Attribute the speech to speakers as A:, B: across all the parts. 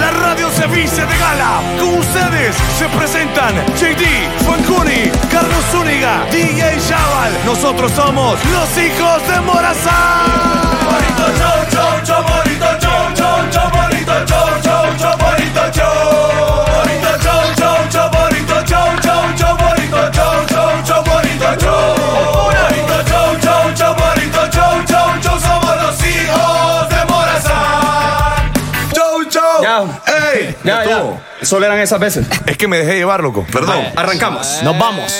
A: La radio se viste de gala. Con ustedes se presentan JD, Fancuni, Carlos Zúñiga, DJ Chaval. Nosotros somos los hijos de Morazán.
B: Ya.
A: ¡Ey!
B: Ya,
A: Estuvo.
B: ya. Solo eran esas veces.
A: Es que me dejé llevar, loco. Perdón.
B: Arrancamos. Nos vamos.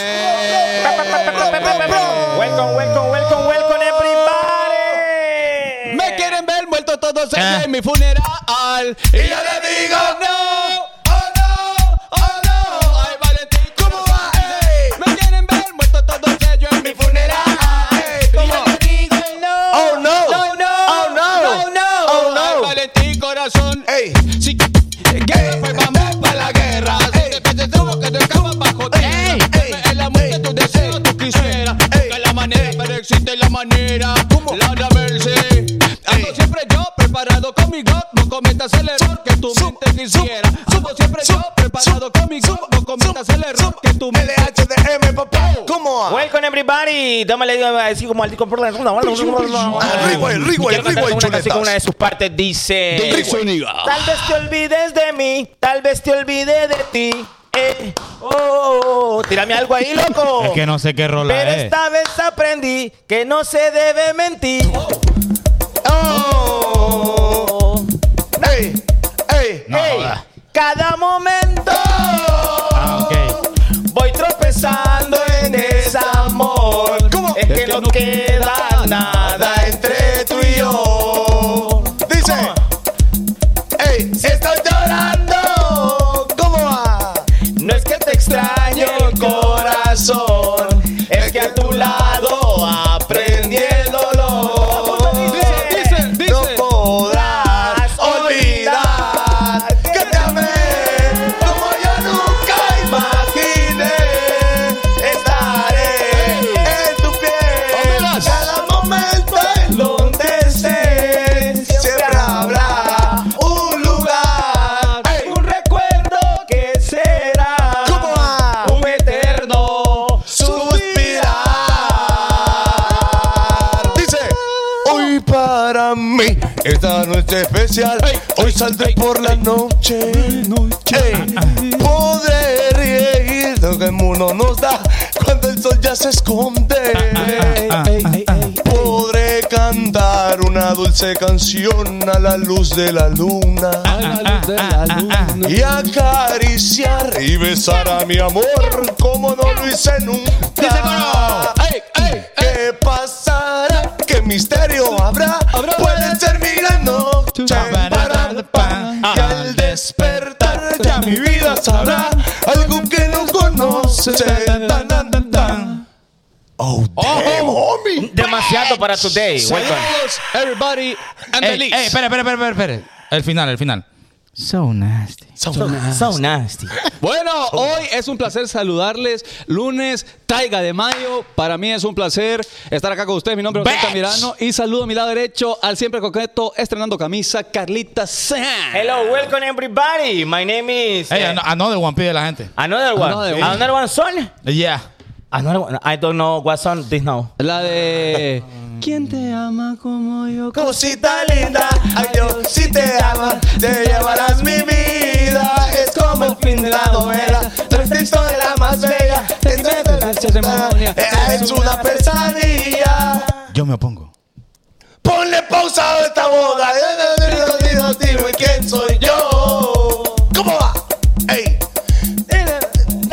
C: Welcome, welcome, welcome, welcome everybody.
B: Eh.
D: Me quieren ver muerto todos ellos en mi funeral. Y yo le digo no, oh no, oh no. Ay, Valentín, ¿cómo va? ey? Me quieren ver muerto todos ellos en mi funeral. ey. Y yo le digo no,
B: Oh, no.
D: no, no,
B: Oh, no.
D: no, no.
B: Oh, no.
D: Ay, Valentín, corazón,
B: Ey.
D: si que pues vamos para la guerra. Donde que te tuvo que te cama bajo tierra. Dame en la muerte tu deseo, tu quisiera. Busca la manera, pero existe la manera. La de verse. Ando siempre yo preparado con mi God. No cometas el error que tu mente quisiera. Ando siempre yo preparado con mi God. No cometas el error que tu mente
B: LHDM, papá. ¿Cómo?
C: Welcome everybody. Dame le digo así como al tico por la zona.
A: Arriba, el Rigo, el Rigo, el
C: Así como una de
A: chuletas.
C: sus partes dice.
D: quisiera.
C: Tal vez te olvides de mí, tal vez te olvide de ti. Eh, oh, oh, oh. tírame algo ahí, loco.
E: Es que no sé qué rola
C: Pero
E: es.
C: esta vez aprendí que no se debe mentir.
B: Oh. Ey. Ey.
E: No,
C: Ey,
E: joda.
C: cada momento
E: Ah, ok.
C: voy tropezando en desamor.
B: ¿Cómo?
C: Es que no queda nada entre tú y yo.
B: Dice. Ey.
C: Estoy llorando.
B: ¿Cómo va?
C: No es que te extraño el corazón, es que a tu lado aprendí el dolor.
D: Dice, dice,
B: No
D: dice.
B: podrás olvidar que te amé como yo nunca imaginé. Estaré en tu piel
D: Homelas.
B: cada momento en donde estés. Siempre habrá un lugar. Ey,
C: Un recuerdo que será
B: ¿Cómo va?
C: un eterno
B: suspirar. Dice, hoy para mí esta noche especial. Hoy saldré por la noche. Ey, podré reír lo que el mundo nos da cuando el sol ya se esconde. Ey, ey, ey, Podré cantar una dulce canción a la luz de la luna. Y acariciar y besar a mi amor como no lo hice
D: Dice coro.
B: nunca.
D: Ey, ey, ey.
B: ¿Qué pasará? ¿Qué misterio habrá?
D: Habrá.
B: Puede ser mi gran noche.
E: Pa,
B: Para,
E: pa,
B: pa.
E: pa.
B: Y al despertar ya mi vida sabrá algo que no conoce. Tan, tan, tan, tan. Oh, damn, homie.
C: Demasiado para today. Welcome.
D: Saludos, everybody, and the
E: Ey, ey,
D: least.
E: espera, espera, espera, espera, espera. El final, el final. So nasty.
C: So
B: Ah,
C: nasty.
D: Bueno, hoy es un placer saludarles. Lunes, Taiga de Mayo. Para mí es un placer estar acá con ustedes. Mi nombre es Oscar
E: Bitch.
D: Mirano y saludo a mi lado derecho al siempre coqueto, estrenando camisa, Carlita San.
C: Hello, welcome everybody. My name is
E: Ey,
C: eh,
E: ano- another one pide la gente.
C: another one.
D: Another
C: Another
D: one.
C: one, son.
E: Yeah.
C: Another one. I don't know what son this now.
D: La de. ¿Quién te ama como yo?
B: Cosita linda, ay Dios, si te amas, te llevarás mi vida. Es como el fin de la novela, nuestra historia más bella. Es nuestra ceremonia, es una pesadilla.
E: Yo me opongo.
B: Ponle pausa a esta boda. Digo, digo, digo, ¿y quién soy yo? ¿Cómo va? ¡Ey!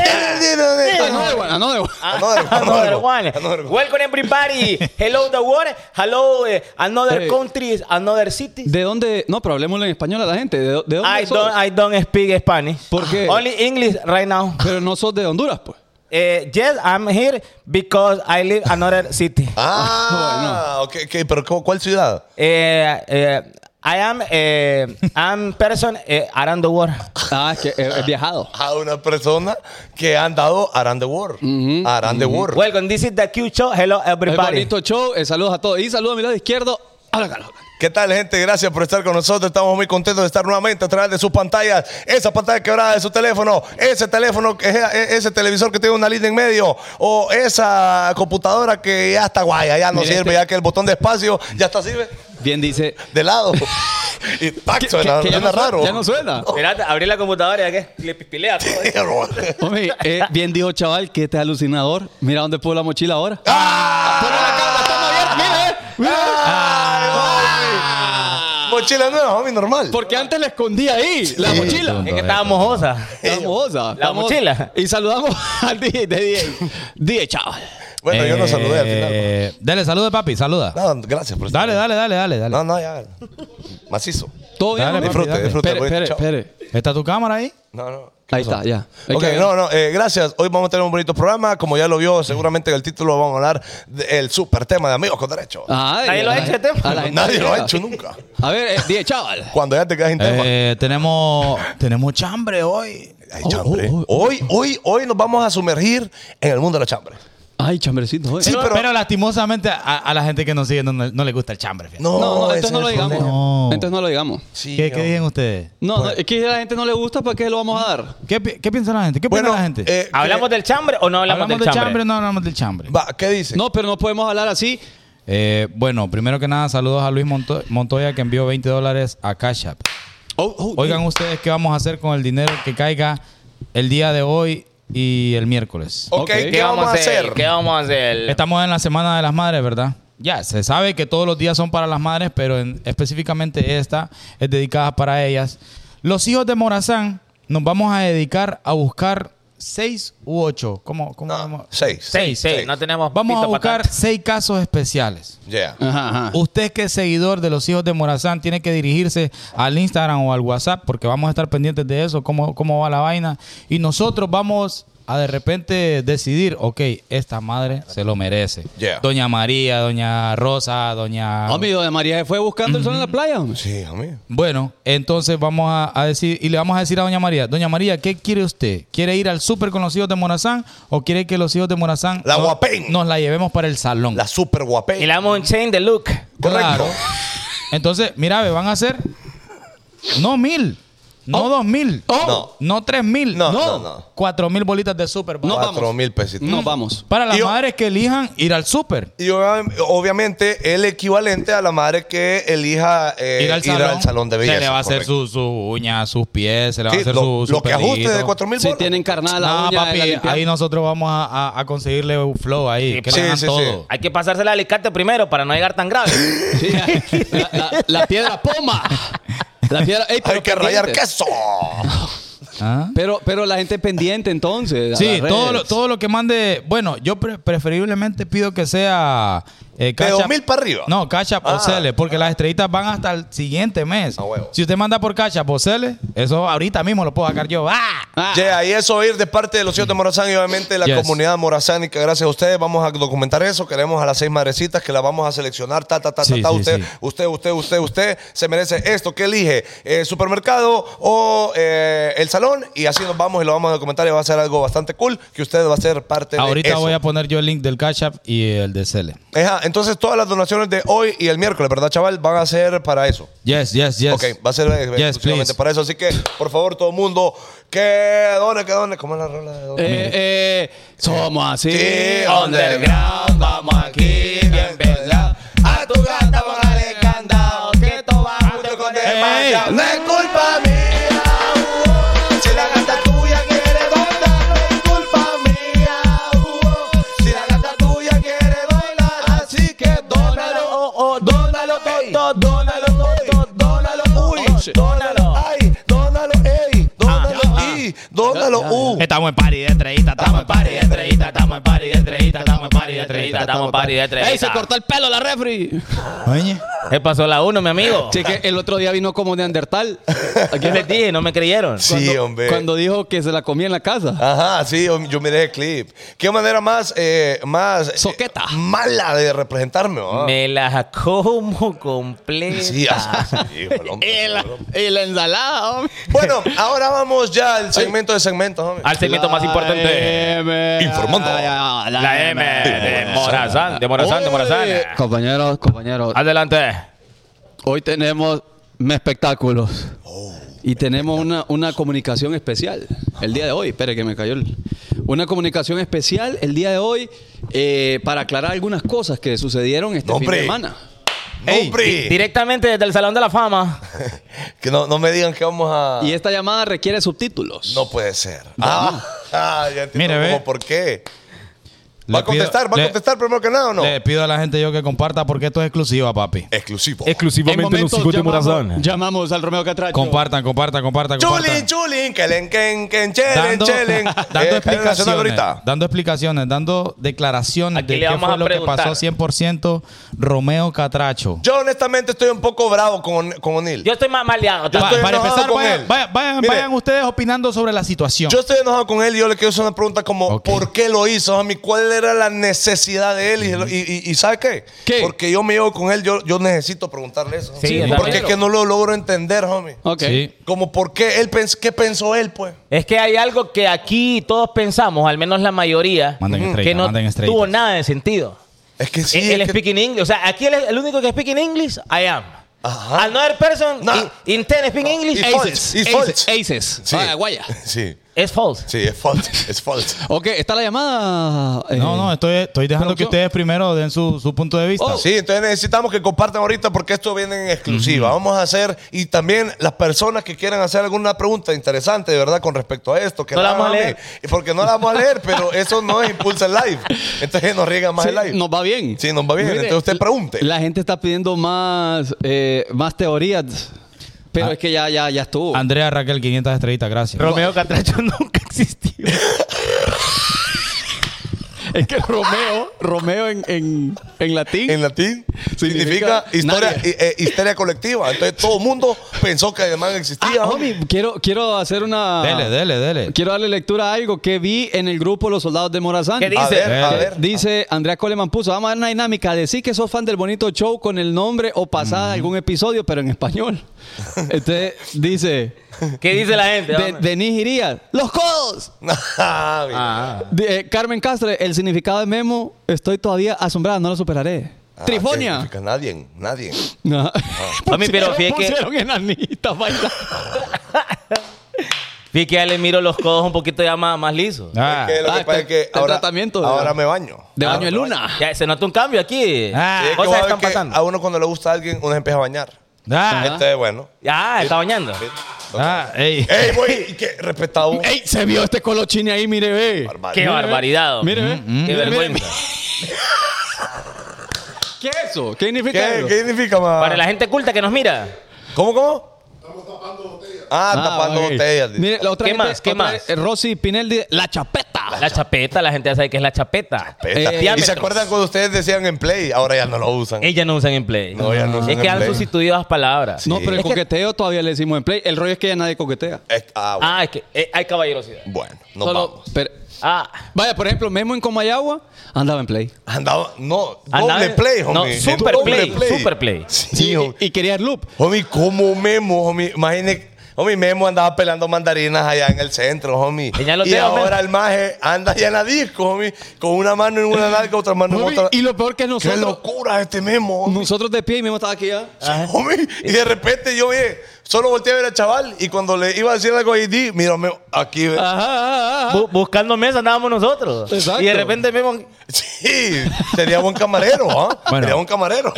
D: Another one, another one.
B: Another one,
C: Another
B: another
C: one.
B: one, another one.
C: Welcome everybody. Hello the world. Hello eh, another
D: Hey.
C: countries, another cities.
D: ¿De dónde? No, pero hablemosle en español a la gente. ¿De, de dónde
C: I
D: sos?
C: don't I don't speak Spanish.
D: ¿Por qué?
C: Only English right now.
D: Pero no sos de Honduras, pues.
C: Eh, yes, I'm here because I live another city.
B: Ah, ok, ok, pero ¿cu- ¿cuál ciudad?
C: Eh, eh, I am, eh, I'm person eh, around the world.
D: Ah, que he, he viajado.
F: a una persona que ha andado around the world. Around the world.
C: Welcome, this is the Q Show. Hello,
D: El
C: everybody.
D: bonito show. eh, saludos a todos. Y saludos a mi lado izquierdo. Hola, Carlos.
F: ¿Qué tal, gente? Gracias por estar con nosotros. Estamos muy contentos de estar nuevamente a través de sus pantallas. Esa pantalla quebrada de su teléfono, ese teléfono, que- e- ese televisor que tiene una línea en medio, o esa computadora que ya está guaya, ya no
D: Mira,
F: sirve,
D: este-
F: ya que el botón de espacio ya está sirve
D: Bien dice.
F: de lado. y tac,
D: Que-
F: suena,
D: que- que ya
F: suena
D: no suena-
F: raro.
D: ya no suena.
C: Mirá, abrí la computadora y que le pispilea todo.
D: Hombre, eh, bien dijo, chaval, que este es alucinador. Mira dónde puso la mochila ahora.
F: ¡Ah!
D: Ponle la cara, la toma abierta. Mira, eh. Mira.
F: Ay, homie. Mochila nueva, homie, normal.
D: Porque antes la escondía ahí, la mochila.
C: Es que estaba mojosa.
D: La mojosa.
C: La mochila.
D: Y saludamos al DJ de DJ. DJ, chaval.
F: Bueno,
D: Eh.
F: yo no saludé al final.
E: Eh, Dale, salude, papi, saluda.
F: No, gracias por estar
E: Dale, dale, dale, dale, dale.
F: No, no, ya. Macizo.
D: Todo bien.
E: Dale,
D: hombre?
E: disfrute,
D: Dale.
F: disfrute,
D: Espere,
F: voy,
D: espere,
F: chao.
D: espere.
E: ¿Está tu cámara ahí?
F: No, no. ¿Qué
D: Ahí
F: pasó?
D: está, ya. Hay
F: Ok,
D: que-
F: no, no, eh, gracias. Hoy vamos a tener un bonito programa. Como ya lo vio, seguramente en el título vamos a hablar del super tema de amigos con derechos.
D: Ay,
C: Nadie lo ha
D: a Ah, la-
C: hecho, este.
D: a la gente
F: Nadie
D: le
F: lo ha
D: gusta.
F: hecho nunca.
D: A ver, eh, DJ, chaval.
F: Cuando ya te quedas sin tema.
E: Eh, tenemos, tenemos chambre hoy.
F: Ay, chambre. hoy, hoy, hoy nos vamos a sumergir en el mundo de la chambre.
D: Ay, chambrecito. eh.
F: Sí,
E: Pero,
F: pero.
E: lastimosamente a, a la gente que nos sigue no, no- no le gusta el chambre. fíjate.
F: no,
D: No, no,
F: Oh, ese es
D: entonces no
F: el
D: lo digamos.
F: problema. Pues-
E: No.
D: Entonces no lo digamos.
F: Sí,
E: ¿Qué, qué
F: homie.
E: dicen ustedes?
D: No, no, es que a la gente no le gusta, ¿para qué lo vamos a dar?
E: ¿Qué, pi- qué piensa la gente? ¿Qué opina
F: Bueno,
E: la gente?
F: eh,
C: ¿Hablamos
F: ¿qué-
C: del chambre o no hablamos,
E: ¿Hablamos
C: del
E: del
C: chambre?
E: chambre? No, hablamos del chambre.
F: Va, ¿qué dice?
D: No, pero no podemos hablar así.
E: Eh, bueno, primero que nada, saludos a Luis Monto- Montoya que envió 20 dólares a Cash App.
D: Oh, oh,
E: Oigan ustedes qué vamos a hacer con el dinero que caiga el día de hoy y el miércoles.
F: Ok,
D: Ok.
F: ¿qué, vamos a hacer?
C: ¿Qué vamos a hacer?
E: Estamos en la Semana de las Madres, ¿verdad? Ya, se sabe que todos los días son para las madres, pero en- específicamente esta es dedicada para ellas. Los hijos de Morazán nos vamos a dedicar a buscar seis u ocho. ¿Cómo? cómo
F: No,
E: vamos?
F: seis.
C: Seis, seis, No tenemos
E: Vamos a
C: pito pa'
E: buscar
C: tanto.
E: seis casos especiales.
F: Yeah.
D: Ajá, ajá.
F: Uh,
D: Ah,
E: Usted que es seguidor de los hijos de Morazán tiene que dirigirse al Instagram o al WhatsApp porque vamos a estar pendientes de eso, cómo, cómo va la vaina. Y nosotros vamos a de repente decidir, ok, esta madre se lo merece.
F: Yeah.
E: Doña María, doña Rosa, doña...
D: Hombre, de María se fue buscando el sol en la playa. hombre.
F: Sí, homie.
E: Bueno, entonces vamos a, a decir y le vamos a decir a Doña María, Doña María, ¿qué quiere usted? ¿Quiere ir al súper con los hijos de Morazán o quiere que los hijos de Morazán
F: La
E: no-
F: guapén.
E: nos la llevemos para el salón?
F: La super guapé.
C: Y le damos un chain de look.
F: Correcto.
E: Claro. Entonces, mira, ve, van a ser no mil, no dos mil,
F: Oh.
E: no tres mil,
F: No, no, no.
E: cuatro mil bolitas de súper.
D: No
E: para-
F: Cuatro
D: vamos.
F: mil pesitos.
D: No, vamos.
E: Para las
F: Yo-
E: madres que elijan ir al súper.
F: Y obvia- obviamente el equivalente a la madre que elija eh,
E: ir al salón,
F: de belleza.
E: Se le va a hacer
F: correcto.
E: su, su uña, sus pies, se le va
F: Sí,
E: a hacer
F: lo,
E: su, su
F: lo que ajuste
E: pelito.
F: de 4 mil
D: Si tienen carnada Ah, la
E: No,
D: uña, la
E: papi,
D: limpieza.
E: ahí nosotros vamos a, a- a conseguirle un flow ahí.
C: Sí,
E: que
F: sí,
E: le hagan
F: sí,
E: todo.
C: Hay que pasársela al alicate primero para no llegar tan grave.
D: Sí, la, la- la piedra poma. La piedra, ey, pero
F: Hay que rayar
D: pendiente.
F: queso.
E: ¿Ah?
D: Pero, pero la gente pendiente entonces. a
E: Sí,
D: las redes.
E: todo lo, todo lo que mande. Bueno, yo pre- preferiblemente pido que sea. Eh, Cash App.
F: 2000 para arriba.
E: No, Cacha
F: Ah.
E: o Cele, porque las estrellitas van hasta el siguiente mes.
F: A huevo.
E: Si usted manda por Cacha o Cele, eso ahorita mismo lo puedo sacar yo. ¡Ah!
D: Ah,
F: Yeah, y eso ir de parte de los hijos de Morazán y obviamente la
E: Yes.
F: comunidad morazánica. Gracias a ustedes. Vamos a documentar eso. Queremos a las seis madrecitas que las vamos a seleccionar. Ta, ta, ta,
E: Sí,
F: ta, ta.
E: sí,
F: usted,
E: sí.
F: usted, usted, usted, usted se merece esto. ¿Qué elige? Eh, ¿Supermercado o eh, el salón? Y así nos vamos y lo vamos a documentar. Y va a ser algo bastante cool que usted va a ser parte
E: Ahorita
F: de eso.
E: voy a poner yo el link del Cash App y el de Cele.
F: Ejá, entonces todas las donaciones de hoy y el miércoles, ¿verdad, chaval? Van a ser para eso.
E: Yes, yes, yes.
F: Ok, va a ser eh,
E: Yes,
F: exclusivamente
E: please.
F: para eso. Así que, por favor, todo el mundo, que done, que done. ¿Cómo es la rola de done?
D: eh, eh, somos así.
F: Sí,
D: underground, vamos aquí, bien verdad. A tu gata póngale candado, que esto va junto con el
E: Ey.
D: macho.
F: No es culpa mía, uh, si la gata tuya quiere bailar, no es culpa mía, uh, si la gata tuya quiere bailar, así que
D: Dónalo,
F: dónalo.
D: oh, oh, dónalo
F: Ey.
D: todo, dónalo todo, dónalo.
F: Uy, dónalo, ay, dónalo, ey, dónalo, y, dónalo, uh.
E: Estamos en party de estrellitas, estamos en party de estrellitas, estamos en party de estrellitas, estamos en party de estrellitas.
C: Estamos party de tres.
D: Ey, se cortó el pelo la refri.
E: Oye,
C: Se pasó la uno, mi amigo.
D: Che, que el otro día vino como Neandertal. Aquí
C: Yo les dije, no me creyeron.
F: Sí,
D: cuando-
F: hombre.
D: Cuando dijo que se la comía en la casa.
F: Ajá, sí, yo, yo miré el clip. ¿Qué manera más, eh, más eh,
D: Soqueta.
F: mala de representarme?
E: Ah.
F: ¿no?
C: Me la como completa.
F: Sí, ajá, sí, fue el hombre,
D: la,
F: fue el hombre.
D: ensalada,
F: Bueno, ahora vamos ya al segmento de segmentos. hombre.
C: Al segmento más importante.
F: Informando.
D: La,
C: La M de Morazán, de Morazán, de Morazán.
D: Oye, Compañeros, compañeros,
C: Adelante.
D: hoy tenemos me espectáculos.
F: Oh.
D: Y tenemos una, una comunicación especial el día de hoy. Espere que me cayó el- Una comunicación especial el día de hoy eh, para aclarar algunas cosas que sucedieron este
F: No,
D: fin de
F: hombre.
D: semana.
C: Ey,
F: ¡Hombre!
C: di- directamente desde el Salón de la Fama.
F: Que no, no me digan que vamos a.
D: Y esta llamada requiere subtítulos.
F: Ah. No puede ser. Ah, ah, ya entiendo
E: Mire, ve.
F: cómo, por qué.
E: Le
F: ¿Va a contestar?
E: pido-
F: ¿Va a
E: le-
F: contestar primero que nada o no?
E: Le pido a la gente yo que comparta porque esto es exclusiva, papi.
F: Exclusivo.
G: Exclusivamente los hijos de Morazán.
D: llamamos al Romeo Catracho.
E: Compartan, compartan, compartan. compartan.
F: Chulin, chulin, kelen, ken, ken, chelen,
E: Dando,
F: chelen.
E: dando
F: Eh, Cadena Nacional
E: explicaciones,
F: ahorita.
E: dando explicaciones, dando declaraciones
C: Aquí le
E: de qué
C: vamos
E: fue
C: a
E: lo que
C: preguntar.
E: pasó 100% Romeo Catracho.
F: Yo honestamente estoy un poco bravo con, con O'Neal.
C: Yo estoy más maleado.
F: Yo
E: Pa-
F: estoy
E: para
F: enojado
E: empezar,
F: con
E: vayan,
F: él.
E: vayan- vayan-
F: Mire.
E: vayan ustedes opinando sobre la situación.
F: Yo estoy enojado con él y yo le quiero hacer una pregunta como,
E: Ok.
F: ¿por qué lo hizo? A mí, ¿cuál era la necesidad de él? Y- Y, y- y ¿sabe qué?
D: ¿Qué?
F: Porque yo me llevo con él, yo, yo necesito preguntarle eso.
C: Sí, yo
F: porque
C: también.
F: es que no lo logro entender, homie.
D: Ok.
E: Sí.
F: Como, ¿por qué él pens- qué pensó él, pues?
C: Es que hay algo que aquí todos pensamos, al menos la mayoría,
E: Manden estrellitas,
C: que no
E: manden estrellitas.
C: tuvo nada de sentido.
F: Es que sí.
C: el
F: es
C: el
F: que-
C: speaking English. O sea, aquí el, el único que speak in English, I am.
F: Ajá.
C: Another person
F: No.
C: in, in ten speak English
F: It's false.
C: is-
F: It's
D: Aces.
F: false.
D: Aces.
F: Sí.
D: Vaya, Ah, guaya.
F: Sí,
C: is false.
F: sí, es false. Es false.
D: Ok, está la llamada. eh,
E: No, no, estoy, estoy dejando que
D: producción.
E: ustedes primero den su, su punto de vista.
F: Sí, entonces necesitamos que compartan ahorita porque esto viene en exclusiva. Vamos a hacer, y también las personas que quieran hacer alguna pregunta interesante, de verdad, con respecto a esto, que
C: No la
F: la
C: vamos a
F: hagan
C: leer.
F: mí. Porque no la vamos a leer, pero eso no es Impulsa el Live. Entonces nos riega más
D: Sí,
F: el live.
D: Nos va bien.
F: Sí, nos va bien. Entonces usted pregunte.
D: La gente está pidiendo más, eh, más teorías, pero
E: Ah.
D: es que ya, ya, ya
F: Oh.
D: estuvo.
E: Andrea Raquel, 500 estrellitas, gracias.
C: Romeo Catracho nunca existió.
D: es que Romeo, Romeo en, en, en latín.
F: En latín significa,
D: Significa
F: historia,
D: nadie.
F: eh, eh, histeria colectiva. Entonces todo el mundo pensó que además existía.
D: Ah,
F: homie.
D: homie, quiero, quiero hacer una.
E: Dele, dele, dele.
D: Quiero darle lectura a algo que vi en el grupo Los Soldados de Morazán.
C: ¿Qué
F: a
C: dice?
F: ver, a
E: Eh,
F: ver.
D: Dice Andrea Coleman puso, vamos a ver una dinámica, decir que sos fan del bonito show con el nombre o pasada
E: Mm.
D: algún episodio, pero en español. Entonces dice,
C: ¿Qué dice la gente?
D: de, Denis Irías, los codos.
F: Ah, mira.
D: De- eh, Carmen Castre, el significado de Memo, estoy todavía asombrada, no lo superaré.
F: Ah, ¿qué
D: Trifonia.
F: significa? Ah. Nadie, nadie.
D: No.
C: Mami, pero fíjate que-
D: Pusieron enanita, baila.
C: Vi que ya le miro los codos un poquito ya más, más lisos.
E: Ah,
F: Que lo
D: Ah,
F: que
D: está-
F: pasa es que
D: está en
F: ahora,
D: tratamiento,
F: ahora
D: ¿verdad?
F: me baño.
D: De
F: Ahora
D: baño de
F: me
D: luna.
C: Ya, se nota un cambio aquí.
E: Ah.
F: Sí, es que vos
C: cosas
F: sabés
C: están
F: que
C: pasando.
F: A uno cuando le gusta a alguien, uno se empieza a bañar.
E: ah,
F: Este es bueno.
C: Ah, está bañando.
E: ah, ey.
F: ¡Ey, voy! ¡Qué respetado!
D: ¡Ey! Se vio este colochine ahí, mire, ve.
F: Barbaridad.
C: Qué barbaridad.
D: Mire, ve.
C: Qué
D: Mire, mire.
C: vergüenza.
D: ¿Qué es eso? ¿Qué significa
F: ¿Qué,
D: eso?
F: ¿Qué significa, ma?
C: Para la gente culta que nos mira.
F: ¿Cómo, cómo? Estamos tapando botellas. Ah,
D: Ah,
F: tapando
D: ok.
F: botellas. dice.
D: Mire, la otra
C: ¿Qué
D: gente-
C: más? ¿Qué
D: otra-
C: más?
D: eh, Rosy Pinel dice, la chapeta.
C: La chapeta, la gente ya sabe que es la chapeta. Eh,
F: Peta. ¿Y
C: diámetros.
F: se acuerdan cuando ustedes decían en Play? Ahora ya no lo usan.
C: Ellas no usan en play.
F: No, ellas no
C: es
F: usan
C: que
F: en
C: han
F: play.
C: sustituido las palabras.
D: No, pero el
C: Es que-
D: coqueteo todavía le decimos en play. El rollo es que ya nadie coquetea.
F: Es- ah, bueno.
C: Ah, es que eh, hay caballerosidad.
F: Bueno, nos
D: Solo-
F: vamos.
D: pero-
C: Ah,
D: vaya, por ejemplo, Memo en Comayagua andaba en play.
F: Andaba, no,
C: Andaba-
F: doble play, homie.
C: no,
F: En
C: super
F: doble
C: play, super play.
F: Sí, homie.
D: Y, y quería el loop.
F: Homie, como Memo, homie, imagine, homie, Memo andaba pelando mandarinas allá en el centro, homie.
C: Señal los
F: y
C: dedos,
F: ahora
C: Memo.
F: el maje anda allá en la disco, homie, con una mano en una nalga, otra mano en
D: Homie,
F: otra.
D: y lo peor que
F: ¡Qué
D: nosotros,
F: locura este Memo, homie!
D: nosotros de pie y Memo estaba aquí ya.
F: Homie, Y de repente yo, oye, solo volteé a ver al chaval y cuando le iba a decir algo a AD, mira, Memo, aquí,
C: Ah.
F: ve.
D: Ajá, ajá, ajá.
C: bu- buscando mesa andábamos nosotros.
D: Exacto.
C: Y de repente vemos.
F: Sí, sería buen camarero, ¿ah?
E: Bueno.
F: Sería buen camarero.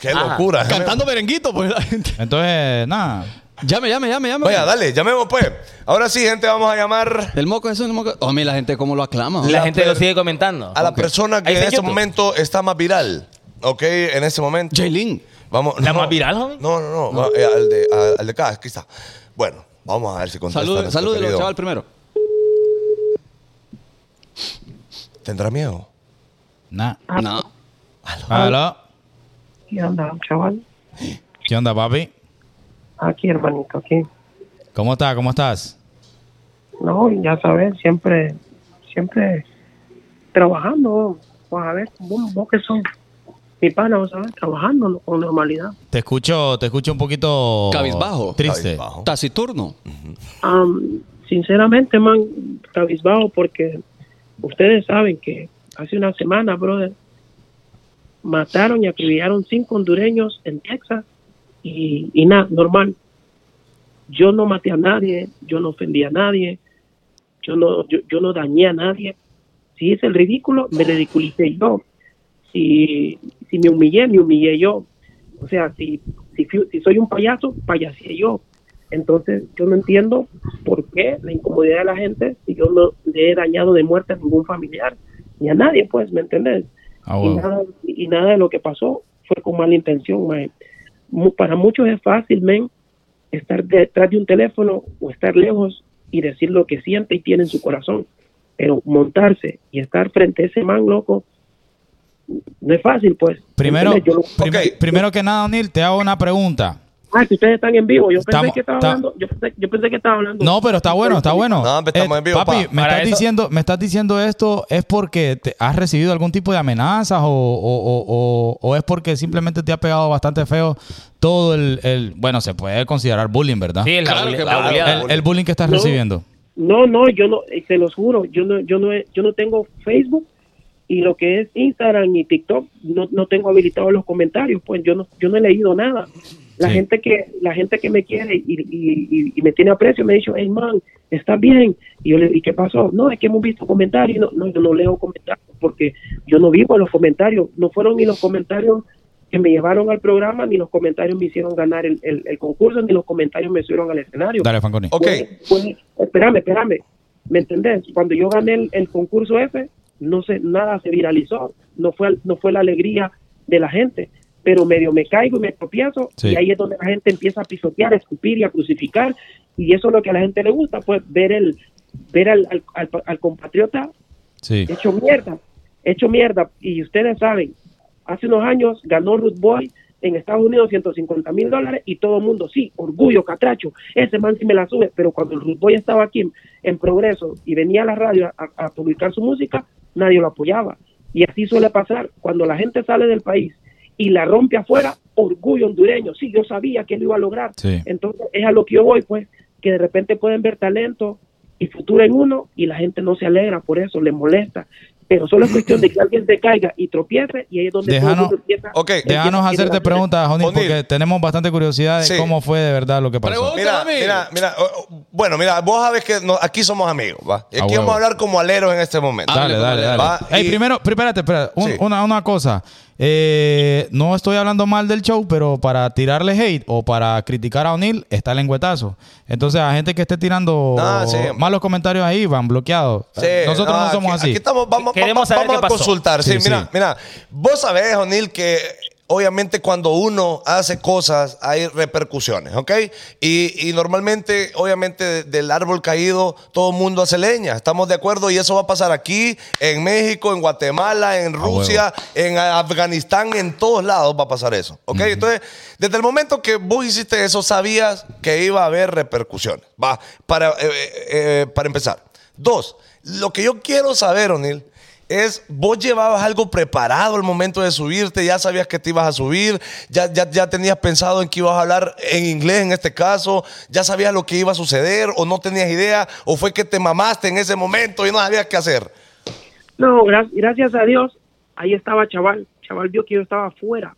F: ¡Qué
C: Ajá.
F: locura! ¿eh? Memo.
D: Cantando merenguito, pues la gente.
E: Entonces, nada.
D: Llame, llame, llame, llame.
F: Vaya, dale, llamemos pues. Ahora sí, gente, vamos a llamar...
D: El moco eso, el moco. Oh, mira, la gente cómo lo aclama.
C: La,
F: La
C: gente lo
F: per-
C: sigue comentando.
F: a la persona que
C: Ahí
F: en
C: está en
F: este
C: YouTube.
F: momento está más viral. ¿Ok? En este momento.
D: Jailin.
F: Vamos.
C: ¿La más viral, homie?
F: No, no, no. va- eh, al, de, a- al de acá, aquí está. Bueno, vamos a ver si contesta.
D: Salud,
F: nuestro
D: salúdelo,
F: querido.
D: chaval, primero.
F: ¿Tendrá miedo?
E: Nah.
H: Ah.
D: No.
E: Aló.
H: ¿Qué onda, chaval?
E: ¿Qué onda, papi?
H: Aquí, hermanito, aquí.
E: ¿Cómo estás? ¿Cómo estás?
H: No, ya sabes, siempre, siempre trabajando. Pues a ver, vos, vos que sos mi pana, vos sabés, trabajando ¿no? con normalidad.
E: Te escucho, te escucho un poquito
B: Cabizbajo.
E: Triste.
F: Cabizbajo.
B: Taciturno.
H: Am, sinceramente, man, cabizbajo, porque ustedes saben que hace una semana, brother, mataron y acribillaron cinco hondureños en Texas y, y nada, normal. Yo no maté a nadie, yo no ofendí a nadie, yo no, yo, yo no dañé a nadie. Si hice el ridículo, me ridiculicé yo. Si, si me humillé, me humillé yo. O sea, si, si, fui- si soy un payaso, payasé yo. Entonces, yo no entiendo por qué la incomodidad de la gente si yo no le he dañado de muerte a ningún familiar ni a nadie, pues, ¿me entendés?
E: Ah,
H: y,
E: huevo.
H: nada, y nada de lo que pasó fue con mala intención, mae. Mu- Para muchos es fácil, men, estar detrás de un teléfono o estar lejos y decir lo que siente y tiene en su corazón. Pero montarse y estar frente a ese man loco no es fácil, pues.
E: Primero,
H: ¿Entendés? Yo lo-
E: prim-
F: Ok.
E: primero que nada, O'Neill, te hago una pregunta.
H: Ah, si ustedes están en vivo. Yo
E: Estamos-
H: pensé que estaba
E: está-
H: hablando. Yo pensé, yo pensé que estaba hablando.
E: No, pero está bueno, está bueno. Eh,
F: No, pero estamos en vivo,
E: papi,
F: pa.
E: me
C: Para
E: estás,
C: eso-
E: diciendo, me estás diciendo esto es porque te- has recibido algún tipo de amenazas o, o- o- o- o es porque simplemente te ha pegado bastante feo todo el, el- bueno, se puede considerar bullying, ¿verdad?
C: Sí, la,
B: Claro
C: bule-
B: que
C: la
B: sí.
C: buleada.
E: El, el bullying que estás
H: No.
E: recibiendo.
H: No, no, yo no, eh, se los juro, yo no, yo no, he- yo no tengo Facebook y lo que es Instagram y TikTok no, no tengo habilitados los comentarios, pues yo no, yo no he leído nada. La
E: Sí.
H: gente que, la gente que me quiere y, y- y- y me tiene aprecio me ha dicho, hey man, estás bien. Y yo le digo, ¿y qué pasó? No, es que hemos visto comentarios. No, no, yo no leo comentarios porque yo no vivo en los comentarios. No fueron ni los comentarios que me llevaron al programa, ni los comentarios me hicieron ganar el, el- el concurso, ni los comentarios me subieron al escenario.
E: Dale, Fanconi.
F: Ok.
H: Fue- fue- espérame, espérame. ¿Me entendés? Cuando yo gané el, el concurso ese, no sé, nada se viralizó. No fue, no fue la alegría de la gente. Pero medio me caigo y me tropiezo.
E: Sí.
H: Y ahí es donde la gente empieza a pisotear, a escupir y a crucificar. Y eso es lo que a la gente le gusta, pues ver el ver al, al- al- al compatriota
E: Sí.
H: hecho mierda, hecho mierda. Y ustedes saben, hace unos años ganó Ruth Boy en Estados Unidos 150 mil dólares y todo el mundo, sí, orgullo, catracho, ese man sí me la sube, pero cuando el Ruth Boy estaba aquí en, en Progreso y venía a la radio a, a publicar su música, nadie lo apoyaba. Y así suele pasar, cuando la gente sale del país y la rompe afuera, orgullo hondureño, sí, yo sabía que lo iba a lograr.
E: Sí.
H: Entonces es a lo que yo voy, pues, que de repente pueden ver talento y futuro en uno y la gente no se alegra por eso, le molesta. Pero solo es cuestión de que alguien se caiga y tropiece y ahí es donde todo el
E: Déjanos-
H: mundo empieza-
F: Ok.
H: empieza
E: Déjanos
H: a tirar
E: hacerte
H: la-
E: preguntas, O'Neill,
F: O'Neill.
E: porque tenemos bastante curiosidad de
F: Sí.
E: cómo fue de verdad lo que pasó.
B: Pregunta.
F: Mira,
B: amigo.
F: mira, mira. o- o- Bueno, mira, vos sabes que no- aquí somos amigos, ¿va? Y
E: A
F: aquí
E: huevo.
F: vamos a hablar como aleros en este momento.
B: Dale,
E: Dale, dale, dale.
F: Va,
E: Ey,
F: y-
E: primero, pri- espérate, espérate. Un-
F: Sí.
E: una, una cosa. Eh, no estoy hablando mal del show, pero para tirarle hate o para criticar a O'Neill está el lengüetazo. Entonces, a gente que esté tirando
F: Ah, sí.
E: malos comentarios ahí van bloqueados.
F: Sí,
E: Nosotros no, somos
F: aquí-
E: así.
F: Aquí estamos, vamos,
C: Queremos
F: vamos-
C: saber
F: vamos
C: qué
F: a
C: pasó.
F: consultar. Sí,
E: Sí,
F: mira,
E: sí.
F: mira. Vos sabés, O'Neill, que obviamente cuando uno hace cosas hay repercusiones, ¿ok? Y, y normalmente, obviamente, de- del árbol caído todo el mundo hace leña. Estamos de acuerdo y eso va a pasar aquí, en México, en Guatemala, en Rusia, en Afganistán, en todos lados va a pasar eso, ¿ok? Entonces, desde el momento que vos hiciste eso, sabías que iba a haber repercusiones. Va, para, eh, eh, eh, para empezar. Dos, lo que yo quiero saber, O'Neill, es vos llevabas algo preparado al momento de subirte, ya sabías que te ibas a subir, ya, ya, ya tenías pensado en que ibas a hablar en inglés en este caso, ya sabías lo que iba a suceder o no tenías idea, o fue que te mamaste en ese momento y no sabías qué hacer.
H: No, gra- gracias a Dios, ahí estaba Chaval. Chaval vio que yo estaba afuera.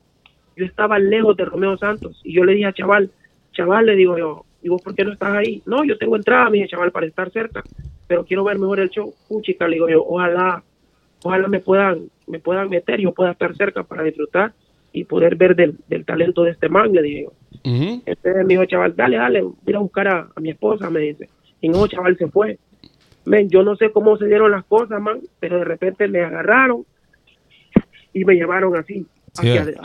H: Yo estaba lejos de Romeo Santos. Y yo le dije a Chaval, Chaval, le digo yo, ¿y vos por qué no estás ahí? No, yo tengo entrada, me dije Chaval, para estar cerca, pero quiero ver mejor el show. Puchica, le digo yo, ojalá, ojalá me puedan, me puedan meter, yo pueda estar cerca para disfrutar y poder ver del, del talento de este man, le Este dije yo.
B: Ujú.
H: Entonces me dijo, chaval, dale, dale, voy a ir a buscar a, a mi esposa, me dice. Y no, chaval, se fue. Men, yo no sé cómo se dieron las cosas, man, pero de repente me agarraron y me llevaron así.
E: Sí.
H: hacia-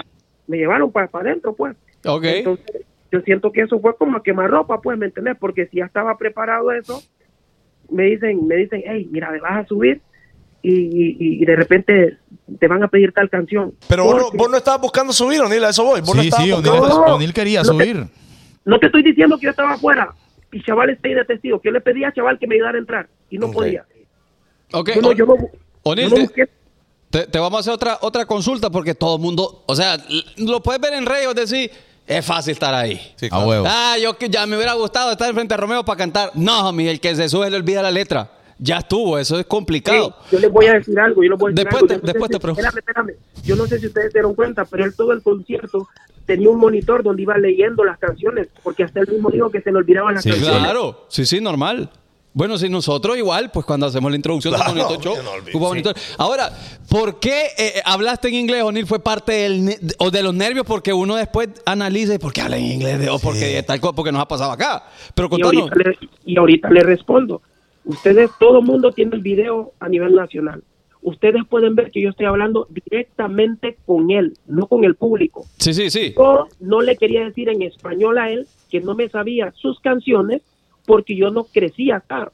H: me llevaron para adentro, pues.
B: Ok.
H: Entonces, yo siento que eso fue como a quemarropa, pues, ¿me entendés? Porque si ya estaba preparado eso, me dicen, me dicen, hey, mira, me vas a subir y, y- y de repente te van a pedir tal canción.
F: Pero vos no,
H: Porque-
F: vos no estabas buscando subir, O'Neill, a eso voy. Vos no
E: Sí,
F: estabas
E: sí, O'Neill,
F: buscando-
H: No,
E: O'Neill quería
H: no te-
E: subir.
H: No te estoy diciendo que yo estaba afuera y chaval está ahí de testigo. Que yo le pedí a chaval que me ayudara a entrar y no
F: Ok.
H: podía.
D: Ok,
H: Yo no, yo no-
D: O'Neill,
H: yo no
D: te-
H: busqué-
D: Te, te vamos a hacer otra, otra consulta porque todo el mundo, o sea, l- lo puedes ver en redes, decir, es fácil estar ahí.
F: Sí,
E: A
F: claro.
E: huevo.
D: Ah, yo que ya me hubiera gustado estar enfrente a Romeo para cantar. No, homie, el que se sube le olvida la letra. Ya estuvo, eso es complicado.
H: Yo les voy a decir algo, yo les voy a decir
D: Después
H: algo.
D: te-
H: Yo no sé
D: después
H: si-
D: te pregunto.
H: Espérame, espérame. Yo no sé si ustedes se dieron cuenta, pero él todo el concierto tenía un monitor donde iba leyendo las canciones, porque hasta él mismo dijo que se le olvidaban las
E: Sí,
H: canciones.
D: Claro, sí, sí, normal. Bueno, si nosotros igual, pues cuando hacemos la introducción
F: Claro,
D: del bonito show,
F: yo no olvido,
D: Cuba
F: sí.
D: Bonito. Ahora, ¿por qué eh, hablaste en inglés, O'Neill? ¿Fue parte del ne- o de los nervios? Porque uno después analiza y por qué habla en inglés o porque tal cosa, porque nos ha pasado acá. Pero
H: Y
D: contanos.
H: ahorita, le, y ahorita le respondo. Ustedes, todo el mundo tiene el video a nivel nacional. Ustedes pueden ver que yo estoy hablando directamente con él, no con el público.
D: Sí, sí, sí.
H: Yo no le quería decir en español a él que no me sabía sus canciones porque yo no crecí acá.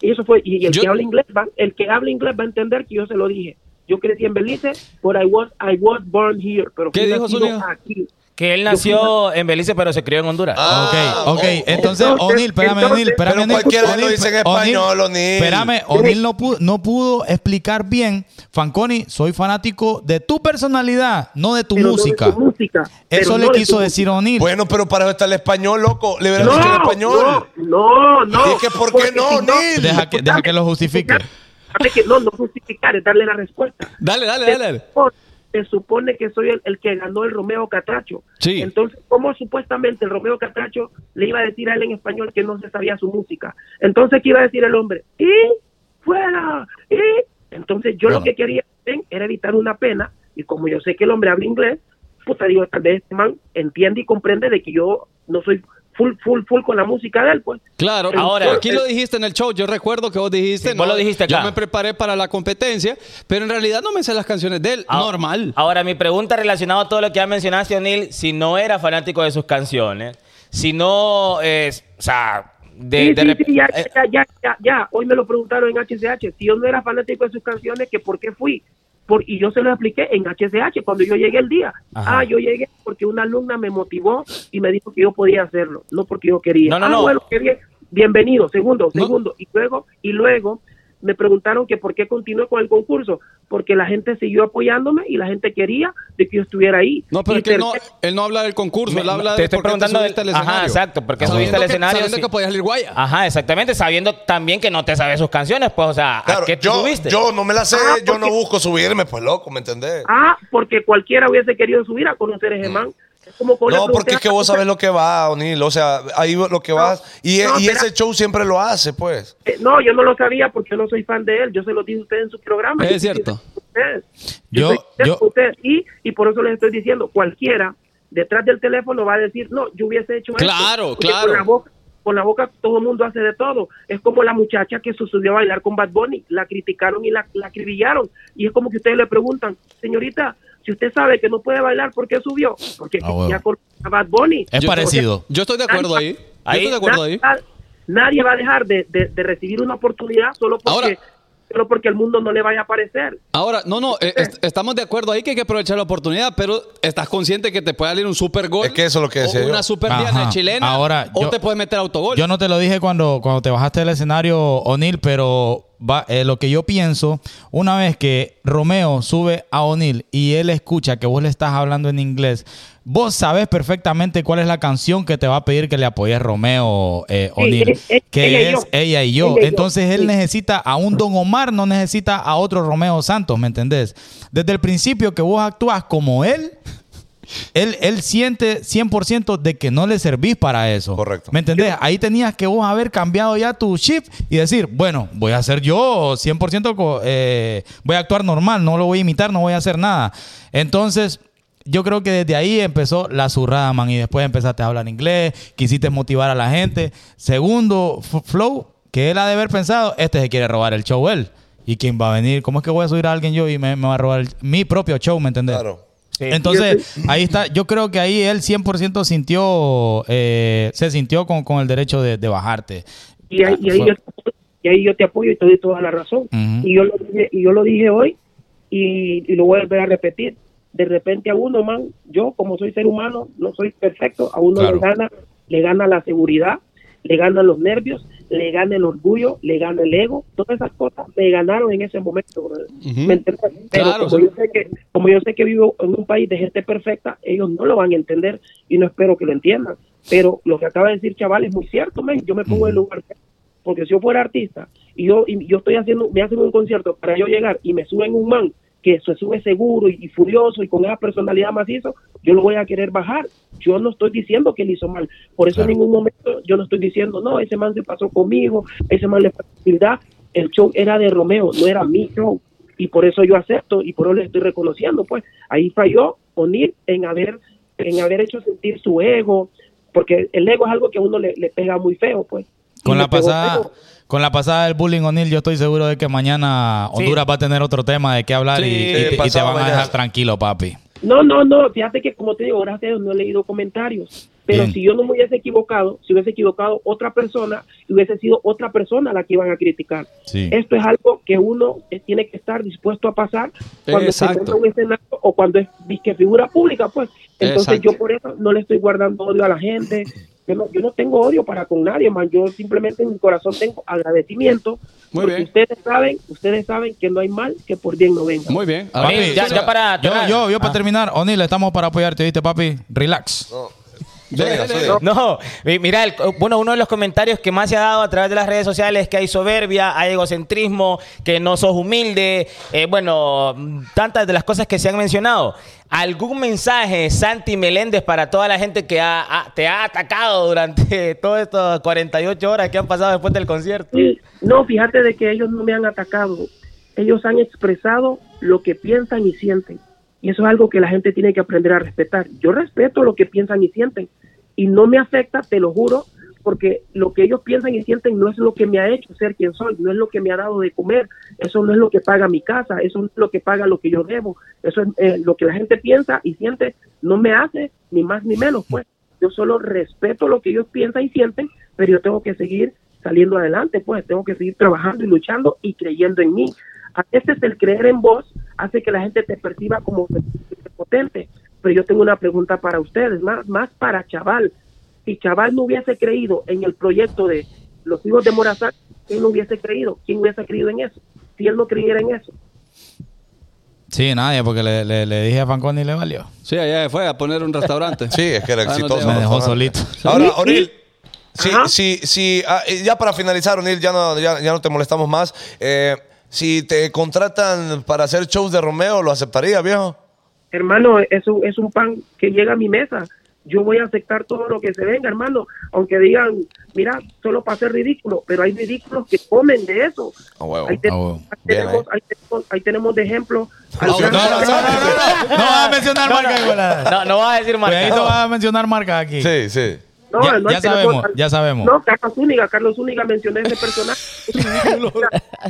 H: Y eso fue, y, y el
D: Yo-
H: que habla inglés va, el que habla inglés va a entender que yo se lo dije. Yo crecí en Belice, but I was, I was born here, pero
D: ¿Qué
H: fui
D: dijo,
H: nacido
D: Zúñiga?
H: aquí.
C: Que él nació en Belice, pero se crió en Honduras.
F: Ah,
E: ok, ok.
F: oh, oh.
E: entonces,
H: Entonces,
E: O'Neill, espérame,
H: entonces-
E: O'Neill, espérame.
F: Pero
E: O'Neill,
F: cualquiera lo
E: O'Neill,
F: dice en
E: O'Neill,
F: español, O'Neill.
E: Espérame, O'Neill no pudo, no pudo explicar bien. Fanconi, soy fanático de tu personalidad, no de tu
H: Pero no de
E: música.
H: tu música.
E: Eso
H: pero
E: le
H: no de tu
E: quiso
H: música.
E: decir O'Neill.
F: Bueno, pero para eso está el español, loco. Le hubieran dicho en
H: No,
F: español.
H: no, no, no.
F: Y es que, ¿por qué no, Neil?
E: Deja que- deja que lo justifique.
H: Fíjate que no, no justificar, es darle la respuesta.
D: Dale, dale,
H: Se
D: dale. dale.
H: supone- Se supone que soy el, el que ganó el Romeo Catracho.
D: Sí.
H: Entonces, ¿cómo supuestamente el Romeo Catracho le iba a decir a él en español que no se sabía su música? Entonces, ¿qué iba a decir el hombre? ¡Y fuera! ¡Y! Entonces, yo lo
E: Claro.
H: que quería ¿ven? era evitar una pena. Y como yo sé que el hombre habla inglés, puta, digo, tal vez este man entiende y comprende de que yo no soy full, full, full con la música de él, pues.
D: Claro, ahora
C: Ahora- eh,
D: aquí lo dijiste en el show. Yo recuerdo que vos dijiste.
C: Sí, vos lo dijiste acá.
D: Yo me preparé para la competencia, pero en realidad no me sé las canciones de él.
C: Ah-
D: Normal.
C: Ahora, mi pregunta relacionada a todo lo que ya mencionaste, O'Neill, si no era fanático de sus canciones, si no, es, o sea, de,
H: sí,
C: de
H: sí,
C: rep-
H: sí, ya,
C: eh,
H: ya, ya, ya, ya. Hoy me lo preguntaron en HCH. Si yo no era fanático de sus canciones, que por qué fui. Por, y yo se lo expliqué en HCH cuando yo llegué el día.
C: Ajá.
H: Ah, yo llegué porque una alumna me motivó y me dijo que yo podía hacerlo, no porque yo quería.
C: No, no,
H: Ah,
C: no.
H: bueno, qué bien. Bienvenido, segundo,
D: No.
H: segundo. Y luego, y luego me preguntaron que por qué continué con el concurso, porque la gente siguió apoyándome y la gente quería de que yo estuviera ahí.
D: No, pero
H: Y
D: es que él no,
H: tercero-
D: él no habla del concurso,
C: Me-
D: él habla
C: te
D: de
C: estoy
D: por qué
C: preguntando
D: te
C: del-
D: subiste al escenario.
C: ajá, exacto, por qué
D: Sabiendo
C: subiste al
D: que-
C: escenario, Ah.
D: Sabiendo
C: sí.
D: que podías salir guaya.
C: Ajá, exactamente, sabiendo también que no te sabes sus canciones, pues, o sea,
F: Claro,
C: ¿a qué te
F: yo,
C: subiste?
F: yo no me la sé,
H: Ah,
F: yo no
H: porque-
F: busco subirme, pues loco, ¿me entendés?
H: Ah, porque cualquiera hubiese querido subir a conocer a ese man. Es como con
F: Mm. No,
H: una
F: porque es que vos
H: pregunta-
F: sabés lo que va, O'Neill. O sea, ahí lo que vas. Y,
H: no,
F: y
H: espera.
F: ese show siempre lo hace, pues.
H: Eh, no, yo no lo sabía porque yo no soy fan de él. Yo se lo dije a ustedes en su programa.
D: Es cierto.
H: Ustedes.
E: Yo-
H: soy fan de
E: yo-
H: ustedes. Y, y por eso les estoy diciendo, cualquiera detrás del teléfono va a decir, no, yo hubiese hecho esto.
D: Claro,
H: Porque
D: claro.
H: Con la, boca, con la boca todo el mundo hace de todo. Es como la muchacha que se subió a bailar con Bad Bunny. La criticaron y la, la acribillaron. Y es como que ustedes le preguntan, señorita, si usted sabe que no puede bailar, ¿por qué subió? Porque
E: Ah, bueno.
H: ya con a Bad Bunny.
E: es
D: Yo-
E: parecido.
D: Yo estoy de acuerdo ahí. Yo
C: Ahí, Ah.
D: estoy de acuerdo ahí.
H: Nadie, nadie va a dejar de, de- de recibir una oportunidad solo porque,
D: Ahora-
H: solo porque el mundo no le vaya a parecer.
D: Ahora, no, no, eh, est- estamos de acuerdo ahí que hay que aprovechar la oportunidad, pero estás consciente que te puede salir un super gol.
F: Es que eso es lo que decía
D: o
F: yo.
D: Una super
E: Ajá.
D: diana chilena.
E: Ahora,
D: o
E: yo-
D: te puedes meter autogol.
E: Yo no te lo dije cuando, cuando te bajaste del escenario, O'Neill, pero va- eh, lo que yo pienso, una vez que Romeo sube a O'Neill y él escucha que vos le estás hablando en inglés, vos sabes perfectamente cuál es la canción que te va a pedir que le apoyes Romeo eh,
H: Sí,
E: O'Neill,
H: es- es
E: que
H: Ella y
E: es
H: Yo.
E: ella y yo.
H: Ella y Yo,
E: Entonces él
H: sí.
E: necesita a un Don Omar, no necesita a otro Romeo Santos, ¿me entendés? Desde el principio que vos actúas como él. Él, él siente 100% de que no le servís para eso.
F: Correcto.
E: ¿Me entendés? Ahí tenías que vos haber cambiado ya tu chip y decir, bueno, voy a ser yo 100%, co- eh, voy a actuar normal, no lo voy a imitar, no voy a hacer nada. Entonces, yo creo que desde ahí empezó la zurrada, man, y después empezaste a hablar inglés, quisiste motivar a la gente. Segundo, F- Flow, que él ha de haber pensado, este se quiere robar el show él. ¿Y quién va a venir? ¿Cómo es que voy a subir a alguien yo y me, me va a robar el- mi propio show, ¿me entendés?
F: Claro.
C: Sí.
E: Entonces, ahí está. Yo creo que ahí él 100% sintió, eh, se sintió con, con el derecho de, de bajarte.
H: Y, ahí- y ahí
E: Fue-
H: yo, Y ahí yo te apoyo y te doy toda la razón.
E: Ujú.
H: y, yo lo dije, y yo lo dije hoy y, y lo voy a volver a repetir. De repente a uno, man, yo como soy ser humano, no soy perfecto, a uno
E: Claro.
H: le gana, le gana la seguridad, le gana los nervios, le gana el orgullo, le gana el ego, todas esas cosas me ganaron en ese momento. brother. ¿Me entiendes? Pero
B: Claro,
H: como,
B: sí.
H: yo sé que, como yo sé que vivo en un país de gente perfecta, ellos no lo van a entender y no espero que lo entiendan. Pero lo que acaba de decir, chaval, es muy cierto, men. Yo me pongo en el lugar. de- Porque si yo fuera artista y yo, y yo estoy haciendo, me hacen un concierto para yo llegar y me suben un man que se sube seguro y, y furioso y con esa personalidad macizo, yo lo voy a querer bajar. Yo no estoy diciendo que él hizo mal. Por eso
E: Claro.
H: en ningún momento yo no estoy diciendo, no, ese man se pasó conmigo, ese man le pasó humildad. El show era de Romeo, no era mi show y por eso yo acepto y por eso le estoy reconociendo pues ahí falló O'Neill en haber en haber hecho sentir su ego porque el ego es algo que a uno le, le pega muy feo pues Y
E: Con
H: le
E: la
H: pegó
E: pasada,
H: feo.
E: con la pasada del bullying O'Neill, yo estoy seguro de que mañana Honduras va a tener otro tema de qué hablar y- y, te- y te
F: pasado
E: van a
F: mañana.
E: dejar tranquilo, papi.
H: no no no fíjate que como te digo gracias a Dios no he leído comentarios pero
E: Bien.
H: si yo no me hubiese equivocado si hubiese equivocado otra persona hubiese sido otra persona la que iban a criticar
E: Sí.
H: esto es algo que uno eh, tiene que estar dispuesto a pasar cuando se
A: Exacto.
H: enfrenta a un escenario o cuando es disque figura pública, pues. Entonces
A: Exacto.
H: yo por eso no le estoy guardando odio a la gente. Yo no, yo no tengo odio para con nadie, man. Yo simplemente en mi corazón tengo agradecimiento.
A: Muy
H: porque
A: bien.
H: Ustedes saben, ustedes saben que no hay mal que por bien no venga.
A: Muy bien.
D: Ah,
C: Papi,
E: Papi,
C: ya, ya para
E: Yo,
C: terminar.
E: yo, yo para terminar, O'Neill, estamos para apoyarte, ¿viste, papi? Relax.
F: No.
A: Dele,
F: Soy,
A: dele,
F: soy.
C: No, mi- mira, el- eh, bueno, uno de los comentarios que más se ha dado a través de las redes sociales es que hay soberbia, hay egocentrismo, que no sos humilde, eh, bueno, tantas de las cosas que se han mencionado. ¿Algún mensaje, Santi Meléndez, para toda la gente que ha- ha- te ha atacado durante todas estas 48 horas que han pasado después del concierto?
H: Sí. No, fíjate de que ellos no me han atacado. Ellos han expresado lo que piensan y sienten. Y eso es algo que la gente tiene que aprender a respetar. Yo respeto lo que piensan y sienten. Y no me afecta, te lo juro, porque lo que ellos piensan y sienten no es lo que me ha hecho ser quien soy, no es lo que me ha dado de comer, eso no es lo que paga mi casa, eso no es lo que paga lo que yo debo, eso es eh, lo que la gente piensa y siente, no me hace ni más ni menos, pues. Yo solo respeto lo que ellos piensan y sienten, pero yo tengo que seguir saliendo adelante, pues tengo que seguir trabajando y luchando y creyendo en mí. A veces el creer en vos hace que la gente te perciba como potente. Pero yo tengo una pregunta para ustedes, más, más para Chaval. Si Chaval no hubiese creído en el proyecto de los hijos de Morazán, ¿quién no hubiese creído? ¿Quién hubiese creído en eso? Si él no creyera en eso.
E: Sí, nadie, porque le, le- le dije a Fanconi y le valió.
A: Sí, allá se fue a poner un restaurante.
F: Sí, es que era
A: Ah, no te va.
F: exitoso.
E: Me
F: ¿no?
E: dejó
F: Ajá.
E: solito.
F: Ahora, Oril. Sí,
H: Ajá.
F: sí, sí. ah, eh, ya para finalizar, Oril, ya no, ya, ya no te molestamos más. Eh, si te contratan para hacer shows de Romeo, ¿lo aceptaría, viejo?
H: hermano, eso es un pan que llega a mi mesa. Yo voy a aceptar todo lo que se venga, hermano, aunque digan, mira, solo para ser ridículo, pero hay ridículos que comen de eso.
F: A Ah, huevo,
H: Ahí, te-
E: a huevo.
H: ahí
F: Bien,
H: tenemos,
F: eh.
H: ahí tenemos- ahí tenemos de ejemplo. al
E: No, no,
H: gran-
E: no, no, no, no, no vas a mencionar
C: No, no,
E: marcas, igual.
C: no, no vas a decir
E: Cuidadito
C: marca.
E: vas a mencionar marcas aquí.
F: Sí, sí.
H: no,
E: Ya-
H: no,
E: ya
H: tenemos
E: sabemos,
H: al-
E: ya sabemos.
H: No, Carlos Úniga, Carlos Úniga mencioné ese personaje.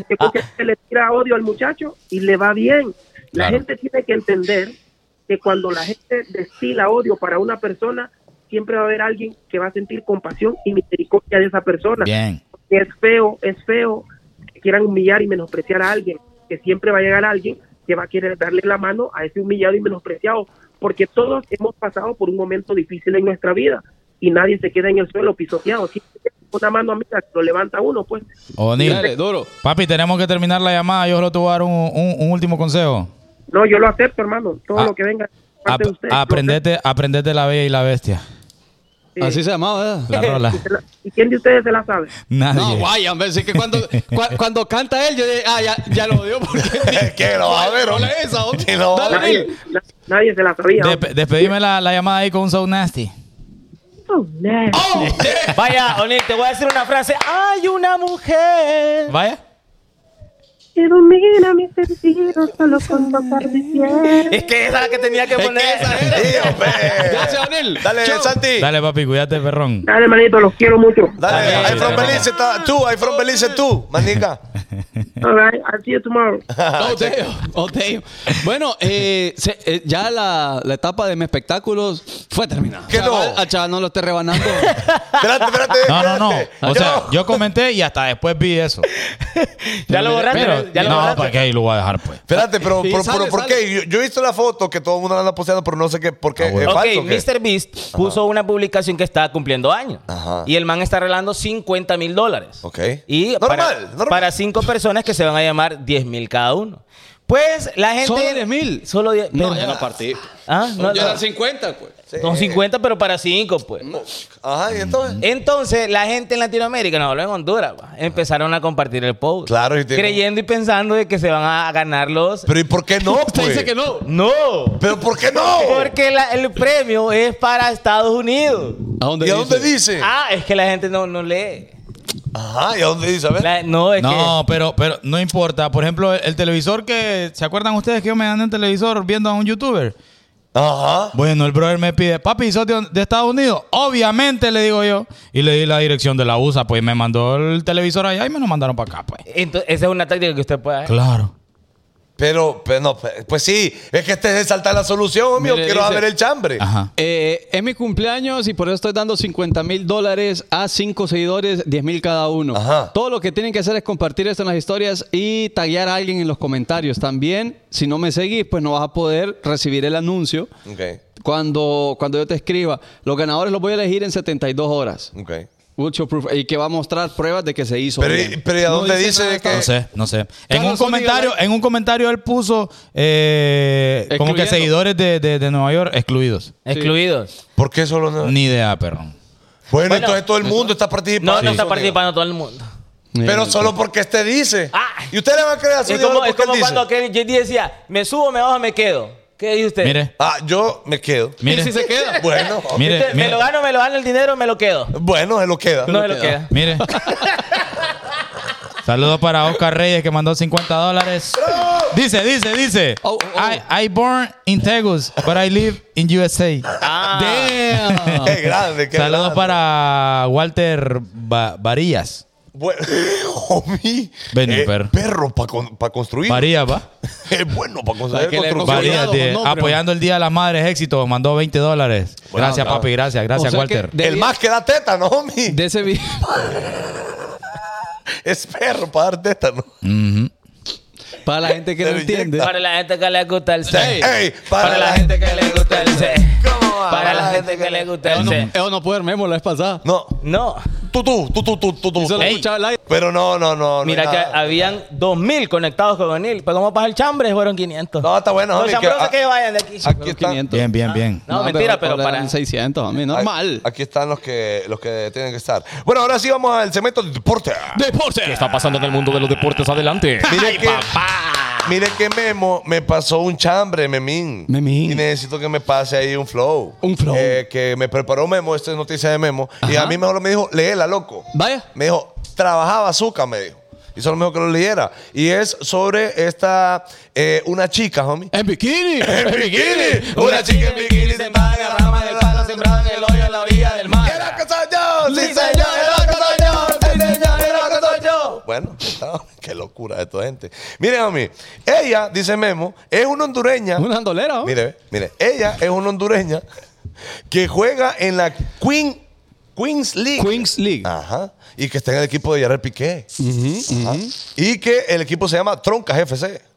H: que porque
E: Ah.
H: se le tira odio al muchacho y le va bien. La
E: Claro.
H: gente tiene que entender que cuando la gente destila odio para una persona, siempre va a haber alguien que va a sentir compasión y misericordia de esa persona.
E: Bien.
H: que es feo, es feo que quieran humillar y menospreciar a alguien, que siempre va a llegar alguien que va a querer darle la mano a ese humillado y menospreciado, porque todos hemos pasado por un momento difícil en nuestra vida y nadie se queda en el suelo pisoteado. Siempre hay una mano amiga que lo levanta uno, pues.
A: Dale,
E: O'Neill.
A: duro.
E: Papi, tenemos que terminar la llamada. Yo solo te voy a dar un, un- un último consejo.
H: No, yo lo acepto, hermano, todo
E: A-
H: lo que venga. de parte
E: Ah, Ap-
H: de usted, yo
E: aprendete, aprendete la bella y la bestia.
H: acepto, sí.
A: Así se llamaba, ¿verdad?
E: La rola.
H: eh, ¿Y se la- ¿Y quién de ustedes se la sabe?
A: No,
E: Nadie.
A: guay, hombre, es que cuando, cua- cuando canta él, yo dije, ah, ya, ya lo dio porque...
F: ¿Qué lo va a ver,
A: Hola,
F: hombre?
A: esa, hombre.
F: ¿Qué lo va a
A: Dale,
F: ver?
A: dale.
H: Nadie, na- nadie se la sabía. ¿no?
E: Despe- despedime la, la llamada ahí con un sound nasty.
H: Oh, no.
C: Vaya, Onil, te voy a decir una frase. Hay una mujer
E: Vaya.
H: que domina mis sentidos solo con tocar mi piel.
C: Es que esa ¿eh? es la que tenía que poner.
D: Gracias, Onel.
F: Dale,
D: Chau.
F: Santi. Dale,
E: Dale, papi, cuídate, perrón.
H: Dale, manito, los quiero mucho.
F: dale.
E: Dale,
F: I from
E: dale.
F: Belice, ta- tú, I from Belice, tú, manica.
H: All right, I'll see you tomorrow.
D: Oh, damn. Oh, damn. Bueno, eh, se- eh, ya la, la etapa de mis espectáculos fue terminada.
F: ¿Qué no?
D: Chaval, Al chaval no lo esté rebanando.
F: Espérate, espérate.
E: No, no, no.
F: espérate.
E: O sea, yo comenté y hasta después vi eso.
C: Ya lo borraste.
E: Pero,
C: ya lo
E: no,
C: borraste.
E: ¿para qué ahí lo voy a dejar, pues?
F: Espérate, pero,
D: Sí,
F: pero-
D: sale,
F: pero ¿por
D: sale.
F: qué? Yo, yo he visto la foto que todo el mundo la anda posteando, pero no sé qué, por qué.
E: Ah, bueno.
F: ¿Es
C: Ok,
F: falso o qué?
C: Mr. Beast puso una publicación que estaba cumpliendo años.
F: Ajá.
C: Y el man está arreglando 50 mil dólares.
F: Ok.
C: Y
F: Normal,
C: para,
F: normal.
C: para cinco personas que se van a llamar 10 mil cada uno. Pues la gente.
D: Solo 10,000.
C: Solo 10
D: No,
C: pero-
D: ya no partí.
C: Ah, no,
D: ya
C: no.
D: eran 50, pues.
C: Son 50, pero para cinco, pues.
F: Ajá, y entonces.
C: Entonces, la gente en Latinoamérica, no hablo en Honduras, va, empezaron a compartir el post.
F: Claro, y te-
C: creyendo y pensando de que se van a ganar los.
F: Pero ¿y por qué no?
D: Usted
F: pues?
D: dice que no.
C: ¡No!
F: ¿Pero por qué no?
C: Porque la- el premio es para Estados Unidos.
D: ¿A dónde
F: ¿Y a dónde dice?
C: Ah, es que la gente no, no lee.
F: Ajá, ¿y a dónde dice? A ver.
C: La- no, es
E: No, pero, pero no importa. Por ejemplo, el, el televisor que. ¿Se acuerdan ustedes que yo me ando en televisor viendo a un youtuber?
F: Ajá.
E: Bueno, el brother me pide, papi, ¿sos de, de Estados Unidos? Obviamente, le digo yo. Y le di la dirección de la USA, pues y me mandó el televisor allá y me lo mandaron para acá, pues.
C: que. Entonces, esa es una táctica que usted puede hacer.
E: Claro.
F: Pero, pero no, pues sí, es que este es saltar la solución, mío.
D: Mire,
F: Quiero
D: dice-
F: saber el chambre.
E: Ajá.
D: Eh, es mi cumpleaños y por eso estoy dando 50 mil dólares a cinco seguidores, 10 mil cada uno.
F: Ajá.
D: Todo lo que tienen que hacer es compartir esto en las historias y taggear a alguien en los comentarios. También, si no me seguís, pues no vas a poder recibir el anuncio
F: Ok,
D: cuando, cuando yo te escriba. Los ganadores los voy a elegir en 72 horas.
F: ok.
D: Mucho proof. Y que va a mostrar pruebas de que se hizo.
F: Pero,
D: bien.
F: pero ¿y a dónde dice
D: nada, está-
F: que-
E: No sé, no sé. En
D: Carlos
E: un comentario,
D: Zúñiga,
E: en un comentario él puso eh, como que
D: Excluyendo.
E: seguidores de, de- de Nueva York excluidos.
C: Excluidos.
F: ¿Por qué solo no?
E: Ni idea, perrón.
F: Bueno, entonces todo el mundo está participando.
C: No, no
F: Sí.
C: está participando todo el mundo.
F: Pero solo porque este dice.
C: Ah.
F: Y usted le va a creer a su
C: Es
F: ídolo
C: como,
F: porque
C: es como
F: él dice.
C: cuando aquel JD decía, me subo, me bajo, me quedo. ¿Qué dice usted?
E: Mire,
F: Ah, yo me quedo.
E: mire,
D: ¿Y si se queda?
F: Bueno,
E: mire,
C: Usted,
E: mire,
C: Me lo gano, me lo gano el dinero, me lo quedo.
F: bueno, se lo queda.
C: No me lo queda.
E: mire. Saludos para Oscar Reyes que mandó 50 dólares. Dice, dice, dice.
D: Oh, oh, oh.
E: I, I born in Tegus, but I live in USA.
D: Ah. Damn.
F: Qué grande, qué
E: Saludos
F: grande.
E: para Walter Ba- Varillas.
F: Bueno, homie.
E: Vení,
F: eh,
E: perro.
F: Perro para construir.
E: Varillas, va.
F: Es bueno para
D: Hay que
F: construir.
D: leer con
F: construcción.
D: cuidado.
E: Varillas, de-
D: no, pero-
E: apoyando el Día de las Madres Éxito, mandó 20 dólares. Gracias,
F: bravo.
E: papi, gracias, gracias,
D: O sea que
E: Walter.
D: de-
F: El más que da teta, ¿no, homie?
D: De ese video.
F: Es perro para dar teta, ¿no?
D: Para la gente que
F: Te
D: no
F: lo
D: entiende.
F: inyecta.
C: Para la gente que le gusta el
F: Ey,
C: sexo.
F: para,
C: Para la gente que le gusta el sexo.
F: ¿Cómo va?
C: Para la gente que le gusta
D: Yo
C: el
D: no,
C: sexo.
D: yo no pude memo la vez pasada.
F: No.
C: No.
F: Tú, tú, tú, tú, tú, tú, tú.
D: Y solo
C: Ey.
D: escuchaba el aire.
F: Pero no, no, no. no
C: Mira
F: hay
C: que
F: nada.
C: habían 2.000 conectados con Onil. Pero como pasa el chambre, fueron 500.
F: No, está bueno,
C: Los
F: homie, que-
C: chambrosos
F: ah,
C: que, vayan de aquí.
F: Aquí están.
D: 500.
E: Bien, bien, bien.
D: Ah.
C: No, mentira, pero
D: hablar
C: para-
D: en 600, a mí,
F: aquí-
D: normal.
F: Aquí están los que, los que tienen que estar. Bueno, ahora sí vamos al cemento de deporte.
I: ¡Deporte! ¿Qué está pasando en el mundo de los deportes? Adelante.
F: Mire que, mire que Memo me pasó un chambre, Memín.
D: Memín.
F: Y necesito que me pase ahí un flow.
D: Un flow.
F: Eh, que me preparó Memo, esta es noticia de Memo. Y
D: Ajá.
F: a mí mejor me dijo, léela, loco.
D: Vaya.
F: Me dijo, trabajaba azúcar, me dijo. Y solo me dijo que lo leyera. Y es sobre esta, eh, una chica, homie.
D: En bikini.
F: En bikini, una chica en bikini se paga rama del palo sembrada en el hoyo en la orilla del mar. Era que soy yo, sí señor, era que soy yo, sí señor, era que soy yo. Bueno, no, qué locura de esta gente. Miren a mí, ella, dice Memo, es una hondureña.
D: Una andolera. ¿no?
F: Mire, mire, ella es una hondureña que juega en la Queen, Queens League.
D: Queens League.
F: Ajá. Y que está en el equipo de Yarel Piqué. Ajá. Y que el equipo se llama Troncas FC.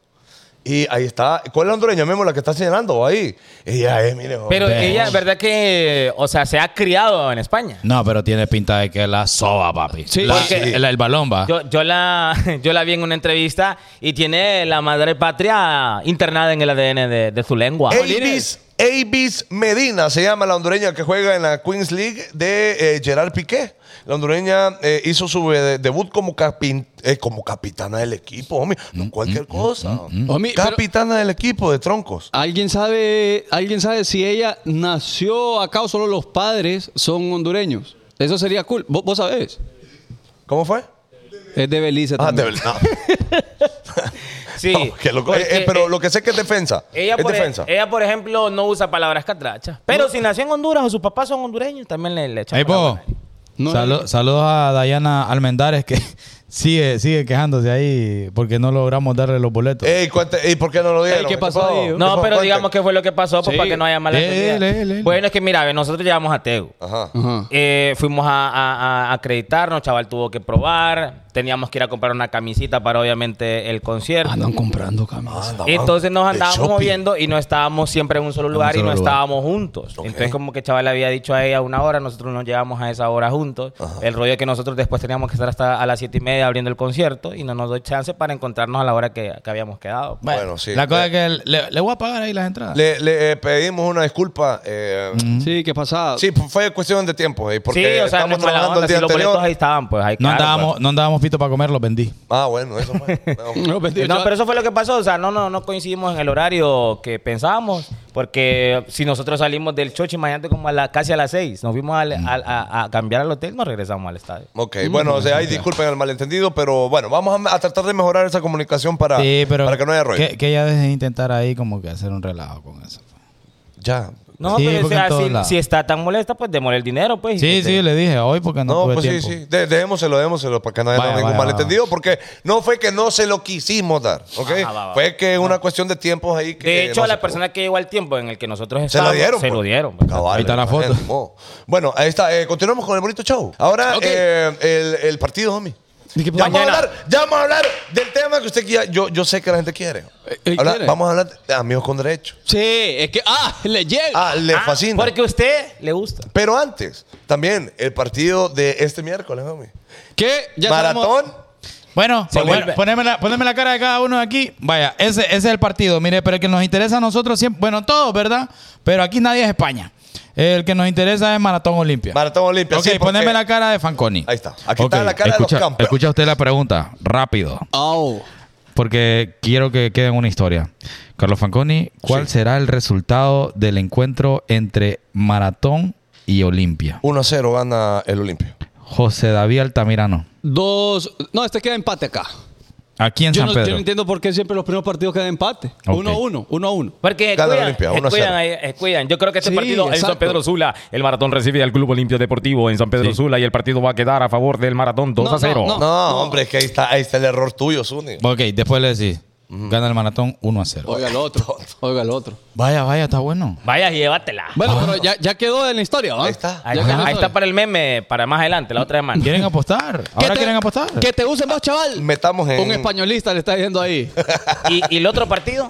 F: Y ahí está. ¿Cuál es la hondureña mismo la que está señalando ahí? Ella es, mire. joven.
C: Pero
E: Veamos.
C: ella, ¿verdad que, o sea, se ha criado en España?
E: No, pero tiene pinta de que la soba, papi.
D: Sí.
E: La-
F: Sí.
E: el, el balón va.
C: Yo, yo, la, yo la vi en una entrevista y tiene la madre patria internada en el ADN de, de su lengua.
F: Avis, Avis Medina se llama la hondureña que juega en la Queens League de eh, Gerard Piqué. La hondureña eh, hizo su eh, debut como, capin- eh, como capitana del equipo, homie. No cualquier cosa.
D: Homie, pero-
F: capitana del equipo de troncos.
D: ¿Alguien sabe, ¿Alguien sabe si ella nació acá o solo los padres son hondureños? Eso sería cool. ¿Vos, vos sabés?
F: ¿Cómo fue?
D: Es de Belice
F: Ah,
D: también.
F: de verdad.
C: Sí.
F: No, que loco.
C: Porque,
F: Eh, eh, pero
C: eh,
F: lo que sé es que es defensa.
C: Ella,
F: es
C: por, e-, eh,
F: defensa.
C: ella, por ejemplo, no usa palabras catrachas. Pero si nació en Honduras o sus papás son hondureños, también le, le echan
E: Ey,
C: por la
E: po.
C: madre.
E: No, Salu-
F: eh.
E: saludos a Dayana Almendares que sigue, sigue quejándose ahí porque no logramos darle los boletos.
F: Ey, cuente- ey, ¿por qué no lo dieron?
D: ¿qué pasó
F: Tipo,
D: ahí?
F: tipo,
C: No, pero
F: cuente.
C: digamos qué fue lo que pasó pues,
D: Sí.
C: para que no haya mala
E: Lee,
C: entendida.
E: lee, lee, lee.
C: Bueno, es que mira, a ver, nosotros llegamos a Tegu.
F: Ajá.
D: Ajá.
C: Eh, fuimos a, a- a acreditarnos, chaval tuvo que probar. Teníamos que ir a comprar una camisita para obviamente el concierto.
D: Andan comprando camisas.
F: Andaban
C: Entonces nos
F: Ah, de
C: andábamos
F: shopping.
C: moviendo y no estábamos siempre en un solo lugar
E: solo
C: y no
E: lugar.
C: estábamos juntos.
F: Ok.
C: Entonces como que chaval le había dicho a ella una hora, nosotros nos llevamos a esa hora juntos. El rollo es que nosotros después teníamos que estar hasta a las siete y media abriendo el concierto y no nos dio chance para encontrarnos a la hora que, que habíamos quedado.
F: Bueno, sí.
E: La cosa
F: Eh,
E: es que le, le voy a pagar ahí las entradas.
F: Le, le, eh, pedimos una disculpa. eh,
D: Sí, ¿qué pasaba?
F: Sí, pues, fue cuestión de tiempo. eh, porque
C: Ah. sí, o sea, no
F: estamos
C: es mala
F: trabajando
C: onda,
F: el día
C: si los boletos ahí
F: anterior.
C: estaban, pues ahí
E: no,
C: quedaron,
E: andábamos,
C: pues.
E: no andábamos pito para comer, los vendí.
F: Ah, bueno, eso fue. No.
D: No, bendito,
C: No, pues,
D: yo-
C: pero eso fue lo que pasó. O sea, no, no, no coincidimos en el horario que pensábamos. Porque si nosotros salimos del choche, imagínate como a la, casi a las seis. Nos fuimos al- al- a, a cambiar al hotel, nos regresamos al estadio.
F: Ok, bueno, o sea, ahí disculpen el malentendido, pero bueno, vamos a, a tratar de mejorar esa comunicación para,
E: sí, pero
F: para que no haya rollo.
E: Que, que ella deje de intentar ahí como que hacer un relajo con eso.
F: Ya.
C: No,
E: Sí,
C: pero o
E: porque
C: sea,
E: en todos
C: si,
E: lados.
C: si está tan molesta, pues demole el dinero, pues. y
E: Sí,
C: que
E: sí,
C: te-
E: le dije hoy porque no,
F: No,
E: tuve
F: pues
E: tiempo.
F: sí, sí. De- dejémoselo, dejémoselo para que no haya
E: Vaya,
F: ningún
E: vaya,
F: malentendido, porque no fue que no se lo quisimos dar, ¿ok?
C: Ajá, Ah, va, va.
F: Fue que una cuestión de tiempos ahí que.
E: eh,
C: De hecho,
F: no
C: a la
F: se
C: persona que llegó al tiempo en el que nosotros
F: Se lo
C: estábamos,
F: dieron.
C: Se
F: pues.
C: lo dieron.
F: Cabal, pues,
E: Ahí está la foto.
F: ni modo. Bueno, ahí está. eh, continuamos con el bonito show. Ahora, eh, el, el partido, homie.
D: ¿De qué-
F: Ya vamos, a
D: Mañana.
F: hablar, ya vamos a hablar del tema que usted quiera. Yo, yo sé que la gente quiere.
D: Eh, eh,
F: Ahora,
D: ¿quiere?
F: Vamos a hablar de amigos con derecho.
D: Sí, es que. ¡Ah! Le llega.
F: Ah, le fascina.
C: Porque a usted le gusta.
F: Pero antes, también el partido de este miércoles, homie.
D: ¿Qué? Ya
F: Maratón.
E: Bueno,
C: Se
E: pon-
C: vuelve.
E: poneme la, poneme la cara de cada uno aquí. Vaya, ese, ese es el partido. Mire, pero el que nos interesa a nosotros siempre, bueno, todos, ¿verdad? Pero aquí nadie es España. El que nos interesa es Maratón Olimpia.
F: Maratón Olimpia,
E: Ok,
F: sí, porque-
E: poneme la cara de Fanconi.
F: Ahí está. Aquí está
E: Ok,
F: la cara de los
E: escucha,
F: campeones.
E: Escucha usted la pregunta, rápido,
D: Oh.
E: porque quiero que quede en una historia. Carlos Fanconi, ¿cuál será el resultado del encuentro entre Maratón y Olimpia?
F: 1-0 gana el Olimpia.
E: José David Altamirano,
D: Dos. No, este queda empate acá.
E: aquí en
D: Yo
E: San
D: no, yo
E: Pedro.
D: no entiendo por qué siempre los primeros partidos quedan empate.
E: Ok.
D: Uno a uno, uno a uno.
C: Porque se
F: Gana
C: cuidan,
F: Olimpia,
C: se
F: 1-0.
C: cuidan, ahí, se cuidan. Yo creo que este
D: Sí,
C: partido
J: En San
D: exacto.
J: Pedro Sula, el maratón recibe al Club Olimpia Deportivo en San Pedro Sula y el partido va a quedar a favor del maratón 2
D: No,
J: a 0.
D: no,
F: No, hombre, es que ahí está, ahí está el error tuyo, Zuni.
E: Ok, después le decís, gana el Maratón 1 a 0.
D: Oiga el otro. Oiga el otro.
E: Vaya, vaya, está bueno.
C: Vaya, llévatela.
D: Bueno, pero ya, ya quedó en la historia, ¿va?
F: Ahí está.
D: Ya
C: Ahí,
D: quedó en la
C: ahí
D: historia.
C: está para el meme, para más adelante, la otra semana.
E: ¿Quieren apostar?
D: ¿Qué
E: ¿Ahora
D: te-
E: quieren apostar?
D: Que te usen vos, chaval.
F: Metamos en-
D: Un españolista le está yendo ahí.
C: ¿Y, y el otro partido?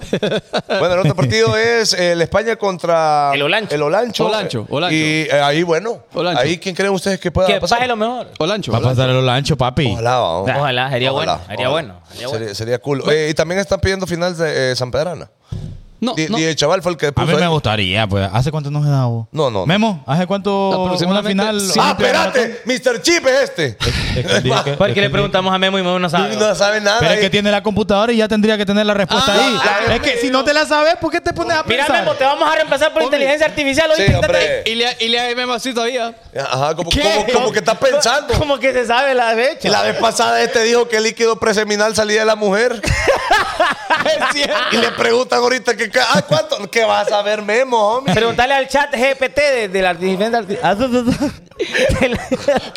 F: Bueno, el otro partido es el España contra
C: El Olancho.
F: El Olancho.
D: Olancho, Olancho.
F: Y eh, ahí, bueno,
D: Olancho.
F: ahí, ¿quién creen ustedes que pueda
C: Que
F: pasar?
C: pase lo mejor.
D: Olancho.
E: Va a pasar el Olancho, papi.
F: Ojalá, vamos.
C: Ojalá, sería bueno, sería bueno, sería
F: Sería,
C: bueno.
F: sería cool. Eh, y también están pidiendo final de eh, San Pedrana.
D: No,
F: y,
D: no.
F: y el chaval fue el que
E: A
F: puso
E: mí me
F: ahí.
E: gustaría, pues. ¿Hace cuánto no se da vos?
F: eh. No, no, no.
E: Memo, ¿hace cuánto una
D: Aproximadamente
E: final?
D: cien-
F: ¡Ah, espérate! ¡Mr. Chip es este!
E: Escondí que-
C: Porque Pues, le
E: escondí-
C: preguntamos a Memo y Memo no sabe.
F: no sabe nada.
E: Pero es que
F: ahí.
E: tiene la computadora y ya tendría que tener la respuesta
F: Ah,
E: ahí.
F: la-
E: es que si no te la sabes, ¿por qué te pones a
C: Mira,
E: pensar?
C: Memo, te vamos a reemplazar por inteligencia artificial. hoy,
F: Sí,
C: píntate
F: hombre.
C: ahí.
D: Y le, y le AMM así todavía.
F: Ajá, como,
D: ¿Qué?
F: como, como que está pensando.
C: Como que se sabe la fecha.
F: La vez pasada este dijo que el líquido preseminal salía de la mujer. y le preguntan ahorita que... Ah, ¿cuánto? ¿Qué vas a ver, Memo, hombre?
C: Preguntarle al chat GPT de, de la inteligencia artificial.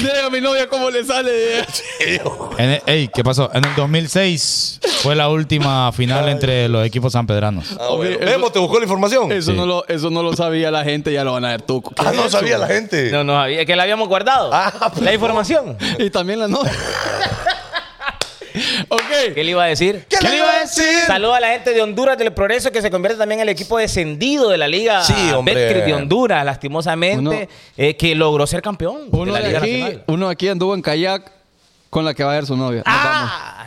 D: Mira a mi novia cómo le sale.
E: En el- ey, ¿qué pasó? En el 2006 fue la última final entre los equipos sanpedranos.
F: Ah, bueno.
D: Hombre,
F: Memo,
D: eso-
F: ¿te buscó la información?
D: Eso,
E: Sí.
D: no lo, eso no lo sabía la gente, ya lo van a ver tú.
F: Ah, no sabía la gente.
C: no, no sabía que la habíamos guardado.
F: Ah, pues
C: la información.
D: Y también la novia. ok.
C: ¿Qué le iba a decir?
F: ¿Qué le iba a decir?
C: Saludo a la gente de Honduras del Progreso que se convierte también en el equipo descendido de la Liga
F: Sí, hombre.
C: Betcris de Honduras, lastimosamente,
D: Uno-
C: eh, que logró ser campeón de
D: Uno
C: la
D: de,
C: Liga
D: aquí,
C: Nacional.
D: uno de aquí anduvo en kayak con la que va a ver su novia. Nos vamos.
C: ¡Ah!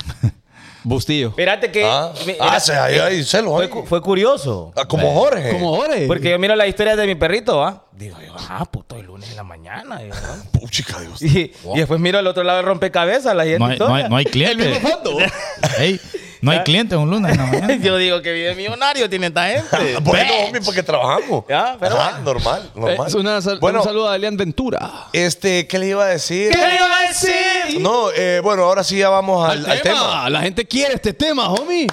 D: Bustillo.
C: Espérate que.
F: Ah,
C: me-
F: ah
C: era-
F: se, ahí, ahí, se lo
C: fue,
F: ahí.
C: cu- fue curioso.
F: Ah, como Jorge.
D: Como ore.
C: Porque yo miro las historias de mi perrito, ¿ah? Digo, yo, ah, puto, el lunes en la mañana. digo, ¿no?
F: Puchica, Dios.
C: y, y después miro al otro lado del rompecabezas, la gente.
E: No hay, no hay, no hay
D: el mismo
E: cliente.
D: fondo.
E: Ey, no hay cliente un lunes en la mañana.
C: yo digo que vive millonario, tiene esta gente.
F: Bueno, hombre, porque trabajamos.
C: Ya, pero
F: Ajá, normal, normal.
D: Es Eh, una sal-
F: bueno,
D: un saludo a Elian Ventura.
F: este, ¿qué le iba a decir?
C: iba a decir?
F: No, eh, bueno, ahora sí ya vamos al, al tema.
D: La gente quiere este tema, homie.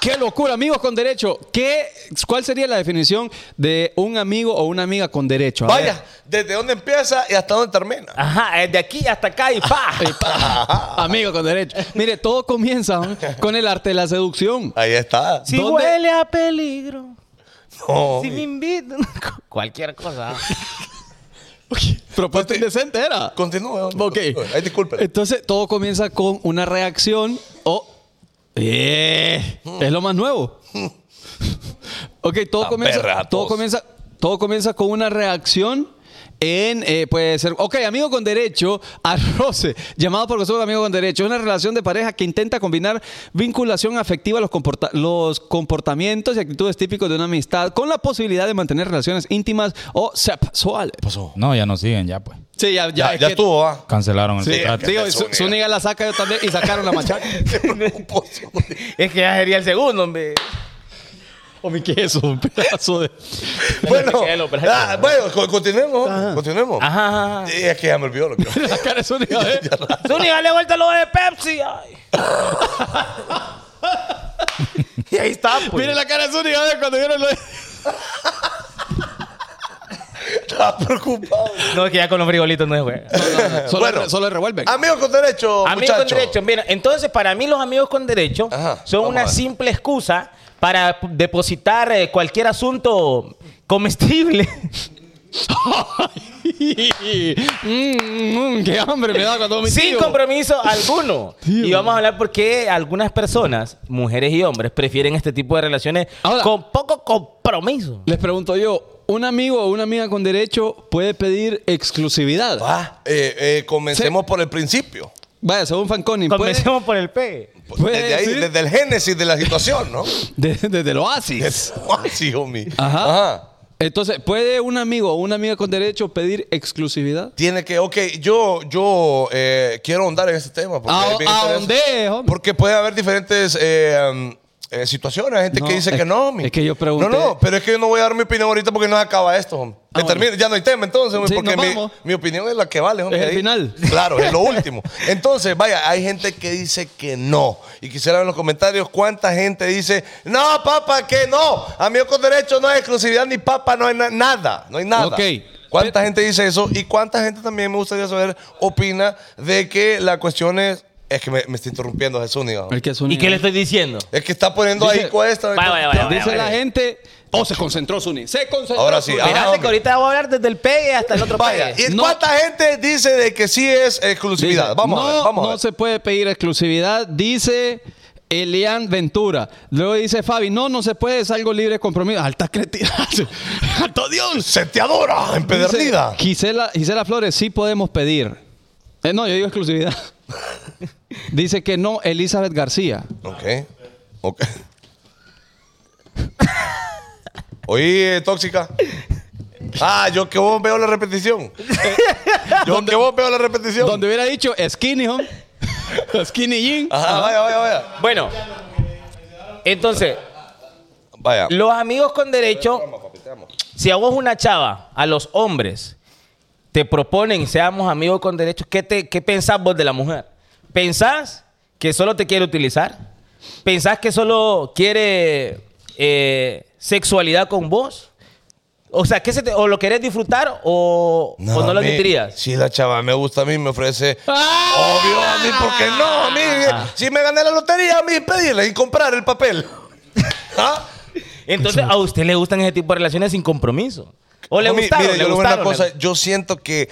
D: ¡Qué locura! Amigos con derecho. ¿Qué, ¿Cuál sería la definición de un amigo o una amiga con derecho? A ver.
F: Vaya, desde dónde empieza y hasta dónde termina.
C: Ajá, es de aquí hasta acá y pa.
D: Eh, Amigo con derecho. Mire, todo comienza ¿no? con el arte de la seducción.
F: Ahí está.
C: Si
D: ¿Dónde-
C: huele a peligro,
F: No,
C: si me invitan. Cualquier cosa.
D: Propuesta indecente era.
F: Continúe. hombre.
D: Ok. Este,
F: Continúe. Ay, disculpe.
D: Entonces, todo comienza con una reacción o. ¡Eh! Es lo más nuevo. ok, todo
F: La perra
D: comienza,
F: a
D: todo,
F: todos.
D: comienza, todo comienza con una reacción. En, eh, puede ser, ok, amigo con derecho, a roce, llamado por vosotros amigo con derecho, es una relación de pareja que intenta combinar vinculación afectiva, los, comporta- los comportamientos y actitudes típicos de una amistad, con la posibilidad de mantener relaciones íntimas o sexuales.
E: No, ya no siguen, ya pues.
D: Sí, ya,
F: Ya,
D: es
F: ya
D: que-
F: estuvo, va.
E: Cancelaron el
D: Sí,
E: contrato.
D: digo,
F: que
D: Su-
F: Zúñiga.
D: Zúñiga la saca yo también y sacaron la machaca.
C: Es que ya sería el segundo, hombre.
D: o mi queso, un pedazo de.
F: Bueno,
C: Te quedé lo blanco,
F: ah,
C: ¿no?
F: bueno, co- continuemos. Continuemos.
C: Ajá, ajá, ajá.
F: Sí, es que ya me olvidó lo que.
D: La cara de Zúñiga, ¿eh?
C: Zuni, dale vuelta a lo de Pepsi. ay. y ahí está, pues.
D: Mire la cara de Zúñiga ¿eh? cuando vieron lo de.
F: Estaba preocupado.
C: No, es que ya con los frijolitos no es juega.
D: Solo,
F: Bueno. Ah.
D: solo revuelven.
F: Amigos con derecho,
C: Amigos con
F: muchachos.
C: derecho. Mira, entonces para mí los amigos con derecho
F: Ajá,
C: son
F: vamos a
C: una
F: ver.
C: simple excusa para p- depositar eh, cualquier asunto comestible.
D: Mmm, qué hambre me da cuando mi
C: sin
D: tío.
C: compromiso alguno.
D: Tío.
C: Y vamos a hablar por qué algunas personas, mujeres y hombres, prefieren este tipo de relaciones
D: Ahora-
C: con poco compromiso.
D: Les pregunto yo, ¿un amigo o una amiga con derecho puede pedir exclusividad?
F: Va, eh, eh, comencemos por el principio.
D: Vaya, según Fanconi, puede-
C: Comencemos por el P.
D: Puede
F: Desde ahí,
D: decir-
F: desde el génesis de la situación, ¿no?
D: de- desde el oasis.
F: sí, homie.
D: Ajá. Entonces, ¿puede un amigo o una amiga con derecho pedir exclusividad?
F: Tiene que, ok, yo, yo eh, quiero ahondar en este tema. Porque
D: Ah,
F: es bien
D: ah,
F: interesante.
D: ahondé, hombre.
F: Porque puede haber diferentes eh, um, eh, situaciones. Hay gente
D: No,
F: que dice
D: es-
F: que no, homie.
D: es que yo pregunté-
F: No, no, pero es que yo no voy a dar mi opinión ahorita porque no se acaba esto, homie.
D: Ah,
F: Que termine, Ya no hay tema entonces, homie,
D: Sí,
F: porque
D: nos
F: mi,
D: vamos.
F: mi opinión es la que vale, homie.
D: Es el
F: ahí.
D: final.
F: Claro, es lo último. Entonces, vaya, hay gente que dice que no. Y quisiera ver en los comentarios cuánta gente dice, no, papá, que no. Amigo con derecho no hay exclusividad ni papá, no hay na- nada. No hay nada.
D: Ok.
F: ¿Cuánta gente dice eso? Y cuánta gente también me gustaría saber opina de que la cuestión es. Es que me, me está interrumpiendo Jesús, ni va.
D: El que es un-
C: ¿Y qué le estoy diciendo?
F: Es que está poniendo
D: Dice-
F: ahí cuesta.
C: Vaya, vaya, vaya, vaya.
D: Dice la gente. Oh, se concentró Zuni. Se concentró.
F: Ahora sí.
D: Zuni.
F: Ah,
C: Fíjate que
F: hombre.
C: ahorita voy a hablar desde el pegue hasta el otro
F: Vaya,
C: pegue.
F: ¿Y
D: No.
F: cuánta gente dice de que sí es exclusividad?
D: Dice,
F: vamos
D: no,
F: a ver, vamos a
D: no
F: ver.
D: se puede pedir exclusividad. Dice Elian Ventura. Luego dice Fabi. No, no se puede. Es algo libre de compromiso. Alta cretina. Alto Dios.
F: Se te adora, empedernida.
D: Dice Gisela, Gisela Flores. Sí podemos pedir. Eh, no, yo digo exclusividad. dice que no Elizabeth García.
F: Ok. Ok. Oye, eh, tóxica. Ah, yo que vos veo la repetición. Yo que vos veo la repetición.
D: Donde hubiera dicho skinny, home. skinny jean.
F: Ajá, vaya, vaya, vaya.
C: Bueno, entonces,
F: Vaya.
C: los amigos con derecho, si a vos una chava, a los hombres, te proponen seamos amigos con derecho, ¿qué, te, qué pensás vos de la mujer? ¿Pensás que solo te quiere utilizar? ¿Pensás que solo quiere eh, sexualidad con vos? O sea, ¿qué se te- ¿o lo querés disfrutaría o o no, lo
F: a mí-
C: disfrutarías?
F: Si la chava me gusta a mí, me ofrece. Obvio, a mí, porque no, a mí.
C: Ah.
F: Si me gané la lotería, a mí pedirle y comprar el papel. ¿Ah?
C: Entonces, ¿a usted le gustan ese tipo de relaciones sin compromiso? ¿O le
F: Homie,
C: gustaron?
F: mire,
C: le
F: yo le voy a decir
C: gustaron,
F: una cosa.
C: le-
F: Yo siento que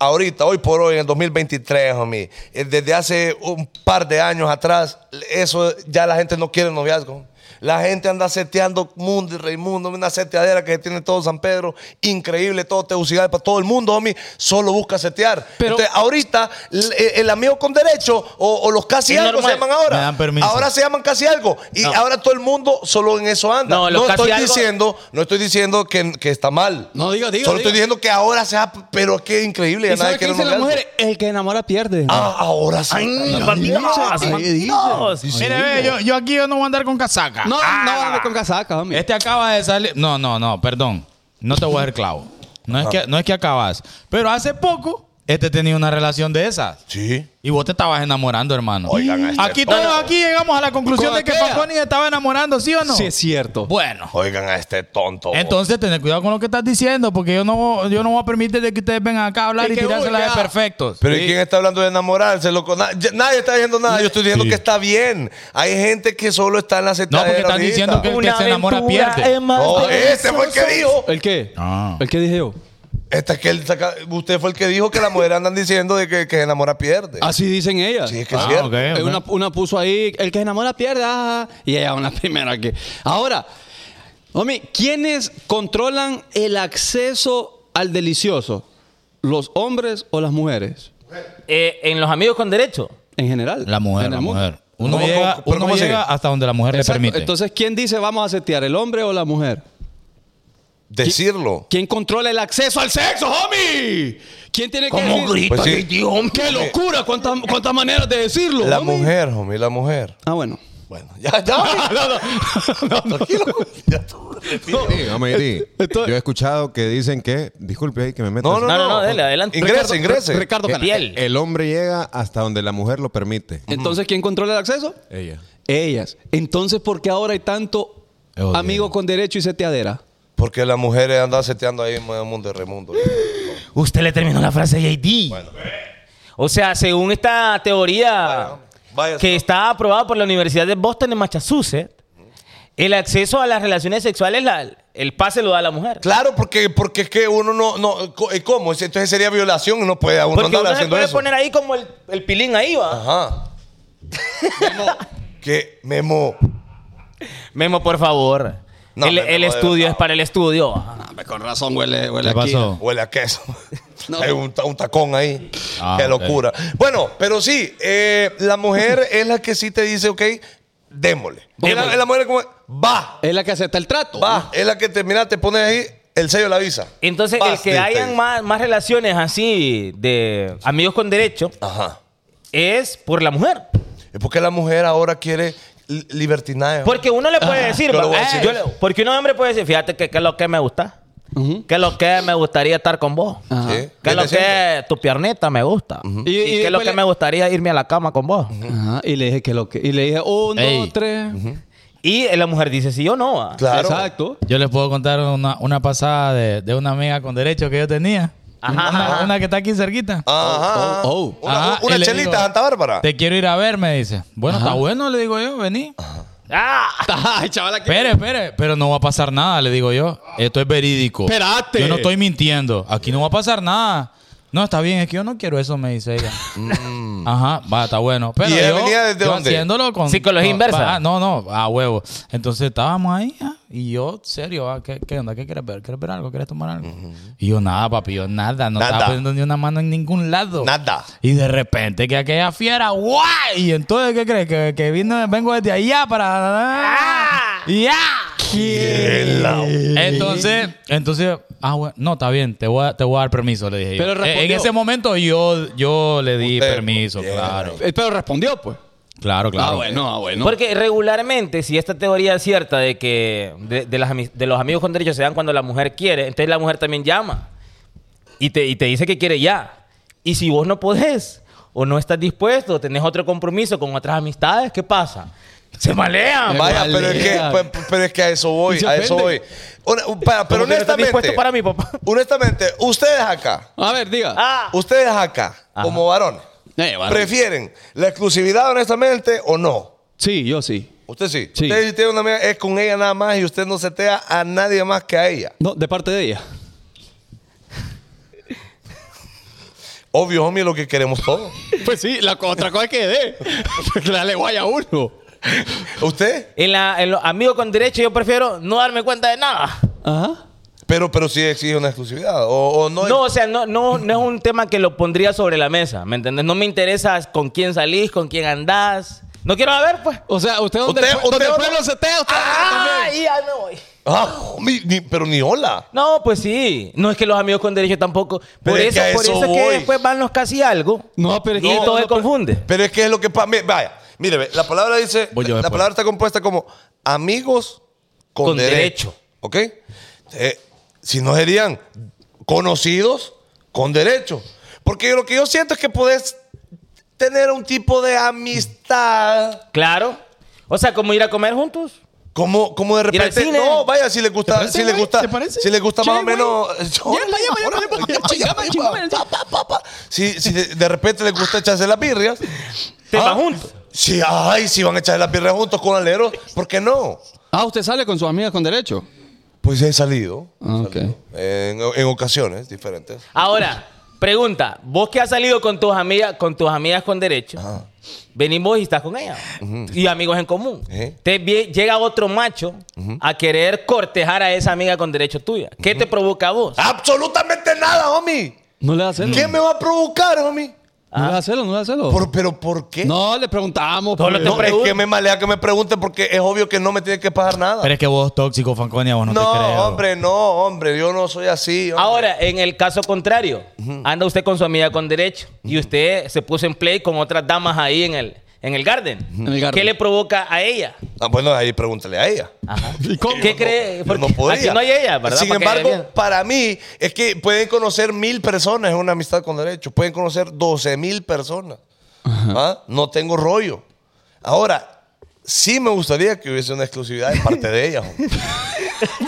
F: ahorita, hoy por hoy, en el 2023, homie, eh, desde hace un par de años atrás, eso ya la gente no quiere noviazgo. La gente anda seteando mundo y reimundo, una seteadera que tiene todo San Pedro, increíble, todo Tegucigalpa, todo el mundo, homie, solo busca setear.
D: Pero-
F: Entonces, ahorita, l- eh, el, amigo con derecho o, o los casi
C: Es
F: algo se
C: normal.
F: llaman ahora.
E: Me dan permiso.
F: Ahora se llaman casi algo. Y
C: No.
F: ahora todo el mundo solo en eso anda.
C: No,
F: No,
C: los casi
F: estoy
C: algo-
F: diciendo, no estoy diciendo que, que está mal.
D: No, diga, diga,
F: Solo
D: diga.
F: estoy diciendo que ahora se ha. Pero qué increíble.
D: ¿Y
F: Ya
D: sabes
F: nadie
D: qué
F: quiere
D: dicen las
F: noviazgo.
D: mujeres? El que enamora pierde.
F: Ah, ahora sí.
C: Bandidos,
D: Ahí
C: bandidos.
E: Mire, ve, yo, yo aquí yo no voy a andar con casaca.
D: No, no
F: Ah.
D: ande con casaca, homie.
E: Este acaba de salir. Ah. No, no, no, perdón. No te voy a hacer clavo. No es, que, no es que acabas. Pero hace poco Este tenía una relación de esas.
F: Sí.
E: Y vos te estabas enamorando, hermano.
F: Oigan a este
E: aquí todos
F: tonto.
E: aquí llegamos a la conclusión
D: Con
E: de que
D: aquella.
E: Fanconi estaba enamorando, ¿sí o no?
D: Sí, es cierto.
E: Bueno.
F: Oigan a este tonto.
C: Oh.
E: Entonces, tened cuidado con lo que estás diciendo, porque yo no, yo no voy a permitir de que ustedes vengan acá a hablar y,
D: Es que
E: tirárselas
D: vulgar.
E: de perfectos.
F: Pero ¿y quién está hablando de enamorarse? loco? Na- ya- nadie está diciendo nada. Yo estoy diciendo que está bien. Hay gente que solo está en la
E: no,
F: aceptadera
E: porque están
F: ahorita.
E: diciendo que el que
C: Una
E: se enamora
C: aventura
E: pierde.
C: es más
F: No, ese Oh, este fue el que
C: deliciosa.
F: dijo.
D: ¿El qué?
E: Ah.
D: ¿El qué dije yo?
F: Este es que él saca- usted fue el que dijo que las mujeres andan diciendo de que, que se enamora pierde.
D: Así dicen ellas.
F: Eh. Sí, es que
E: Ah,
F: es cierto.
E: ok, ok.
D: Eh, Una, una puso ahí, el que se enamora pierde. ah, ah, y ella una primera que. Ahora, homie, ¿quiénes controlan el acceso al delicioso? ¿Los hombres o las mujeres?
C: Eh, en los amigos con derecho.
D: En general.
E: La mujer,
D: En el
E: la
D: mundo.
E: mujer. Uno
F: ¿Cómo-
E: llega,
F: cómo- pero
E: uno
F: cómo sigue?
E: llega hasta donde la mujer
D: Exacto.
E: le permite.
D: Entonces, ¿quién dice vamos a setear, el hombre o la mujer?
F: Decirlo.
D: ¿Quién controla el acceso al sexo, homie? ¿Quién tiene que decir?
F: Pues sí.
D: ¡Qué locura! ¿Cuántas, cuántas maneras de decirlo?
F: La
D: homie?
F: mujer, homie, la mujer.
D: Ah, bueno.
F: Bueno, ya, ya. Tranquilo. Ya tú.
K: Sí, vamos a ir.
D: Esto-
K: Yo he escuchado que dicen que, disculpe ahí que me meto.
F: No,
K: Eh,
F: no,
C: No,
F: no.
C: no, no, dele, adelante.
F: Ingrese, ingrese.
D: Ricardo Canal.
C: Piel.
K: El hombre llega hasta donde la mujer lo permite.
D: Entonces, ¿quién controla el acceso?
K: Ella.
D: Ellas. Entonces, ¿por qué ahora hay tanto
E: Es jodido.
D: amigo con derecho y seteadera?
F: Porque las mujeres andan seteando ahí en el mundo de remundo.
C: Usted le terminó la frase JD. O sea, según esta teoría
F: Vaya,
C: que está aprobada por la Universidad de Boston en Massachusetts, el acceso a las relaciones sexuales, la- el pase lo da la mujer.
F: Claro, porque, porque es que uno no, no co- eh, ¿cómo? Entonces sería violación y no puede uno
C: Porque
F: andar
C: uno se
F: haciendo
C: puede
F: eso.
C: poner ahí como el, el pilín ahí, va.
F: Ajá. que Memo.
C: Memo, por favor.
F: No,
C: el
F: Memo,
C: el
F: de
C: estudio
F: verdad.
C: es para el estudio.
D: con razón huele, huele
E: ¿Qué pasó?
F: Huele a queso.
D: No.
F: Hay un, ta- un tacón ahí.
E: Ah,
F: Qué
E: ok.
F: locura. Bueno, pero sí, eh, la mujer es la que sí te dice, ok, démosle. Porque la,
C: Démosle.
F: la mujer es como, va,
D: Es la que acepta el trato.
F: va. Es la que te, mira, te pones ahí el sello de la visa.
C: Entonces,
F: Vas,
C: el que
F: dice.
C: hayan más, más relaciones así de amigos con derecho
F: Ajá.
C: es por la mujer.
F: Es porque la mujer ahora quiere li- libertinaje.
C: Porque uno le puede decir,
F: yo lo
C: va,
F: voy a
C: "Eh,
F: decir
C: yo
F: eso".
C: le- porque un hombre puede decir, fíjate que, que es lo que me gusta, que es lo que me gustaría estar con vos,
D: Ajá.
F: Sí.
C: que es lo
F: Viene siendo.
C: que tu piernita me gusta, y,
D: Y- y
C: que es lo
D: después
C: que
D: le-
C: me gustaría irme a la cama con vos.
D: Ajá, y le dije que lo que. Y le dije, un,
E: Ey.
D: dos, tres.
C: Y la mujer dice, sí o no. va.
F: Claro.
D: Exacto.
E: Yo les puedo contar una, una pasada de, de una amiga con derecho que yo tenía.
C: Ajá,
E: una,
C: ajá.
E: una que está aquí cerquita.
F: Ajá.
D: Oh,
F: Una,
E: Ajá,
F: una
E: y le
F: chelita,
E: digo,
F: Santa Bárbara.
E: Te quiero ir a ver, me dice. Bueno, está bueno, le digo yo, vení.
C: Ah,
D: Ay, chaval, aquí.
E: Espere, espere, pero no va a pasar nada, le digo yo. Esto es verídico.
D: Espérate.
E: Yo no estoy mintiendo. Aquí no va a pasar nada. No, está bien, es que yo no quiero eso, me dice ella. Ajá, va, está bueno. Pero
F: Mm. ¿Y ella
E: yo,
F: venía desde
E: yo
F: dónde?
E: haciéndolo con...
C: Psicología
E: con-
C: inversa.
E: Ah, no, no, a huevo. Entonces estábamos ahí ah, y yo, serio, ah, ¿qué, qué onda? ¿Qué quieres ver? ¿Quieres ver algo? ¿Quieres tomar algo? Y yo, nada, papi, yo nada. No
F: Nada.
E: estaba poniendo ni una mano en ningún lado.
F: Nada.
E: Y de repente que aquella fiera, ¡guay! Y entonces, ¿qué crees? Que, que vino, vengo desde allá para...
D: Ah.
E: ¡Ya! Entonces, entonces, ah, bueno, no, está bien, te voy a, te voy a dar permiso, le dije yo.
D: Pero
E: Eh, En
D: respondió.
E: ese momento yo, yo le di
F: Usted,
E: permiso,
F: bien.
E: claro.
D: Eh, Pero respondió, pues.
E: Claro, claro.
D: Ah, bueno, ah, bueno.
C: Porque regularmente, si esta teoría es cierta de que de, de las ami- de los amigos con derechos se dan cuando la mujer quiere, entonces la mujer también llama y te, y te dice que quiere ya. Y si vos no podés o no estás dispuesto, tenés otro compromiso con otras amistades, ¿qué pasa? Se
D: Va-
C: malean.
F: Ah, Vaya,
D: Vale.
F: pero es, que, pues, pe- pe- pero es que a eso voy,
D: Y se
F: a eso voy.
D: ofende.
F: Una- un- para- pero
C: Como que no estás
F: honestamente,
C: dispuesto para mí, papá.
F: honestamente, ustedes acá,
D: A ver, diga.
C: Ah,
F: ustedes acá,
C: Ajá.
F: como varones,
D: Eh, varón.
F: ¿prefieren la exclusividad honestamente o no?
D: sí, yo sí.
F: Usted sí.
D: Sí.
F: Usted si tiene una amiga, es con ella nada más y usted no setea a nadie más que a ella.
D: No, de parte de ella.
F: Obvio, homie, lo que queremos todos.
D: Pues sí, la co- otra cosa es que dé. Dale guay a uno.
F: ¿Usted?
C: en, la, en los amigos con derechos yo prefiero no darme cuenta de nada.
D: Ajá.
F: Pero, pero sí exige una exclusividad. O, o no.
C: No, o sea, no, no, no es un tema que lo pondría sobre la mesa, ¿me entendés? No me interesa con quién salís, con quién andás. No quiero saber, pues.
D: O sea, usted donde,
F: Usted-
D: el pue-
F: usted
D: donde el
F: no-
D: pueblo setea, usted
C: Ah,
D: también.
C: y ahí me voy.
F: Ah, homie, ni- pero ni hola.
C: No, pues sí. No es que los amigos con derecho tampoco.
F: Pero
C: por
F: es
C: eso,
F: que a
C: por
F: eso
C: eso es que
F: voy.
C: después van los casi algo.
D: No, pero es
C: y
D: que-
C: todo
D: no,
C: se confunde.
F: Pero es que es lo que pasa. Vaya, mire, ve, la palabra dice.
E: Voy yo
F: la
E: después.
F: palabra está compuesta como amigos con,
C: Con
F: derecho.
C: derecho.
F: ¿Ok? Eh, si no serían conocidos con derecho. Porque lo que yo siento es que podés tener un tipo de amistad.
C: Claro. O sea, como ir a comer juntos.
F: Como, como de
C: Ir al
F: repente.
C: cine.
F: No, vaya, si les
E: ¿Te
F: gusta,
E: parece,
F: si les
E: güey?
F: gusta,
E: ¿Te parece?
F: si les gusta
E: Che,
F: más o
E: güey.
F: menos.
E: Llama, llama, llama, llama, llama, llama, llama, llama.
F: Si, si de, de repente les gusta echarse las birrias.
C: Te
F: ah,
C: vas juntos.
F: Sí, ay, si van a echarse las birrias juntos con aleros, ¿por qué no?
D: Ah, usted sale con sus amigas con derecho.
F: Pues he salido
D: Ah, ok.
F: en, en ocasiones diferentes.
C: Ahora, pregunta. Vos que has salido con tus amigas, con tus amigas con derecho,
F: Ah.
C: venimos y estás con ella. Y amigos en común.
F: Ujú.
C: Te vie- llega otro macho a querer cortejar a esa amiga con derecho tuya. ¿Qué te provoca a vos?
F: Absolutamente nada, homie.
D: No le da celo.
F: ¿Qué me va a provocar, homie?
D: No le da celo, no le da celo.
F: Por- ¿Pero por qué?
D: No, le preguntamos.
C: Solo
D: pues.
C: te
F: No, es
C: pregunto.
F: que me malea que me pregunte porque es obvio que no me tiene que pagar nada.
E: Pero es que vos, tóxico, Fanconia, vos no,
F: no,
E: te crees. bro.
F: hombre, no, hombre, yo no soy así. hombre.
C: Ahora, en el caso contrario, anda usted con su amiga con derecho y usted se puso en play con otras damas ahí en el, en el garden.
D: En el garden.
C: ¿Qué le provoca a ella?
F: Ah, bueno, ahí pregúntale a ella.
C: Ajá.
F: Yo
C: ¿Qué
F: no-
C: cree?
F: yo
C: Porque
F: no podría.
C: aquí no hay ella, ¿verdad?
F: Sin
C: Para que haya
F: embargo,
C: bien.
F: para mí es que pueden conocer mil personas en una amistad con derechos. Pueden conocer 12 mil personas. ¿Ah? No tengo rollo. Ahora, sí me gustaría que hubiese una exclusividad de parte de ella. hombre.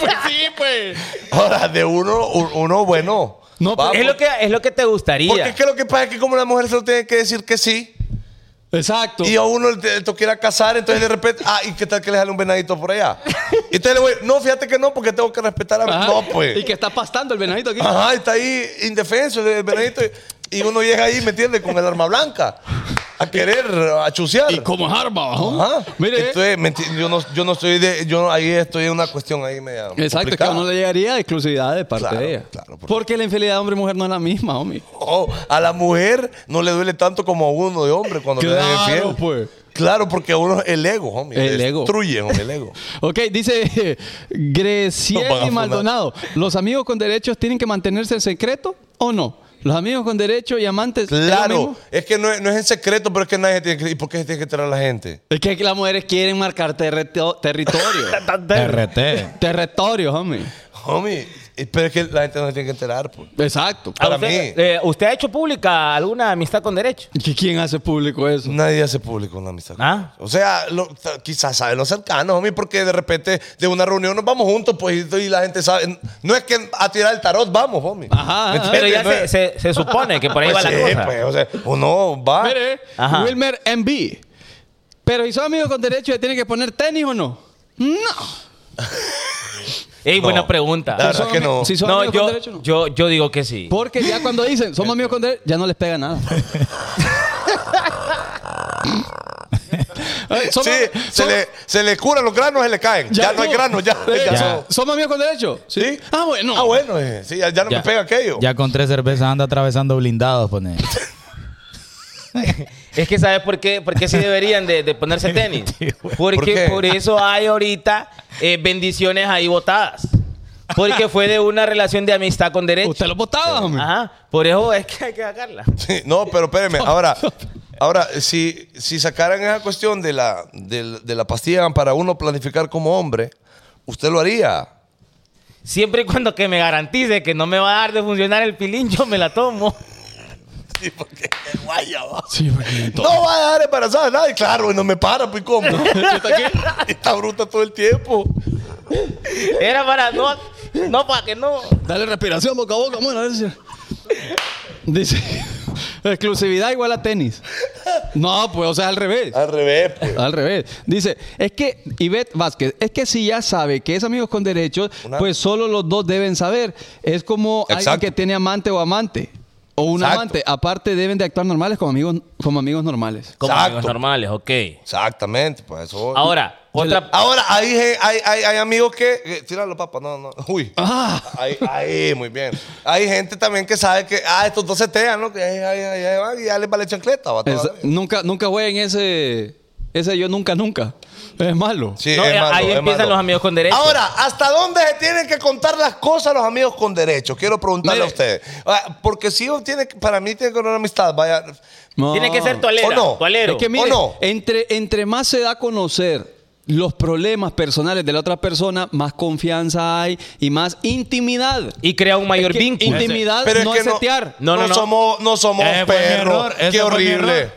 E: Pues sí, pues.
F: Ahora, de uno, u- uno bueno.
D: No,
F: va,
C: pues, es, lo que, es lo que te gustaría.
F: Porque es que lo que pasa es que como la mujer se lo tiene que decir que sí,
D: Exacto.
F: y a uno le, te- te quiera casar, entonces de repente, ah, ¿y qué tal que le jale un venadito por allá? Y entonces le voy, no, fíjate que no, porque tengo que respetar a mi...
D: Ajá.
F: No, pues.
D: Y que está pastando el venadito aquí.
F: Ajá, está ahí indefenso el venadito. Y uno llega ahí, ¿me entiendes? Con el arma blanca. A querer, a chusear.
D: Y como es arma, ¿no?
F: Ajá.
D: Mire.
F: Entonces, ¿me enti- yo, no, yo no estoy de. Yo no- ahí estoy en una cuestión ahí media.
D: Exacto, es que
F: complicada.
D: a uno le llegaría de exclusividad de parte
F: Claro,
D: de ella.
F: claro, por-
D: Porque la infidelidad de hombre y mujer no es la misma, homie.
F: Oh, a la mujer no le duele tanto como a uno de hombre cuando le
D: Claro,
F: es infiel.
D: pues.
F: Claro, porque a uno el ego, homie.
D: El ego.
F: Destruye, homie, el ego.
D: Ok, dice
F: Nos van a
D: Grecieli
F: funar.
D: Maldonado. ¿Los amigos con derechos tienen que mantenerse en secreto o no? ¿Los amigos con derechos y amantes? ¿es lo
F: Claro,
D: mismo?
F: es que no es, no es en secreto, pero es que nadie tiene que. ¿Y por qué se tiene que enterar la gente?
D: Es que las mujeres quieren marcar terreto- territorio.
E: RT.
D: territorio, homie.
F: Homie, eh, pero es que la gente no se tiene que enterar, pues.
D: Exacto.
C: ¿A
F: para
C: usted,
F: mí.
C: eh, ¿Usted ha hecho pública alguna amistad con derecho?
D: ¿Y quién hace público eso?
F: Nadie hace público una amistad.
C: Ah.
F: O sea, lo- t- quizás saben los cercanos, homie, porque de repente de una reunión nos vamos juntos, pues, y, y la gente sabe. No es que a tirar el tarot vamos, homie.
D: Ajá,
F: ¿Me
D: ajá.
C: Pero
F: entiendes?
C: ya
F: Ah, No
C: se,
F: es-
C: se- se supone que por ahí
F: Pues
C: va
F: sí,
C: la cosa.
F: pues, o sea, uno va.
D: Mire,
C: Ah. Ajá.
D: Wilmer MB. Pero ¿y sus amigos con derechos se tienen que poner tenis o no?
C: Ey,
F: No.
C: buena pregunta.
F: La verdad
D: son
F: que
D: ami-
F: no.
D: si son
C: No,
D: amigos
C: yo,
D: con derechos, no.
C: yo, yo digo que sí.
D: Porque ya cuando dicen, somos amigos con derechos, ya no les pega nada. Ay, somos-
F: Sí, se,
D: somos-
F: le, se le curan los granos, se le caen. Ya, no hay granos, ya.
D: Eh,
F: ya
D: so-
F: son-
D: ¿Somos amigos con derechos?
F: ¿Sí?
D: Ah, bueno.
F: Ah, bueno, eh, sí, ya, ya no
E: Ya.
F: me pega aquello.
E: Ya con tres cervezas anda atravesando blindados, pone.
C: Es que ¿sabes por qué? Porque sí deberían de, de ponerse tenis. Porque
F: ¿Por
C: ¿Por,
F: qué?
C: eso hay ahorita eh, bendiciones ahí botadas. Porque fue de una relación de amistad con derecho.
D: Usted los votaba, hombre.
C: Ajá. Por eso es que hay que sacarla.
F: Sí, no, pero espérenme, ahora, ahora si, si sacaran esa cuestión de la, de, de la pastilla para uno planificar como hombre, usted lo haría.
C: Siempre y cuando que me garantice que no me va a dar de funcionar el pilín, yo me la tomo.
F: Sí, porque guaya va. No va a dejar embarazada a nadie, claro, y no me para, pues cómo. está, bruta todo el tiempo.
C: Era para no, no para que no.
D: Dale respiración boca a boca, bueno, a ver si- Dice, exclusividad igual a tenis. No, pues, o sea, al revés.
F: Al revés, pues.
D: Al revés. Dice, es que, Ivette Vázquez, es que si ya sabe que es amigos con derechos,
F: Una-
D: pues solo los dos deben saber. Es como alguien
F: Exacto.
D: que tiene amante o amante. O un
F: Exacto.
D: amante. Aparte, deben de actuar normales como amigos, como amigos normales.
C: Como
F: Exacto.
C: amigos normales, ok.
F: Exactamente, pues eso. voy.
C: Ahora, otra.
F: Ahora, hay, gen- hay, hay, hay amigos que. eh, Tíralo, papá. No, no. Uy. Ahí, ahí, muy bien. Hay gente también que sabe que. Ah, estos dos se tean, ¿no? Que ahí, ahí, ahí, ahí van y ya les vale chancleta. Va,
D: Es-
F: todavía.
D: nunca, nunca jueguen ese, ese yo nunca, nunca. Es malo.
F: Sí,
C: No,
F: es
C: eh,
F: malo,
C: ahí
F: es
C: empiezan
F: malo.
C: los amigos con derecho.
F: Ahora, ¿hasta dónde se tienen que contar las cosas los amigos con derecho? Quiero preguntarle a
D: Mire.
F: ustedes. Ah, Porque si uno tiene, que- para mí tiene que haber una amistad, vaya.
D: No.
C: Tiene que ser
F: ¿O
C: tolera,
F: no?
C: tolero.
D: Es que mire,
F: ¿O no?
D: entre, entre más se da a conocer los problemas personales de la otra persona, más confianza hay y más intimidad.
C: Y crea un mayor
D: Es que
C: vínculo.
D: Intimidad
F: Pero es
D: Ah, no
F: que
D: es
F: no-
D: setear.
C: No, no, no.
F: somos, no somos
E: Ese fue mi
F: perros.
E: error, ese fue
F: Qué
E: mi
F: horrible.
E: error.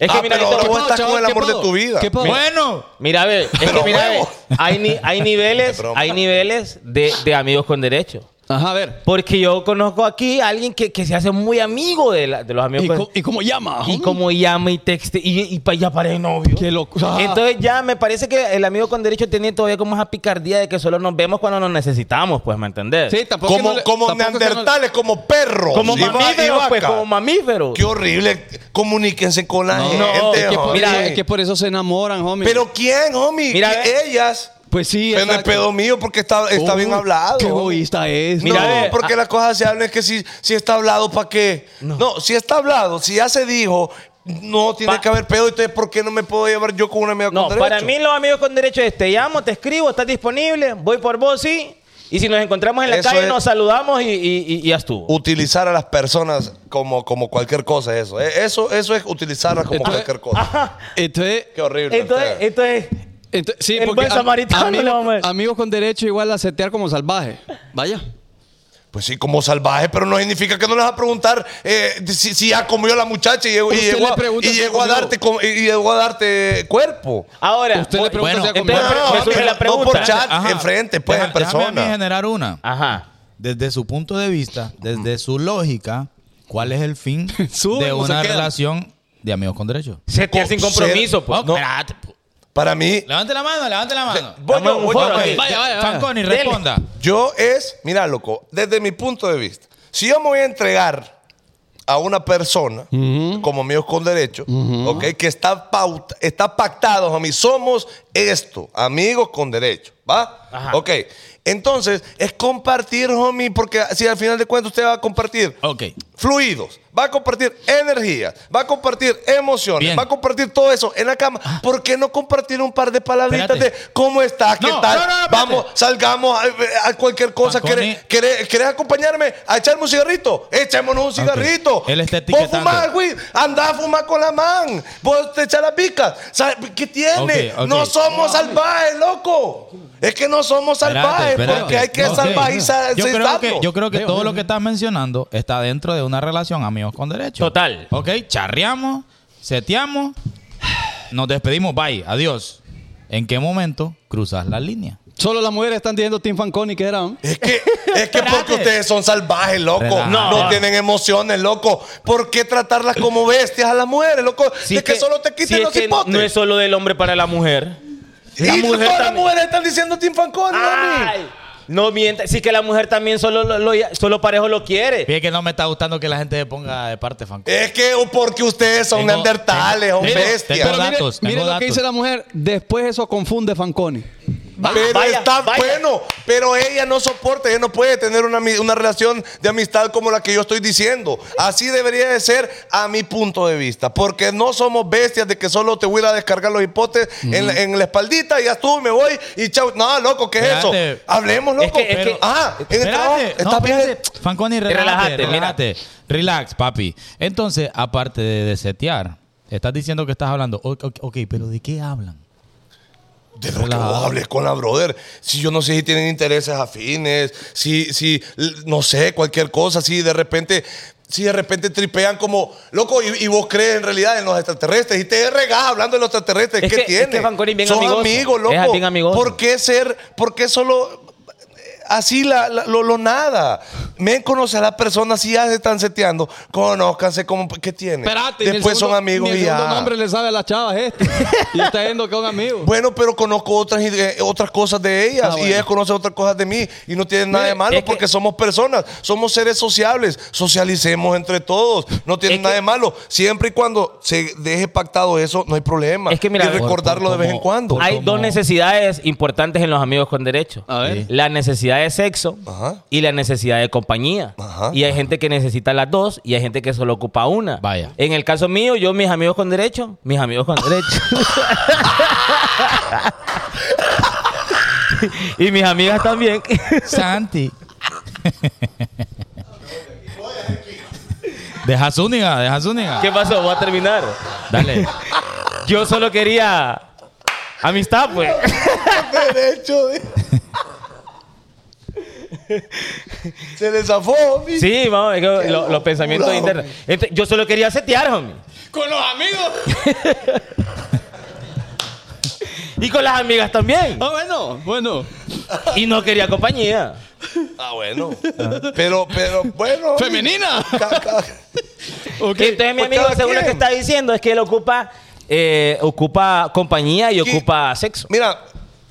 C: Es que
F: Ah,
C: mira, ahorita-
F: pero ahora
D: ¿Qué
F: vos
D: pedo,
F: estás
D: chaval?
F: con el
D: ¿Qué
F: amor de
D: pedo?
F: tu vida.
D: ¿Qué pedo?
E: Bueno,
C: Mira, ve, es que
F: Pero
C: mira, ve,
F: huevo.
C: hay, ni- hay niveles,
F: Qué broma.
C: hay niveles de, de amigos con derecho.
D: Ajá, a ver.
C: Porque yo conozco aquí a alguien que, que se hace muy amigo de, la- de los amigos
D: ¿Y,
C: con
F: pues.
D: co- y cómo llama?
C: Y como llama y texte y, y pa- ya parece novio.
D: Qué
F: Ah.
D: locura.
C: Entonces ya me parece que el amigo con derecho tiene todavía como esa picardía de que solo nos vemos cuando nos necesitamos, pues, ¿me entendés?
D: Sí, tampoco
F: Como,
D: que no le-
F: como
D: tampoco que no le-
F: neandertales, como perros.
C: Como
F: y va- y
C: mamíferos, pues,
F: vaca.
C: como mamíferos.
F: Qué horrible. Comuníquense con la gente.
C: no,
D: Oh, Es que por-
F: homie.
D: Mira, es que por eso se enamoran, homie.
F: Pero ¿quién, homie?
C: Mira,
F: Que
C: ve.
F: ellas.
D: pues sí,
F: Pero no es
D: exacto.
F: pedo mío porque está, está
D: Uy,
F: bien hablado.
D: Qué egoísta es.
C: Mira,
F: no,
C: ve,
F: porque las cosas se hablan es que si, si está hablado, ¿para qué? No. si está hablado, si ya se dijo, no tiene
C: Pa-
F: que haber pedo. Entonces, ¿por qué no me puedo llevar yo con una amiga
C: No,
F: con
C: para
F: derecho?
C: mí los amigos con derecho es te llamo, te escribo, estás disponible, voy por vos, sí. Y si nos encontramos en la
F: Eso
C: calle,
F: es-
C: nos saludamos y, y, y- y ya estuvo.
F: Utilizar a las personas como, como cualquier cosa, eso. Eh, Eso, eso es utilizarlas como
D: Entonces-
F: cualquier cosa.
D: Entonces,
F: Qué horrible.
C: Entonces, eh
F: ustedes.
C: entonces,
D: Ento- sí,
C: El
D: porque
C: buen
D: am-
C: samaritano,
D: amigos-
C: le vamos a ver.
D: amigos con derecho igual a setear como salvaje. Vaya.
F: Pues sí, como salvaje, pero no significa que no les va a preguntar eh, si, si ya comió la muchacha y, llegó- y
D: Usted le
F: llegó, a-
D: pregunta
F: y
D: si
F: llegó a
D: comió.
F: darte com- y, y llegó a darte cuerpo.
C: ahora.
D: Usted le
C: voy-
D: pregunta
E: bueno,
D: si ha
C: entonces,
D: comido.
C: pero-
F: No,
C: me surge
F: no,
C: la
F: no
C: pregunta.
F: por chat. enfrente, pues, en
E: déjame a mí
F: persona.
E: generar una.
C: Ajá.
E: Desde su punto de vista, desde su lógica, ¿cuál es el fin
D: Suben
E: de
D: o se
E: una
D: quedan.
E: relación de amigos con derecho?
C: Setear sin
F: Ser-
C: compromiso, pues.
F: No.
E: Espérate, po.
F: Para mí,
E: Levante la mano, levante la mano.
F: voy yo,
C: Vamos a un
F: voy yo,
C: foro
F: voy
C: aquí.
F: yo.
D: Vaya, vaya, vaya.
E: Fanconi,
C: Dele.
E: responda.
F: Yo es, mira, loco, desde mi punto de vista, si yo me voy a entregar a una persona como amigos con derecho, ¿ok? Que está, pauta, está pactado, a mí somos esto, amigos con derecho, ¿va?
C: Ajá.
F: Ok. Entonces, es compartir, homie, porque si al final de cuentas usted va a compartir
E: Ok.
F: fluidos, va a compartir energía, va a compartir emociones,
E: Bien. Ah.
F: va a compartir todo eso en la cama. ¿Por qué no compartir un par de palabritas
E: Espérate.
F: de cómo está, qué
E: No,
F: tal?
E: no, no, no, espérate.
F: Vamos, salgamos a, a cualquier cosa.
E: Fanconi.
F: ¿Querés, querés, querés acompañarme a echarme un cigarrito? Echémonos un cigarrito.
E: Él está
F: Vos
E: etiquetando.
F: fumás, güey. Andá a fumar con la man. Vos te echas las picas. ¿Sabes ¿Qué tiene?
E: Ok, ok.
F: No somos salvajes, loco. Es que no somos salvajes
E: Espérate,
F: porque hay que
E: espérate.
F: salvajizar.
E: yo creo que, yo creo que todo lo que estás mencionando está dentro de una relación amigos con derecho.
C: Total.
E: Ok, charreamos, seteamos, nos despedimos, bye, adiós. ¿En qué momento cruzas la línea?
D: Solo las mujeres están diciendo Tim Fanconi que eran.
F: Es que, es que porque
E: Espérate.
F: ustedes son salvajes, loco.
E: Relájate.
F: No.
C: No.
F: tienen emociones, loco. ¿Por qué tratarlas como bestias a las mujeres, loco?
C: Si
F: es que, solo te quiten
C: si es
F: los
C: que
F: hipotes.
C: No es solo del hombre para la mujer. la
F: y
C: mujer
F: todas las
C: también.
F: mujeres están diciendo Tim Fanconi, mami.
C: Ay, No mientas. Sí que la mujer también solo, lo- lo- solo parejo lo quiere.
E: Fíjate que no me está gustando que la gente se ponga de parte, Fanco.
F: Es que o porque ustedes son
E: Tengo-
F: neandertales,
E: tengo-
F: son
E: tengo-
F: bestias.
E: tengo
D: mire,
E: datos,
D: mire
E: tengo
D: lo que
E: datos.
D: dice la mujer. Después eso confunde Fanconi.
F: Pero
C: Vaya,
F: está
C: vaya.
F: bueno, pero ella no soporta, ella no puede tener una, ami- una relación de amistad como la que yo estoy diciendo. Así debería de ser a mi punto de vista, porque no somos bestias de que solo te voy a ir a descargar los hipotes en, la, en la espaldita y ya estuve, me voy y chao. No, loco, ¿qué es eso?
E: Espérate.
F: Hablemos,
C: Es
F: loco.
C: que- es que-
F: ah, en el trabajo,
E: Espérate,
F: está
E: no,
F: bien.
E: espérate. Fanconi, relájate,
C: Relájate,
E: relájate, Relax, papi. Entonces, aparte de, de setear, estás diciendo que estás hablando. O- ok, ok, pero ¿de qué hablan?
F: De lo que vos hables con la brother. Si yo no sé si tienen intereses afines, si, si, l- no sé, cualquier cosa, si de repente, si de repente tripean como, loco, y, y vos crees en realidad en los extraterrestres y te regás hablando de los extraterrestres.
C: Es
F: ¿Qué
C: que- es
F: tiene?
C: que Fanconi es bien
F: Sos
C: amigoso.
F: amigo,
C: Es
F: loco.
C: bien amigoso.
F: ¿Por qué ser, por qué solo eh, así la, la- lo, lo nada? Me conoce a la persona, si ya se están seteando, conózcanse como, ¿qué tiene?
D: Espérate. ni el
F: Después son
D: segundo-
F: amigos
D: ni el
F: y ya.
D: segundo nombre le sabe a las chavas este. y está yendo que un amigo.
F: Bueno, pero conozco otras, ide- eh, otras cosas de ellas
D: Ah, bueno.
F: y ellas conocen otras cosas de mí y no tienen nada de malo
C: es que-
F: porque somos personas, somos seres sociables, socialicemos entre todos, no tienen
C: Es
F: nada
C: que-
F: de malo. Siempre y cuando se deje pactado eso, no hay problema.
C: Es que mira,
F: y
C: por-
F: recordarlo
E: por
F: de vez en
E: cómo-
F: cuando.
E: por
C: Hay
E: como-
C: dos necesidades importantes en los amigos con derecho.
D: A ver.
C: La necesidad de sexo
F: Ajá.
C: y la necesidad de compañía.
F: Ajá.
C: Y hay gente que necesita las dos y hay gente que solo ocupa una.
E: Vaya.
C: En el caso mío, yo mis amigos con derecho, mis amigos con derecho. y mis amigas también.
E: Santi. deja Zúñiga, deja Zúñiga.
C: ¿Qué pasó? Voy a terminar.
E: Dale.
C: Yo solo quería Amistad, pues.
F: Derecho. Se le zafó, homie.
C: Sí, vamos, es que lo- los pensamientos
F: locura,
C: internos. Este, yo solo quería setear, homie.
D: Con los amigos.
C: Y con las amigas también.
D: Ah, bueno, bueno.
C: Y no quería compañía.
F: Ah, bueno. Pero, pero, bueno. homie.
D: Femenina.
F: Ca- ca-
D: Eh,
C: Entonces, mi
F: pues
C: amigo,
F: cada
C: según lo que
F: quien.
C: está diciendo, es que él ocupa, eh, ocupa compañía y ocupa sexo.
F: Mira,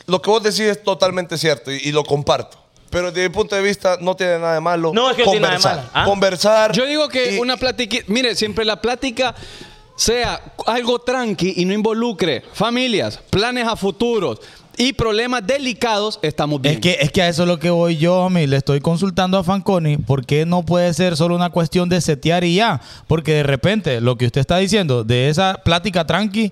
F: lo que vos decís es totalmente cierto y, y lo comparto. Pero desde mi punto de vista no tiene nada de malo
C: No, es que no tiene nada de
F: conversar.
C: malo. Ah.
F: Conversar.
D: Yo digo que
F: y-
D: una plática, mire, siempre la plática sea algo tranqui y no involucre familias, planes a futuros y problemas delicados, estamos bien.
E: Es que, es que a eso es lo que voy yo, homie. Le estoy consultando a Fanconi porque no puede ser solo una cuestión de setear y ya. Porque de repente, lo que usted está diciendo, de esa plática tranqui,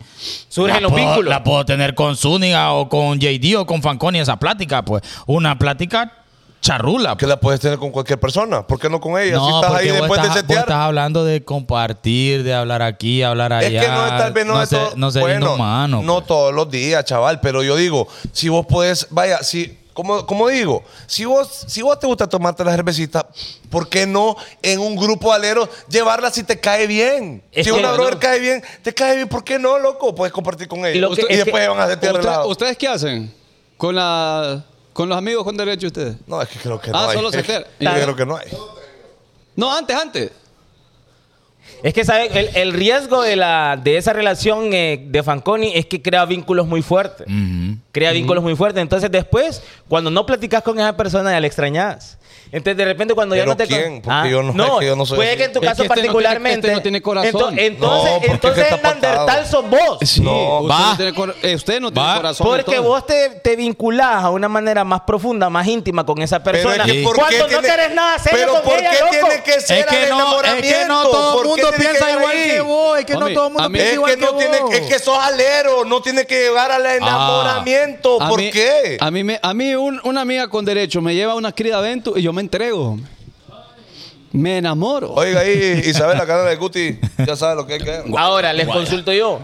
C: Surgen
E: la
C: los
E: puedo-
C: vínculos.
E: La puedo tener con Zúñiga o con JD o con Fanconi, esa plática, pues. Una plática charrula.
F: Que
E: pues.
F: la puedes tener con cualquier persona. ¿Por qué no con ella? si estás ahí
E: vos
F: después
E: estás, vos
F: de setear.
E: estás hablando de compartir, de hablar aquí, hablar allá.
F: Es que no es tal vez no, es
E: se-
F: todo-
E: no ser
F: bueno,
E: inhumano,
F: no
E: pues.
F: todos los días, chaval, pero yo digo, si vos podés, vaya, si como, como digo, si vos si vos te gusta tomarte la cervecita, ¿por qué no en un grupo alero llevarla si te cae bien?
C: Es
F: si
C: que-
F: una brother
C: no.
F: cae bien, te cae bien, ¿por qué no, loco? Puedes compartir con ella.
C: Y
F: Y,
C: lo que- es
F: después
C: que-
F: van a hacerte
D: ¿Usted-
F: relajo.
D: ¿Ustedes qué hacen? Con la con los amigos con derecho ustedes.
F: No, es que creo que
D: Ah,
F: no hay.
D: solo
F: Es que-
D: setear.
F: Yo
D: Tal-
F: creo que no hay.
D: No, antes, antes.
C: Es que, ¿sabes? El, el riesgo de, la, de esa relación eh, de Fanconi es que crea vínculos muy fuertes.
E: Ujú.
C: Crea vínculos muy fuertes. Entonces, después, cuando no platicas con esa persona, ya la extrañas. Entonces, de repente, cuando ya
F: ¿Pero
C: no te. con- Ah,
F: quién? Porque yo no- es que yo no soy
C: Puede
F: así.
C: que en
D: Es
C: tu
D: que
C: caso,
D: este no tiene-
C: particularmente.
D: este no tiene corazón.
C: Ento- entonces,
F: No, porque este
C: entonces
F: está
C: el
F: patado.
C: Neandertal sos vos.
F: No,
D: usted
E: va.
D: no tiene, cor- eh, usted no tiene
E: Va.
D: corazón.
C: Porque
D: entonces.
C: vos te, te vinculás a una manera más profunda, más íntima con esa
F: Pero es
C: persona.
F: que ¿por qué
C: Cuando no
F: tiene-
C: querés nada serio
F: Pero
C: con
F: ¿por
C: ella,
F: qué
C: loco.
F: tiene que ser
E: Es que, no,
F: al
E: es que no
F: enamoramiento?
E: todo
F: ¿Por
E: el
F: qué
E: mundo
F: tiene que
E: piensa
F: llegar
E: igual
F: ahí?
E: que vos. Es que no
D: Homie,
E: todo el mundo
D: a mí-
E: piensa
F: Es
E: igual
F: que no tiene,
E: vos. Ah.
F: es que sos alero, no tiene que llegar al enamoramiento.
D: A
F: ¿Por
D: mí-
F: qué?
D: A mí, me- a mí un- una amiga con derecho me lleva una crida Ventus y yo me entrego. Me enamoro.
F: Oiga ahí, Isabel, la canal de Guti, ya sabe lo que hay que hacer.
C: Ahora les consulto yo.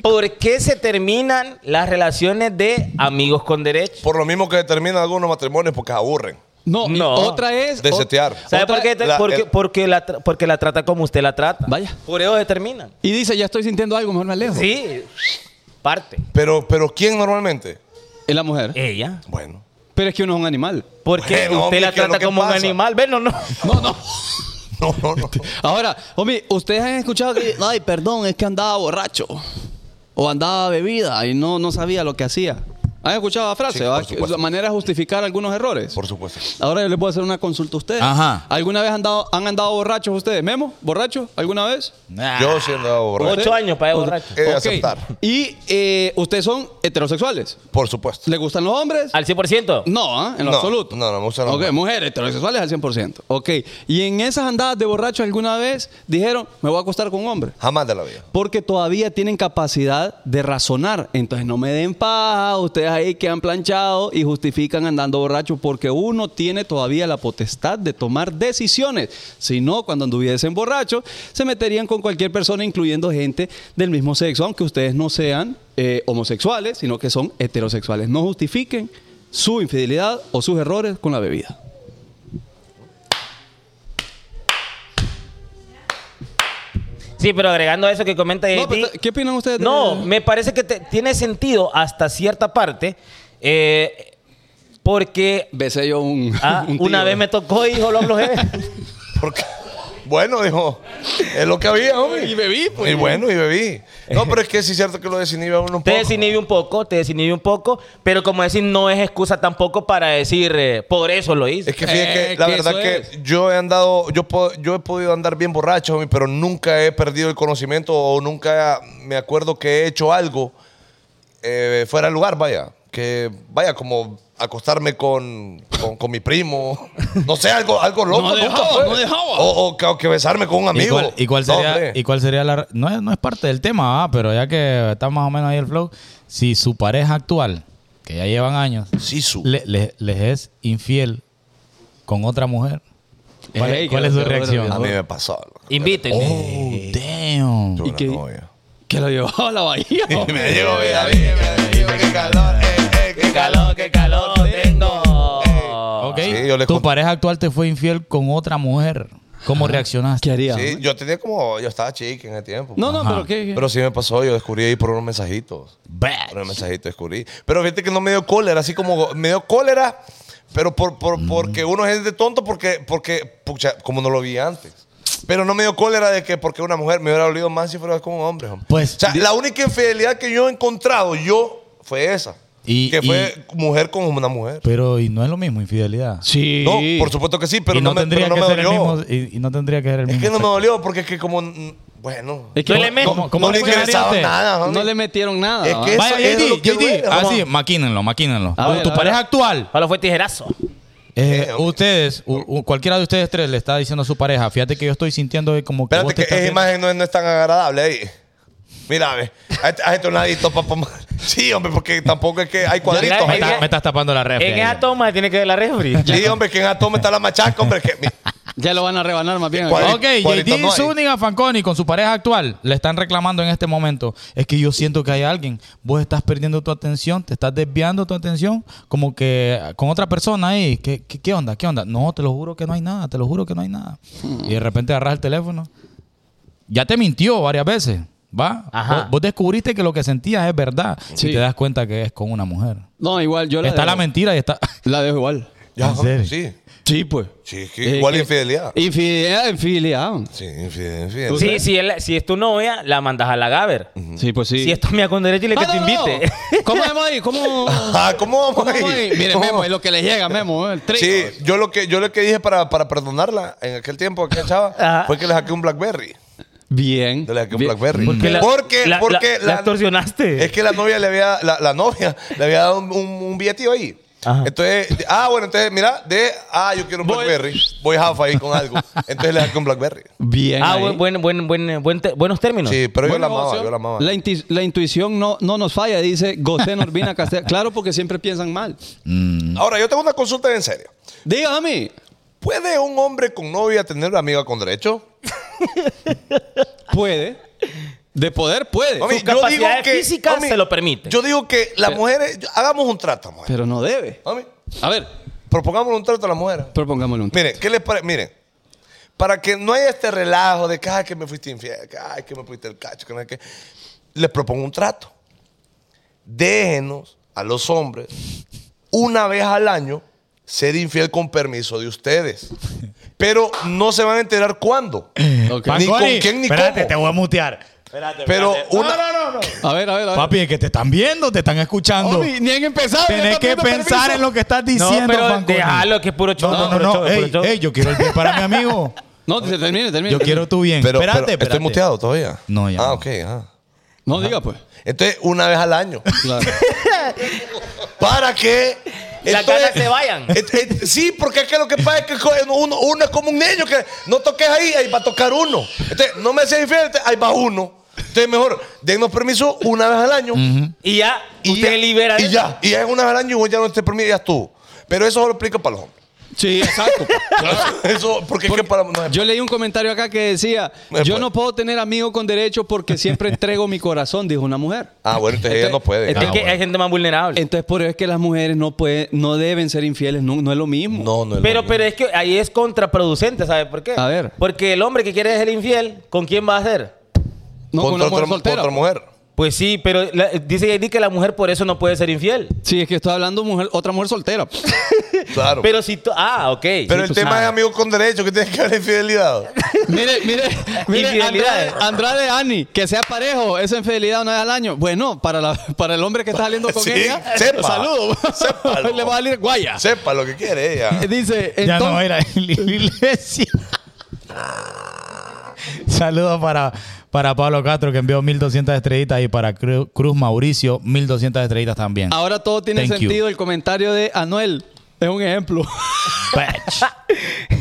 C: ¿Por qué se terminan las relaciones de amigos con derecho?
F: Por lo mismo que determinan algunos matrimonios porque aburren.
D: No, y
C: No.
D: otra es.
F: De
D: o-
F: setear.
C: ¿Sabe
D: otra-
C: por qué? Te-
F: la-
C: porque,
F: el-
C: porque la tra- porque la trata como usted la trata.
D: Vaya.
C: Por eso se terminan.
D: Y dice, ya estoy sintiendo algo, mejor me alejo.
C: Sí. Parte.
F: Pero, pero ¿quién normalmente?
D: Es la mujer.
C: Ella.
F: Bueno.
D: Pero es que uno es un animal.
C: Porque
F: Bueno,
C: usted
F: hombre,
C: la
F: ¿qué es lo
C: trata
F: que
C: como un
F: pasa?
C: animal. Ven, no, no.
D: No, no.
F: No, no, no.
D: Ahora, homie, ustedes han escuchado que. Ay, perdón, es que andaba borracho. O andaba bebida y no, no sabía lo que hacía. ¿Han escuchado la frase?
F: Sí,
D: va?
F: por
D: Que-
F: supuesto.
D: manera de justificar algunos errores.
F: Por supuesto.
D: Ahora yo les puedo hacer una consulta a ustedes.
E: Ajá.
D: ¿Alguna vez han, dado- han andado borrachos ustedes? ¿Memo? ¿Borracho? ¿Alguna vez?
E: Nah.
F: Yo siendo borracho.
C: Ocho años para ir borracho.
F: He de
D: Ok.
F: aceptar.
D: ¿Y eh, ustedes son heterosexuales?
F: Por supuesto.
D: ¿Les gustan los hombres?
C: Al 100%.
D: No, ¿ah? en lo
F: No,
D: absoluto.
F: no, no, me gustan los
D: Ok,
F: hombres.
D: mujeres heterosexuales al 100%. Ok. ¿Y en esas andadas de borracho alguna vez dijeron, me voy a acostar con un hombre?
F: Jamás de la vida.
D: Porque todavía tienen capacidad de razonar. Entonces no me den paja, ustedes ahí que han planchado y justifican andando borracho porque uno tiene todavía la potestad de tomar decisiones. Si no, cuando anduviesen borrachos, se meterían con cualquier persona, incluyendo gente del mismo sexo, aunque ustedes no sean eh, homosexuales, sino que son heterosexuales. No justifiquen su infidelidad o sus errores con la bebida.
C: Sí, pero agregando eso que comenta
D: No,
C: JD,
D: pero, ¿Qué opinan ustedes? de-
C: Eh, No, me parece que te- tiene sentido hasta cierta parte. eh, porque
D: Besé yo un,
C: ah,
D: un
C: una
D: tío.
C: vez me tocó y yo lo hablé.
F: Porque, bueno, dijo, es lo que había, hombre.
D: Y bebí, pues.
F: Y bueno, y bebí. No, pero es que sí es cierto que lo desinhibe a uno un
C: Te
F: poco.
C: desinhibe un poco, te desinhibe un poco. Pero como decir, no es excusa tampoco para decir, eh, por eso lo hice.
F: Es que fíjate
D: Eh,
F: que la
D: que
F: verdad
D: eso
F: que
D: es.
F: yo he andado, yo, po- yo he podido andar bien borracho, homie, pero nunca he perdido el conocimiento o nunca me acuerdo que he hecho algo eh, fuera del lugar, vaya. Que vaya como acostarme con, con, con mi primo. No sé, algo, algo loco.
D: No
F: nunca
D: dejaba,
F: fue.
D: no dejaba.
F: O, o que, o que besarme con un
E: ¿Y
F: amigo.
E: cuál, y cuál
F: No,
E: sería,
F: hombre.
E: y cuál sería la... No es, no es parte del tema, ah, pero ya que está más o menos ahí el flow, si su pareja actual, que ya llevan años,
F: Sí, su.
E: le- le- les es infiel con otra mujer, ¿cuál,
D: Ey,
E: cuál
D: qué
E: es su
D: grosero,
E: reacción?
F: A mí me pasó. loco.
C: Invítenme.
E: Oh, damn.
D: ¿Y
F: Tuve una
D: qué?
F: novia.
D: que lo llevaba a la bahía.
A: Me digo, vida, vida, vida, qué calor, eh, eh, qué calor, qué calor tengo.
E: Ok.
F: sí, yo le
E: tu
F: conté.
E: pareja actual te fue infiel con otra mujer. ¿Cómo reaccionaste?
D: Ah, ¿Qué haría?
F: Sí, yo tenía como. Yo estaba chica en el tiempo.
D: No, no,
E: Ajá.
D: pero qué.
F: Pero sí me pasó, yo descubrí ahí por unos mensajitos. Por unos mensajitos descubrí. Pero fíjate que no me dio cólera, así como me dio cólera, pero por, por-
E: Mm.
F: porque uno es de tonto, porque, porque pucha, como no lo vi antes. Pero no me dio cólera de que porque una mujer me hubiera olido más si fuera como un hombre. hombre.
E: Pues,
F: o sea, la única infidelidad que yo he encontrado yo fue esa.
E: Y-
F: que fue
E: y-
F: mujer con una mujer.
E: Pero y no es lo mismo infidelidad.
D: Sí.
F: No, por supuesto que sí, pero
E: y no,
F: no, me,
E: tendría
F: pero no
E: que
F: me
E: ser el
F: dolió.
E: mismo. Y, y no tendría que ser el
F: Es
E: mismo.
F: que no me dolió porque es que como... mm, Bueno.
D: Es que
C: Duele
D: no-
C: menos.
E: ¿Cómo, cómo
F: no le
E: reaccionaría
F: interesaba
E: usted?
F: nada.
D: no,
F: hombre.
D: le metieron nada.
F: Es
D: ¿va?
F: que-
E: Vaya,
F: Eso es
E: JD,
F: lo que duele,
E: JD. Así,
F: mamá.
E: ah, maquínenlo, maquínenlo.
D: A ver,
E: tu
D: a
E: pareja
D: ver.
E: actual.
C: Ahora fue tijerazo.
E: eh,
F: Eh, ok.
E: ustedes, u- u- cualquiera de ustedes tres le está diciendo a su pareja, fíjate que yo estoy sintiendo que como que. vos
F: Espérate
E: te
F: que
E: estás
F: esa
E: viendo-
F: imagen no, es- no es tan agradable ahí. Mira, ve. este, Hazte hazte un ladito, papá. Sí, hombre, porque tampoco es que hay cuadritos.
C: Ya,
E: me,
F: ahí.
E: está- me estás tapando la refri.
C: En esa toma tiene que ver la refri.
F: Sí, hombre, que en Atome está la machaca, hombre. Que, mi-
D: Ya lo van a rebanar más bien.
F: ¿Cuál?
D: ¿no?
E: Ok,
F: Cuadritos
E: JD
F: no hay.
E: Zúñiga Fanconi con su pareja actual le están reclamando en este momento. Es que yo siento que hay alguien. Vos estás perdiendo tu atención, te estás desviando tu atención, como que con otra persona ahí. ¿Qué, qué, qué onda? ¿Qué onda? No, te lo juro que no hay nada, te lo juro que no hay nada.
F: Hmm.
E: Y de repente agarras el teléfono. Ya te mintió varias veces, ¿va?
C: Ajá.
E: Vos, vos descubriste que lo que sentías es verdad
D: Sí.
E: y te das cuenta que es con una mujer.
D: No, igual yo la
E: está
D: dejo.
E: la mentira y está.
D: La dejo igual.
F: Ya,
E: ¿En serio?
F: sí.
D: Sí, pues.
F: Sí, es
C: Eh,
F: que igual
D: que-
F: infidelidad.
D: Infidelidad, infidelidad.
F: Sí, infidelidad. infidelidad.
C: Sí, si, él- si es tu novia, la mandas a la Gaber.
D: Sí, pues sí.
C: Si es tu amiga con derecho, dile
D: No,
C: que te
D: no, no.
C: invite.
D: ¿Cómo vemos ahí? ¿Cómo?
F: Ajá, Ah, ¿cómo vamos
D: ¿Cómo vamos
F: ahí?
D: ahí? Mire,
F: ¿Cómo?
D: Memo, es lo que le llega, Memo. ¿eh? El trigo.
F: Sí, yo lo que yo lo que dije para, para perdonarla en aquel tiempo, aquella chava,
C: Ajá.
F: fue que le saqué un Blackberry.
D: Bien.
F: Le saqué un
D: Bien.
F: Blackberry.
C: Porque la-
F: porque,
C: la-
F: porque
C: la- la extorsionaste.
F: Es que la novia le había, la, la novia le había dado un, un, un billetillo ahí.
C: Ajá.
F: Entonces, de- ah, bueno, entonces, mira, de, ah, yo quiero un Blackberry. Voy a Jaffa ahí con algo. Entonces le saqué un Blackberry.
D: Bien.
C: Ah,
D: ahí.
C: buen, buen, buen, buen, buen te- buenos términos.
F: Sí, pero yo
D: Buena
F: la amaba,
D: opción.
F: yo la amaba.
D: La, inti- la intuición no, no nos falla, dice Gosén Urbina Castell. Claro, porque siempre piensan mal.
F: Ahora, yo tengo una consulta en serio.
D: Dígame.
F: ¿Puede un hombre con novia tener una amiga con derecho?
D: Puede. De poder puede.
F: Mami,
C: Sus capacidades físicas se lo permiten.
F: Yo digo que las mujeres, yo- hagamos un trato, mujer.
D: Pero no debe.
F: Mami,
D: A ver,
F: propongámosle un trato a las mujeres.
D: propongámosle un.
F: Miren, ¿qué les parece? Miren, para que no haya este relajo de que, ay, que me fuiste infiel, que, ay, que me fuiste el cacho, que no sé qué, les propongo un trato. Déjenos a los hombres una vez al año ser infiel con permiso de ustedes. Pero no se van a enterar cuándo.
D: Ok.
F: Ni con
E: Fanconi,
F: quién ni
E: espérate,
F: cómo.
E: te voy a mutear.
F: Pero una.
D: A ver, a ver, a ver.
E: Papi, es que te están viendo, te están escuchando.
D: Homie, ni han empezado. ya
E: Tenés
D: están
E: que
D: pidiendo
E: pensar
D: permiso.
E: en lo que estás
C: no,
E: diciendo,
C: pero
E: Fanconi.
C: déjalo, que es puro show.
E: No, no, no,
C: puro
E: no.
C: show,
E: Ey,
C: puro show.
E: ey, yo quiero el bien para mi amigo.
D: No, se termine, termine.
E: Yo quiero tu bien.
F: Pero,
E: espérate,
F: pero,
E: espérate.
F: estoy muteado todavía.
E: No, ya
F: Ah,
E: no.
F: ok. ajá.
D: No, diga pues.
F: Entonces, una vez al año.
D: Claro.
F: para que
C: Las
F: entonces-
C: ganas se vayan.
F: Et- et- sí, porque es que lo que pasa es que co- uno, uno es como un niño que no toques ahí, ahí va a tocar uno. Entonces, no me seas infiel, entonces, ahí va uno. Entonces, mejor, dennos permiso una vez al año.
C: Y ya,
F: y
C: usted
F: ya,
C: libera.
F: Y
C: eso.
F: ya, y ya es una vez al año y vos ya no te permiso, ya estuvo. Pero eso solo explica para los hombres.
D: Sí, exacto. pues.
F: Eso, porque, es que para. no es-
D: Yo leí un comentario acá que decía,
F: No se
D: yo
F: puede.
D: no puedo tener amigo con derecho porque siempre entrego mi corazón, dijo una mujer.
F: ah, bueno, entonces ella no puede.
C: Es que
F: Ah, bueno.
C: hay gente más vulnerable.
D: Entonces por eso es que las mujeres no pueden, no deben ser infieles, no, no es lo mismo.
F: No, no es lo
C: Pero,
F: mismo.
C: pero es que ahí es contraproducente, ¿sabes por qué?
D: A ver.
C: Porque el hombre que quiere ser infiel, ¿con quién va a ser?
D: No con una
F: contra,
D: mujer
F: otra,
D: soltera.
F: contra mujer.
C: Pues sí, pero la- dice JD que la mujer por eso no puede ser infiel.
D: Sí, es que estoy hablando mujer, otra mujer soltera.
F: Claro. Pero,
C: Pero si... to- Ah, ok. Sí,
F: el
C: pues,
F: tema
C: ah.
F: es amigos con derecho, que tiene que ver la infidelidad.
D: mire, mire, mire, Andrade,
C: Infidelidades.
D: Andrade Ani, que sea parejo, esa infidelidad una vez al año. Bueno, para, la, para el hombre que está saliendo con
F: Sí,
D: ella,
F: sepa.
D: saludo.
F: Sépalo.
D: Le va a salir guaya.
F: Sepa lo que quiere ella.
D: Dice,
E: Ya no
D: entonces-
E: era Lili Iglesias. Saludos para, para Pablo Castro que envió 1200 estrellitas y para Cru- Cruz Mauricio 1200 estrellitas también.
D: ahora todo tiene
E: Thank you.
D: sentido. El comentario de Anuel es un ejemplo.
E: Bitch.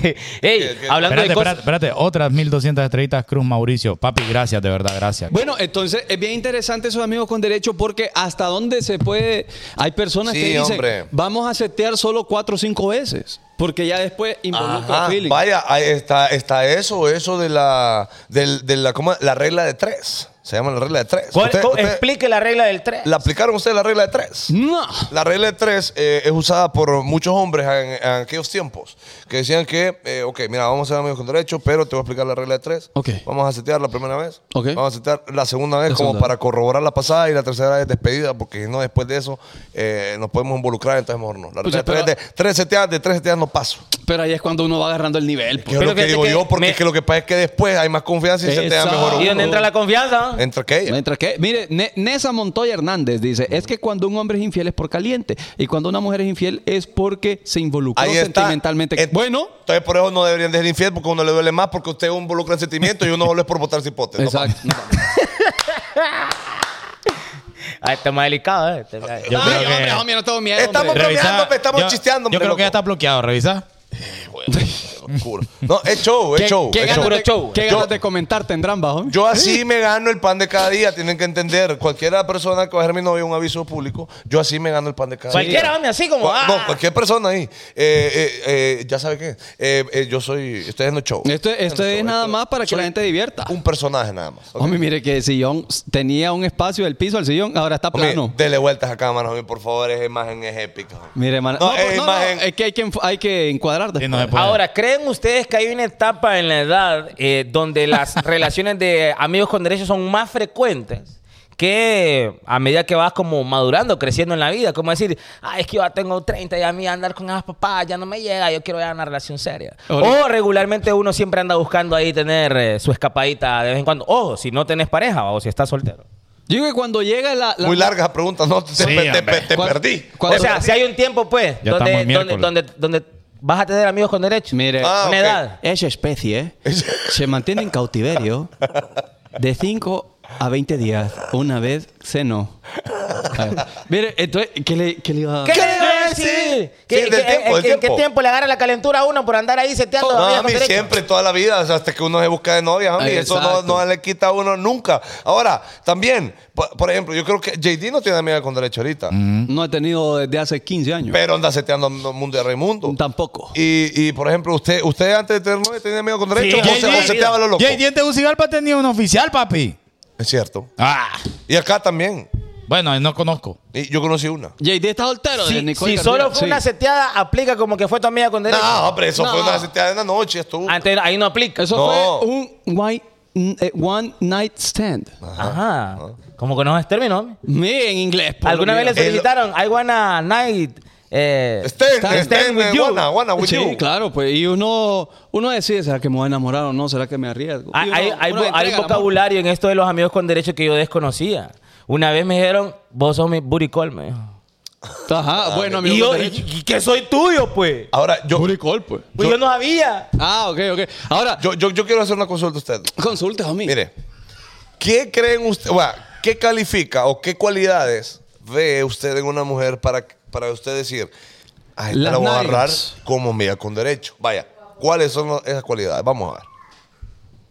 C: Ey, hablando
E: Espérate,
C: de cosas...
E: espérate, espérate. Otras 1200 estrellitas Cruz Mauricio. Papi, gracias, de verdad, gracias.
D: Bueno, entonces es bien interesante esos amigos con derecho porque hasta dónde se puede. Hay personas
F: Sí,
D: que dicen,
F: hombre.
D: vamos a setear solo cuatro o cinco veces porque ya después involucra
F: Ajá,
D: feeling.
F: Vaya, ahí está, está eso, eso de la, del- de la, ¿cómo? la regla de tres. Se llama la regla de tres.
C: ¿Cuál-
F: Usted-
C: cómo-
F: usted-
C: explique la regla del 3.
F: ¿La aplicaron ustedes la regla de tres?
D: No.
F: La regla de tres eh, es usada por muchos hombres en, en aquellos tiempos que decían que, eh, ok, mira, vamos a ser amigos con derecho, pero te voy a explicar la regla de tres.
D: Ok.
F: Vamos a setear la primera vez.
D: Ok.
F: Vamos a setear la segunda vez
D: La
F: como
D: segunda.
F: para corroborar la pasada y la tercera vez despedida, porque si no, después de eso eh, nos podemos involucrar, entonces mejor no. La
D: Pucha,
F: regla de tres,
D: pero-
F: de tres seteadas, de tres seteadas no paso.
D: Pero ahí es cuando uno va agarrando el nivel.
F: Que es lo que
C: fíjate
F: digo
C: que
F: yo, porque
C: me-
F: es que lo que pasa es que después hay más confianza y se te da
D: Exacto.
F: mejor
C: ¿Y dónde entra la confianza?
F: Entre que ella.
D: Mientras que, mire, Ne- Nessa Montoya Hernández dice, es que cuando un hombre es infiel es por caliente y cuando una mujer es infiel es porque se involucró
F: Ahí está. Eh,
D: sentimentalmente.
F: Ent-
D: bueno,
F: Entonces, por eso no deberían de ser infiel, porque a uno le duele más, porque usted involucra en sentimientos y uno solo es por botar cipote. No,
D: exacto.
C: Ah, está más delicado, ¿eh? Este-
E: Yo
D: Ay,
E: creo que-
D: hombre, hombre, no tengo miedo.
F: Estamos
D: hombre.
F: bromeando,
E: Revisa-
F: pe, estamos
E: yo-
F: chisteando,
E: Yo
F: hombre,
E: creo que ya
F: loco.
E: está bloqueado, revisa.
F: Oscuro. No, es show, es
D: ¿Qué-
F: show.
D: ¿Qué,
F: es
D: ganas,
F: show.
D: de, qué
F: Yo-
D: ganas de comentar tendrán, bajo?
F: Yo así me gano el pan de cada día, tienen que entender. Cualquiera persona que va a ser mi novia, un aviso público, yo así me gano el pan de cada
C: Cualquiera,
F: día.
C: hombre, así como,
F: Cual-
C: ah.
F: No, cualquier persona ahí. Eh, eh, eh, ya sabe qué. Eh, eh, yo soy. Ustedes no es show.
D: Esto,
F: Ustedes
D: esto
F: no
D: es
F: show,
D: nada
F: esto-
D: más para que
F: soy
D: la gente divierta.
F: Un personaje nada más. ¿ok?
D: Hombre, mire que el sillón tenía un espacio del piso al sillón, ahora está
F: Hombre,
D: plano.
F: dele vueltas a cámara, hombre, por favor, esa imagen es épica. hombre.
D: Mire, man-
F: No,
D: no, pero
F: eh,
D: no, no,
F: imagen-
D: es que hay que, enf- hay que encuadrar
E: Sí, no se
D: después.
E: puede.
C: Ahora, ¿creen ustedes que hay una etapa en la edad eh, donde las relaciones de amigos con derechos son más frecuentes? Que a medida que vas como madurando, creciendo en la vida, como decir, ah, es que yo ya tengo 30 y a mí andar con esas papás ya no me llega, yo quiero ya una relación seria.
D: Ahora-
C: O regularmente uno siempre anda buscando ahí tener eh, su escapadita de vez en cuando. Ojo, si no tenés pareja o si estás soltero.
D: Yo digo que cuando llega la... la-
F: Muy larga esa pregunta, no, te, pe- te, pe- te
D: ¿Cuál-
F: perdí.
D: cuál-
C: o sea, si hay un tiempo, pues,
J: Ya estamos
C: donde,
J: en
C: donde,
J: miércoles.
C: donde, donde vas a tener amigos con derechos.
D: Mire,
F: Ah,
C: una
F: ok.
C: edad.
D: esa especie se mantiene en cautiverio de 5 a 20 días, una vez seno. Ay, Mire, entonces, ¿qué le, qué le iba a...?
C: ¿Qué
F: ¿Qué
C: le iba a
F: decir?
C: decir?
F: Sí,
C: ¿Qué,
F: del
C: qué-
F: tiempo,
C: en-
F: del
C: en qué
F: tiempo.
C: tiempo le agarra la calentura a uno por andar ahí seteando
F: No,
C: amigos
F: a
C: con
F: mí
C: derecho?
F: siempre, toda la vida, o sea, hasta que uno se busca de novia, a mí, eso no,
D: Exacto.
F: no le quita a uno nunca. Ahora, también, por, por ejemplo, yo creo que JD no tiene amiga con derecho ahorita,
D: No he tenido desde hace 15 años.
F: pero anda seteando mundo de Raimundo.
D: Tampoco.
F: Y, y, por ejemplo, usted usted antes de tener novia tenía amiga con derecho
C: Sí,
F: o, se,
E: JD.
F: o seteaba lo loco.
E: JD en Tegucigalpa tenía un oficial, papi.
F: Es cierto.
E: Ah.
F: Y acá también.
E: Bueno, no conozco.
F: Y yo conocí una.
D: JD está soltero. de
C: Si,
D: Nicole
C: si
D: García.
C: solo fue
D: Sí.
C: una seteada, aplica como que fue tu amiga con derecho.
F: No, hombre, eso
D: No. Ah,
F: fue una seteada en la noche, estuvo.
C: Antes, ahí no aplica.
D: Eso
F: No.
D: fue un white- n- eh, one night stand.
C: Ajá. Como que no es término.
D: Mire, en inglés. por
C: ¿Alguna
D: lo
C: vez le
D: menos.
F: El-
C: solicitaron I wanna night? Eh,
F: Stand,
C: stand-
F: stand,
C: stand with
F: eh,
C: you"?
F: wanna, wanna with
D: Sí,
F: you.
D: claro, pues. Y uno, uno decide, ¿será que me voy a enamorar o no? ¿Será que me arriesgo? Y
C: Hay,
D: uno-
C: Ah, hay-
D: uno
C: hay
D: le
C: vo-
D: entrega
C: hay
D: el amor.
C: vocabulario en esto de los amigos con derecho que yo desconocía. Una vez me dijeron, vos sos mi booty call, me dijo.
F: Ah,
D: Ajá, bueno, amigo.
C: Ah, Y yo,
D: con
C: y,
D: derecho.
C: y que soy tuyo, pues.
F: pues, Ahora, yo,
D: Booty call, pues.
C: Pues yo no sabía.
D: Ah, ok, ok. Ahora,
F: yo, yo, yo quiero hacer una consulta a usted.
D: consulta, homie.
F: Mire, ¿qué creen usted, o sea, qué califica o qué cualidades ve usted en una mujer para, para usted decir, a esta
D: Las
F: la voy a agarrar
D: nalgas.
F: como media con derecho? Vaya, ¿cuáles son lo- esas cualidades? Vamos a ver.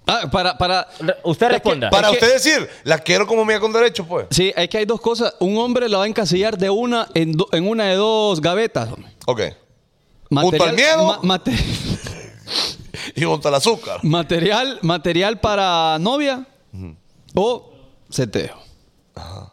D: Ah, para, para.
C: Re- usted
D: Es que-
C: responda.
F: Para
D: que-
F: usted decir, la quiero como media con derecho, pues.
D: Sí, es que hay dos cosas. Un hombre la va a encasillar de una en, do- en una de dos gavetas. homie.
F: Ok. Junto al miedo.
D: ma- mate-
F: Y junto al azúcar.
D: Material, material para novia o seteo.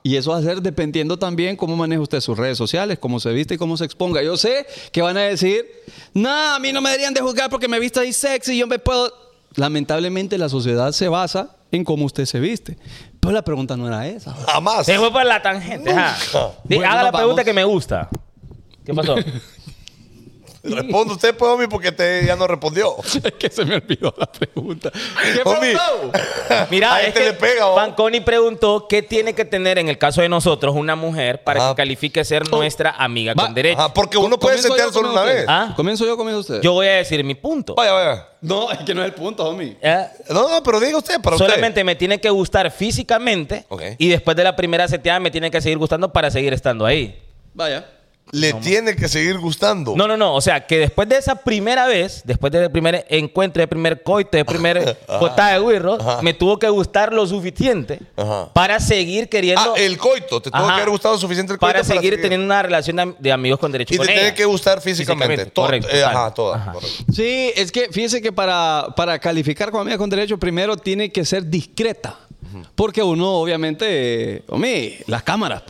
D: Y eso va a ser dependiendo también cómo maneja usted sus redes sociales, cómo se viste y cómo se exponga. Yo sé que van a decir, nah, a mí no me deberían de juzgar porque me he visto ahí sexy, yo me puedo... Lamentablemente la sociedad se basa en cómo usted se viste. Pero la pregunta no era esa.
F: Jamás.
C: Se fue por la tangente. ajá. Di-
D: Bueno,
C: haga la
D: vamos.
C: pregunta que me gusta. ¿Qué pasó?
F: Responde usted, pues, homie, porque usted ya no respondió.
D: es que se me olvidó la pregunta. ¿Qué
F: Homie.
C: Mira,
F: a
C: es
F: este
C: que
F: le pega, oh.
C: Fanconi preguntó qué tiene que tener en el caso de nosotros una mujer para
F: Ajá.
C: que califique ser nuestra amiga
D: Va,
C: con derecho.
F: Ah. Oh. Ajá, porque uno puede
D: ¿Comienzo
F: setear
D: yo,
F: solo
D: comienzo
F: una
D: usted?
F: vez.
C: ¿Ah?
D: ¿Comienzo yo o comienza usted?
C: Yo voy a decir mi punto.
F: Vaya, vaya.
D: No, es que no es el punto, homie.
C: Eh,
F: No, no, pero diga usted, para
C: Solamente me tiene que gustar físicamente
F: Ok.
C: y después de la primera seteada me tiene que seguir gustando para seguir estando ahí.
D: Vaya.
F: usted. Le tiene que seguir gustando.
C: No, no, no. O sea, que después de esa primera vez, después del primer encuentro, del primer coito, del primer botada de guirro, me tuvo que gustar lo suficiente
F: Ajá.
C: para seguir queriendo.
F: Ah, el coito. Te tuvo que
C: Ajá.
F: haber gustado suficiente el coito
C: para seguir teniendo una relación de, am- de amigos con derecho
F: Y te
C: con
F: tiene
C: ella.
F: que gustar físicamente.
C: Físicamente,
F: Todo-
C: correcto,
F: eh, ajá,
C: total.
F: toda.
C: Ajá.
F: correcto.
D: Sí, es que fíjese que para, para calificar como amiga con derecho, primero tiene que ser discreta. Porque uno, obviamente, eh, hombre, las cámaras,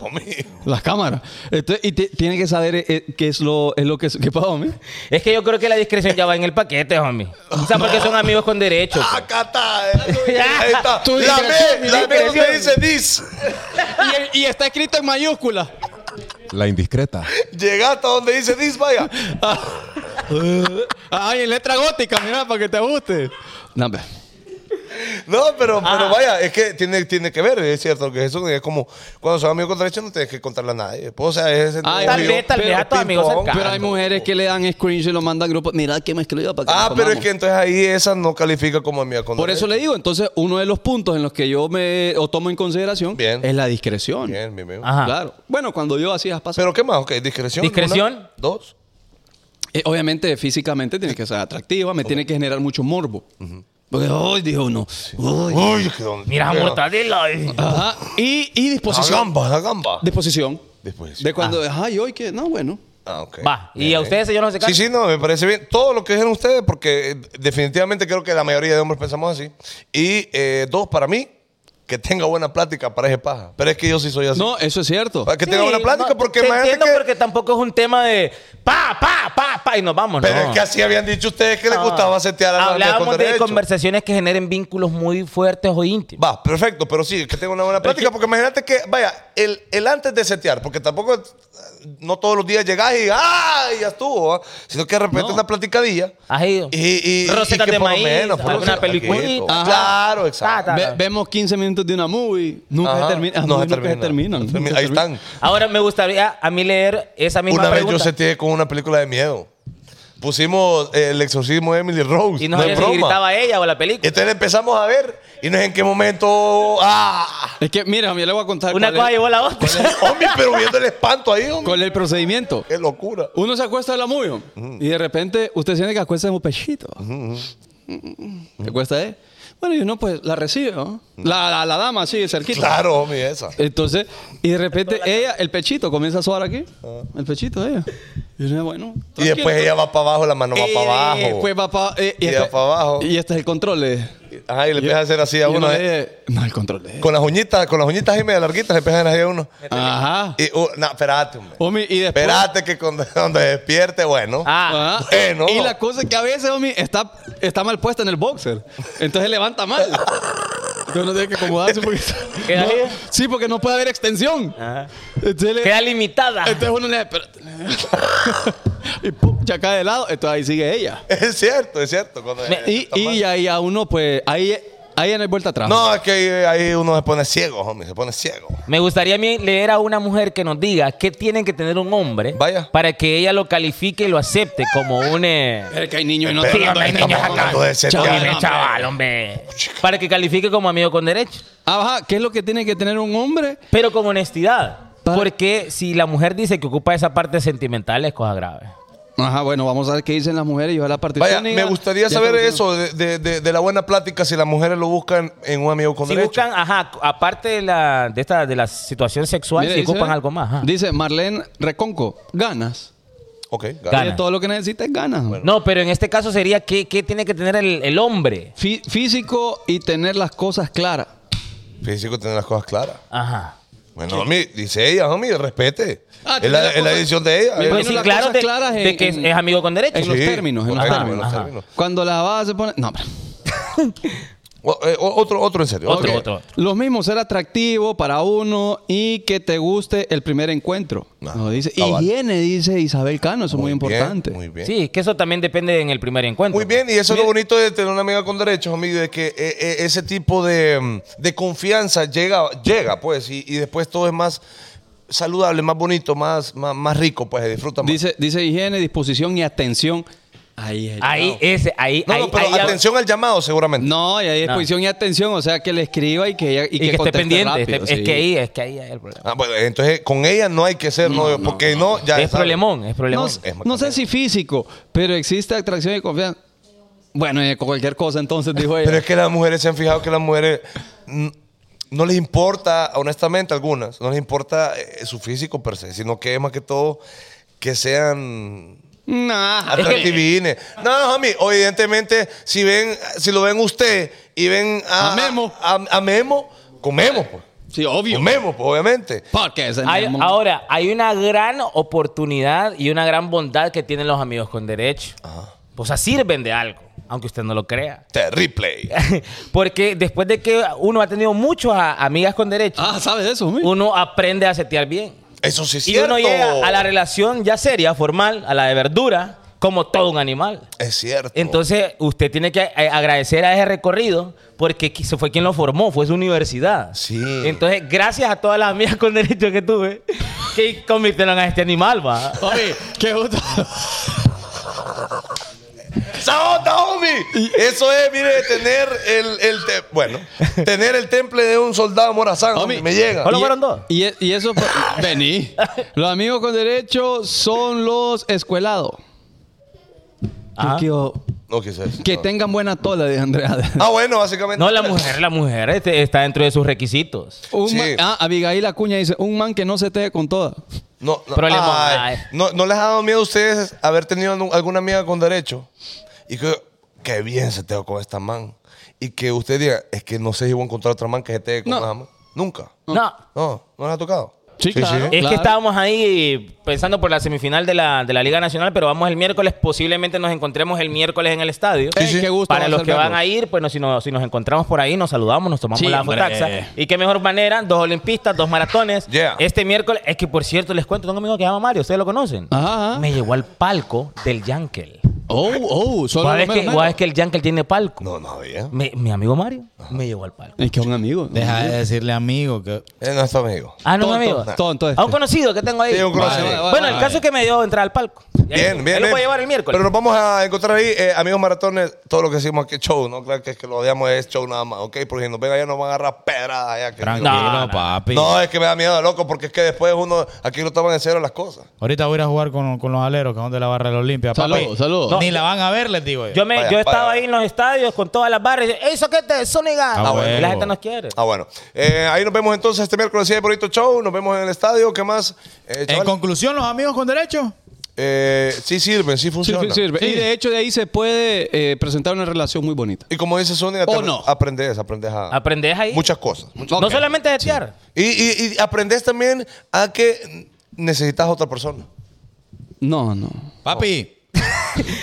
D: las cámaras. Entonces, y te- tiene que saber eh, eh, qué es lo, es lo que, que pasa, hombre.
C: Es que yo creo que la discreción ya va en el paquete, homie. O sea, porque son amigos con derecho. pues.
F: Acá está. Ah, eh, Ahí está.
D: Tu
F: La
D: discreción, mi
F: B, la B donde dice dis.
D: Y, y está escrito en mayúscula.
K: La indiscreta.
F: Llegaste a donde dice dis, vaya.
D: Ay, en letra gótica, mira, para que te guste. No, hombre.
F: No, pero, pero
C: Ah.
F: vaya, es que tiene, tiene que ver, es cierto, que Jesús es como cuando son amigos con derecho no tienes que contarle a nadie. Pues, o sea, es ese
D: Ay,
C: Tal
F: obvio,
C: vez, tal vez
F: pero
C: a tus amigos
F: ping-pong.
D: Pero
C: cercanos.
D: hay mujeres que le dan screenshot y lo mandan al grupo. Mira que me escribió para que
F: Ah,
D: nos
F: pero es
D: comamos.
F: que entonces ahí esa no califica como amiga con
D: Por eso le digo, entonces uno de los puntos en los que yo me o tomo en consideración
F: Bien.
D: es la discreción.
F: Bien, bien, bien.
C: Ajá.
D: Claro. Bueno, cuando yo hacía pasar.
F: Pero qué más, ok, discreción.
C: Discreción.
F: una, dos.
D: Eh, obviamente, físicamente tiene que ser atractiva, me tiene que generar mucho morbo. Porque hoy dijo uno. "Ay".
F: Uy, qué don-
C: Mira,
F: qué-
C: mortadela. ay.
D: Ajá. Y, y
F: La
D: disposición.
F: gamba, la gamba.
D: Disposición.
F: Después.
D: De cuando, ay, hoy que. No, bueno.
F: Ah, ok.
C: Va. Y a ustedes, señor, no se
F: Sí,
C: casan.
F: sí, no, me parece bien. Todo lo que dijeron ustedes, porque eh, definitivamente creo que la mayoría de hombres pensamos así. Y eh, dos, para mí, que tenga buena plática, pareja paja. Pero es que yo sí soy así.
D: No, eso es cierto.
F: para que
C: Sí,
F: tenga buena plática,
C: no,
F: porque
C: te
F: imagínate
C: entiendo
F: que.
C: porque tampoco es un tema de pa, pa, pa, pa, y nos vamos,
F: Pero
C: no.
F: es que así habían dicho ustedes que les
C: No.
F: gustaba setear a la
C: Hablábamos de
F: conversación.
C: conversaciones que generen vínculos muy fuertes o íntimos.
F: Va, perfecto, pero sí, que tenga una buena plática, porque imagínate que, vaya, el, el antes de setear, porque tampoco, eh, no todos los días llegás y, ¡ah! y ya estuvo, ¿ah? sino que de repente
D: No.
F: una platicadilla.
C: ¿Has ido?
F: Y, y,
C: Rosetas
F: y que
C: de
F: por lo
C: maíz,
F: menos, por lo
C: alguna
F: menos,
C: peliculita.
F: poquito. Claro, exacto.
C: Ta,
D: Ve-
C: ta, ta.
D: vemos 15 minutos de una movie. Nunca
F: Ajá.
D: se termina. Ah,
F: No se
D: nunca se
F: termina.
D: terminan.
F: No se termina.
D: Nunca
F: Ahí
D: se terminan.
F: están.
C: Ahora me gustaría a mí leer esa misma
F: Una vez yo
C: pregunta.
F: seteé con una película de miedo. Pusimos eh, el exorcismo de Emily Rose.
C: y no,
F: no
C: sabía
F: es
C: si
F: broma.
C: gritaba ella o la película.
F: Entonces empezamos a ver y no es en qué momento. ¡Ah!
D: Es que, mira, yo le voy a contar
C: Una
D: cuál
C: cosa
D: es-
C: llevó a la otra.
F: Hombre, pero viendo el espanto ahí, hombre.
D: cuál es el procedimiento.
F: ¡Qué locura!
D: Uno se acuesta en la movie y de repente usted siente que acuesta en un pechito. ¿Te acuesta eh? Bueno, y uno pues la recibe, ¿no? La, la, la dama así, cerquita.
F: Claro, hombre, esa.
D: Entonces, y de repente ella, el pechito, comienza a sobar aquí. El pechito de ella. Y uno, bueno.
F: Ah. Y después ella va para abajo, la mano va para abajo.
D: Después va para
F: Y va pa' abajo.
D: Y este es el control. eh.
F: Ajá, y le empieza a hacer así
D: Y
F: a
D: uno
F: uno. ¿eh?
D: le- No, el control. eh.
F: Con las uñitas, con las uñitas ahí medio larguitas, le empiezan a hacer a uno.
D: Ajá.
F: Y, uh, no, espérate, hombre.
D: Homie, y después.
F: Espérate que cuando, cuando despierte, bueno.
C: Ah,
D: Ajá.
F: Bueno.
D: Y la cosa es que a veces, homie, está, está mal puesta en el boxer. Entonces levanta mal. Entonces uno tiene que acomodarse porque.
C: ¿Queda
D: No,
C: bien?
D: sí, porque no puede haber extensión.
C: Ajá.
D: Entonces, le-
C: queda limitada.
D: entonces uno le. espérate. y pum, ya cae de lado. Entonces ahí sigue ella.
F: Es cierto, es cierto. Cuando
C: Me-
F: está
D: Y,
F: mal.
D: y ahí a uno, pues. Ahí, ahí ya no hay vuelta atrás.
F: No, es que ahí, ahí uno se pone ciego, homie, se pone ciego.
C: Me gustaría a mí leer a una mujer que nos diga qué tiene que tener un hombre
F: Vaya.
C: para que ella lo califique y lo acepte como un... eh,
D: Es que hay niños y no
F: Pero
D: están
F: no
D: hablando de
F: estamos
D: niños acá.
F: hablando de ese
D: Chaval,
F: tema.
D: hombre.
C: chaval, hombre. Para que califique como amigo con derecho.
D: Ajá, ¿qué es lo que tiene que tener un hombre?
C: Pero con honestidad.
D: Para-
C: Porque si la mujer dice que ocupa esa parte sentimental es cosa grave.
D: Ajá, bueno, vamos a ver qué dicen las mujeres y ojalá participen.
F: Vaya, me gustaría
D: Ya
F: saber
D: estamos-
F: eso de, de- de- de la buena plática si las mujeres lo buscan en un amigo con
C: Si
F: derecho.
C: buscan, ajá, aparte de la, de esta, de la situación sexual,
D: Mira,
C: si
D: dice- ¿eh?
C: ocupan algo más. ajá.
D: Dice Marlene Reconco, ganas.
F: Ok,
C: Ganas.
D: Oye, todo lo que necesitas es ganas.
C: No, pero en este caso sería qué, qué tiene que tener el, el hombre.
D: Fí- físico y tener las cosas claras.
F: Físico tener las cosas claras.
C: Ajá.
F: Bueno, homie, dice ella, homie, respete.
D: Ah,
F: es
D: tiene
F: la,
D: las
F: es la
D: cosas-
F: decisión de ella.
D: Mira,
F: Eh,
C: Pues
D: Bueno,
C: sí,
D: las
C: claro,
D: cosas
C: de,
D: claras
C: de
D: en-
C: que es, es amigo con derecho.
D: en los
F: Sí,
D: términos, en los
F: correcto,
D: términos.
C: Ajá.
F: términos.
D: Cuando la vas se pone. No, hombre.
F: O- eh, o- otro, otro en serio.
C: Otro,
F: Ok.
C: otro.
D: Los mismos, ser atractivo para uno y que te guste el primer encuentro.
F: Ah,
D: No, dice.
F: cabal.
D: Higiene, dice Isabel Cano, eso es muy,
F: bien,
D: importante.
F: muy bien.
C: Sí, que eso también depende en el primer encuentro.
F: Muy bien, y eso es lo bonito de tener una amiga con derechos, amigo, de que eh, eh, ese tipo de, mm, de confianza llega, llega pues, y, y después todo es más saludable, más bonito, más, más, más rico, pues, se disfruta más.
D: Dice, dice higiene, disposición y atención. Ahí es.
C: Ahí, ese, ahí,
F: no,
C: ahí,
F: no, pero
C: ahí ya-
F: atención al llamado, seguramente.
D: No, y ahí
C: No.
D: disposición y atención, o sea, que le escriba y que ella y
C: y que, esté
D: conteste
C: pendiente.
D: rápido,
C: esté-
D: sí.
C: Es que ahí, es que ahí es el problema.
F: Ah, bueno, entonces con ella no hay que ser novio, porque no, ya
C: es
F: sabe.
C: problemón, es
D: No,
C: problemón.
D: s-
F: más
D: no sé si físico, pero existe atracción y confianza. Bueno, eh, con cualquier cosa entonces dijo ella.
F: Pero es que las mujeres se han fijado que las mujeres mm, no les importa, honestamente, algunas, no les importa eh, su físico per se, sino que es más que todo que sean
C: Ah.
D: Nah.
F: atractivines. No, homie, o evidentemente, si ven, si lo ven usted y ven a,
D: A Memo.
F: a, a Memo, Comemos, pues.
D: Sí, obvio.
F: Comemos, pues, obviamente.
D: Porque es el
C: Hay-
D: mismo-
C: ahora, hay una gran oportunidad y una gran bondad que tienen los amigos con derecho. O sea, sirven de algo, aunque usted no lo crea.
F: Terrible.
C: Porque después de que uno ha tenido muchas a- amigas con derecho,
D: Ah, ¿sabes de eso? mi?
C: uno aprende a setear bien.
F: Eso sí es
C: Y
F: cierto.
C: uno llega a la relación ya seria, formal, a la de verdura, como todo un animal.
F: Es cierto.
C: Entonces, usted tiene que eh, agradecer a ese recorrido porque qui- se fue quien lo formó, fue su universidad.
F: Sí.
C: Entonces, gracias a todas las amigas con derecho que tuve, que convirtieron a este animal, va.
D: Oye, qué gusto.
F: ¡Esa onda, homie! Eso es, mire, tener el, el te- bueno, tener el temple de un soldado morazán, homie,
D: Homie,
F: me llega.
C: Hola. ¿Solo
D: Y-
C: fueron dos?
D: Y, e- y eso. Vení. Los amigos con derecho son los escuelados.
C: Ajá.
D: Yo quiero
F: No, ¿qué es eso?
D: que
F: No.
D: tengan buena tola, de Andrea.
F: Ah, bueno, básicamente.
C: No, la mujer, la mujer este, está dentro de sus requisitos.
D: Un
F: Sí.
D: man- ah, Abigail Acuña dice: Un man que no se te con toda.
F: No, no,
C: Problema.
F: Ay, no, ¿no les ha dado miedo a ustedes haber tenido nu- alguna amiga con derecho? Y que, qué bien se tengo con esta man. Y que usted diga, es que no sé si voy a encontrar otra man que se teje con
D: No.
F: nada más. Nunca.
C: No.
F: No, no les ha tocado.
D: Sí, claro.
C: Es
D: Claro.
C: que estábamos ahí pensando por la semifinal de la, de la Liga Nacional, pero vamos el miércoles, posiblemente nos encontremos el miércoles en el estadio.
D: Sí, sí. Qué gusto va
C: Para
D: a
C: los
D: ser
C: que van
D: verlos.
C: a ir, pues no, si, nos, si nos encontramos por ahí, nos saludamos, nos tomamos
D: Sí,
C: la
D: hombre.
C: fotaxa. Y qué mejor manera, dos olimpistas, dos maratones.
F: Yeah.
C: Este miércoles, es que por cierto, les cuento, tengo un amigo que se llama Mario, ustedes lo conocen.
D: Ajá, ajá.
C: Me llevó al palco del Yankel.
D: Oh, oh, solo
C: ¿Cuál
D: los
C: es que,
D: menos,
C: vos
D: menos.
C: sabés que el Yankel tiene palco?
F: No, no, bien.
C: Me- mi amigo Mario me llevó al palco.
D: Es que es un amigo.
E: Deja de decirle amigo que.
F: Eh, Es nuestro amigo.
C: Ah, no, un
D: Tonto,
C: amigo.
D: tonto este.
C: A un conocido que tengo ahí.
F: Sí, un conocido.
D: Vale, vale,
C: bueno, el
D: vale.
C: caso es que me dio entrar al palco. Y ahí-
F: Bien, bien,
C: Ahí lo
F: bien.
C: voy a llevar el miércoles.
F: Pero nos vamos a encontrar ahí, eh, amigos maratones, todo lo que hicimos aquí es show, ¿no? Claro que es que lo odiamos es show nada más, ¿ok? Porque si nos ven allá nos van a agarrar pedradas allá. que-
E: Tranquilo,
C: No, no.
E: papi.
F: No, es que me da miedo, loco, porque es que después uno, aquí no toman en serio las cosas.
E: Ahorita voy a ir a jugar con, con los aleros, que son de la barra de la Olimpia. papi.
D: Saludos, saludos.
E: Ni la van a ver, les digo yo.
C: yo, me,
F: Vaya,
C: yo he
F: vaya,
C: estado
F: vaya.
C: ahí en los estadios con todas las barras. y dice, ¡Ey, soquete, Soniga!
E: Ah,
F: bueno.
C: Y la gente nos quiere.
F: Ah, bueno. Eh, ahí nos vemos entonces este miércoles, sí, hay bonito show, nos vemos en el estadio, ¿qué más? Eh,
E: en
F: chaval,
E: conclusión, los amigos con derecho.
F: eh, sí sirven, sí
D: Sí,
F: funcionan.
D: sí, sirve. Y de hecho, de ahí se puede eh, presentar una relación muy bonita.
F: Y como dice Sonia,
D: ¿O
F: te-
D: no?
F: aprendes, aprendes a...
C: Aprendes ahí.
F: Muchas cosas. muchas-
C: No solamente a desear.
F: Y, y, y aprendes también a que necesitas a otra persona.
D: No, no.
E: Papi,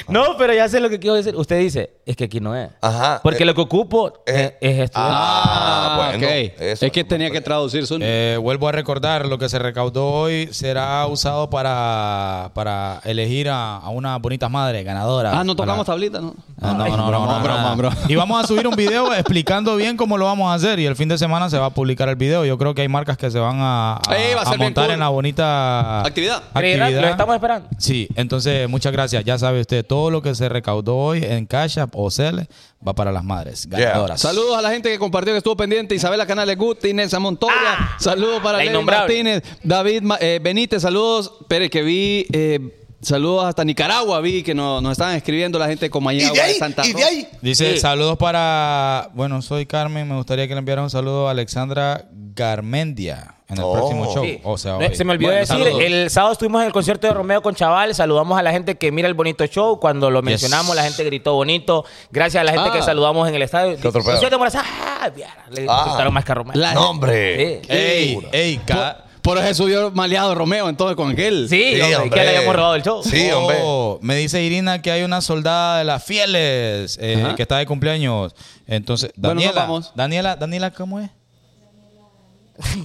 C: No, pero ya sé lo que quiero decir. Usted dice, es que aquí no es.
F: Ajá.
C: Porque
F: Eh,
C: lo que ocupo
F: eh,
C: eh, es esto.
F: Ah, bueno.
D: ok.
F: eso
D: es que
F: no
D: tenía
F: me
D: que traducir su
E: eh, vuelvo a recordar, lo que se recaudó hoy será usado para, para elegir a, a unas bonitas madres ganadoras.
D: Ah, no
E: Para- Ah,
D: tocamos tablita, ¿no?
E: No, no, no, no,
D: Broma,
E: no,
D: broma,
E: nada.
D: broma.
E: Y vamos a subir un video explicando bien cómo lo vamos a hacer. Y el fin de semana se va a publicar el video. Yo creo que hay marcas que se van a, a-
D: Ey, va a
E: a
D: ser bien
E: montar
D: cool.
E: en la bonita
D: Actividad.
C: Creerán, Lo estamos esperando.
E: Sí, entonces muchas gracias. Ya sabe usted, todo lo que se recaudó hoy en Cash App o Cele va para las madres
F: Yeah.
E: ganadoras.
D: Saludos a la gente que compartió, que estuvo pendiente. Isabela Canales Guti, Nelson Montoya. saludos para
C: la
D: Levi
C: innombrable.
D: Martínez, David Ma- eh, Benítez. Saludos, Pérez, que vi... eh, Saludos hasta Nicaragua, vi que nos, nos estaban escribiendo la gente de
F: Y
D: Comayagua,
F: de
D: de
F: ahí,
D: Santa
F: y de
D: Rosa.
F: ahí.
E: Dice,
C: Sí.
E: saludos para... Bueno, soy Carmen. Me gustaría que le enviara un saludo a Alexandra Garmendia en el
F: Oh.
E: próximo show.
C: Sí.
E: O sea,
C: No,
E: hoy.
C: se me olvidó
D: Bueno,
C: decir,
D: saludos.
C: el sábado estuvimos en el concierto de Romeo con Chaval, saludamos a la gente que mira el bonito show, cuando lo mencionamos la gente gritó bonito, gracias a la gente
D: Ah.
C: que saludamos en el estadio.
F: otro pedo?
C: Concierto de Morazán, ¡ah! viara, le
F: Ah.
C: gritaron más que a Romeo.
D: La-
F: No, hombre.
C: Sí.
E: Ey,
F: Segura.
E: ey, ca-
D: Por eso subió maleado Romeo entonces con aquel.
C: Sí,
F: Sí,
C: hombre,
F: hombre.
C: que le habíamos robado el show.
F: Sí, hombre.
E: Oh, Me dice Irina que hay una soldada de las fieles eh,
D: Ajá.
E: que está de cumpleaños. Entonces,
D: Bueno, nos
E: Daniela,
D: vamos.
E: Daniela, Daniela, ¿cómo es?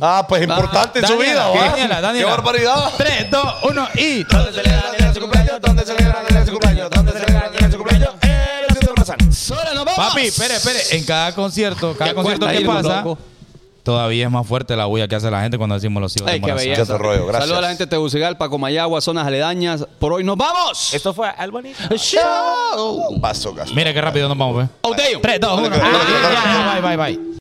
F: Ah, pues importante en su vida,
E: Daniela,
F: ¿va?
E: Daniela, Daniela.
F: ¡Qué barbaridad!
E: 3, 2, 1 y...
F: ¿Dónde celebra Daniela su cumpleaños? ¿Dónde celebra Daniela su cumpleaños? ¿Dónde celebra Daniela su cumpleaños? ¡Eh, lo siento, Morazán!
D: ¡Sola, nos vamos!
E: Papi, espere, espere. En cada concierto, cada concierto
D: cuenta
E: que
D: ir,
E: pasa,
D: loco.
E: todavía es más fuerte la bulla que hace la gente cuando decimos los hijos de
D: Ay, qué
E: Morazán.
D: belleza.
F: Ya te rollo, gracias.
D: Saludos a la gente de Tegucigalpa, Comayagua, zonas aledañas. Por hoy nos vamos.
C: Esto fue al bonito.
D: Show.
F: Paso, gasto.
E: Mira qué rápido nos vamos, ¿eh?
D: Oh, damn.
E: 3, 2, 1. Bye, bye, bye.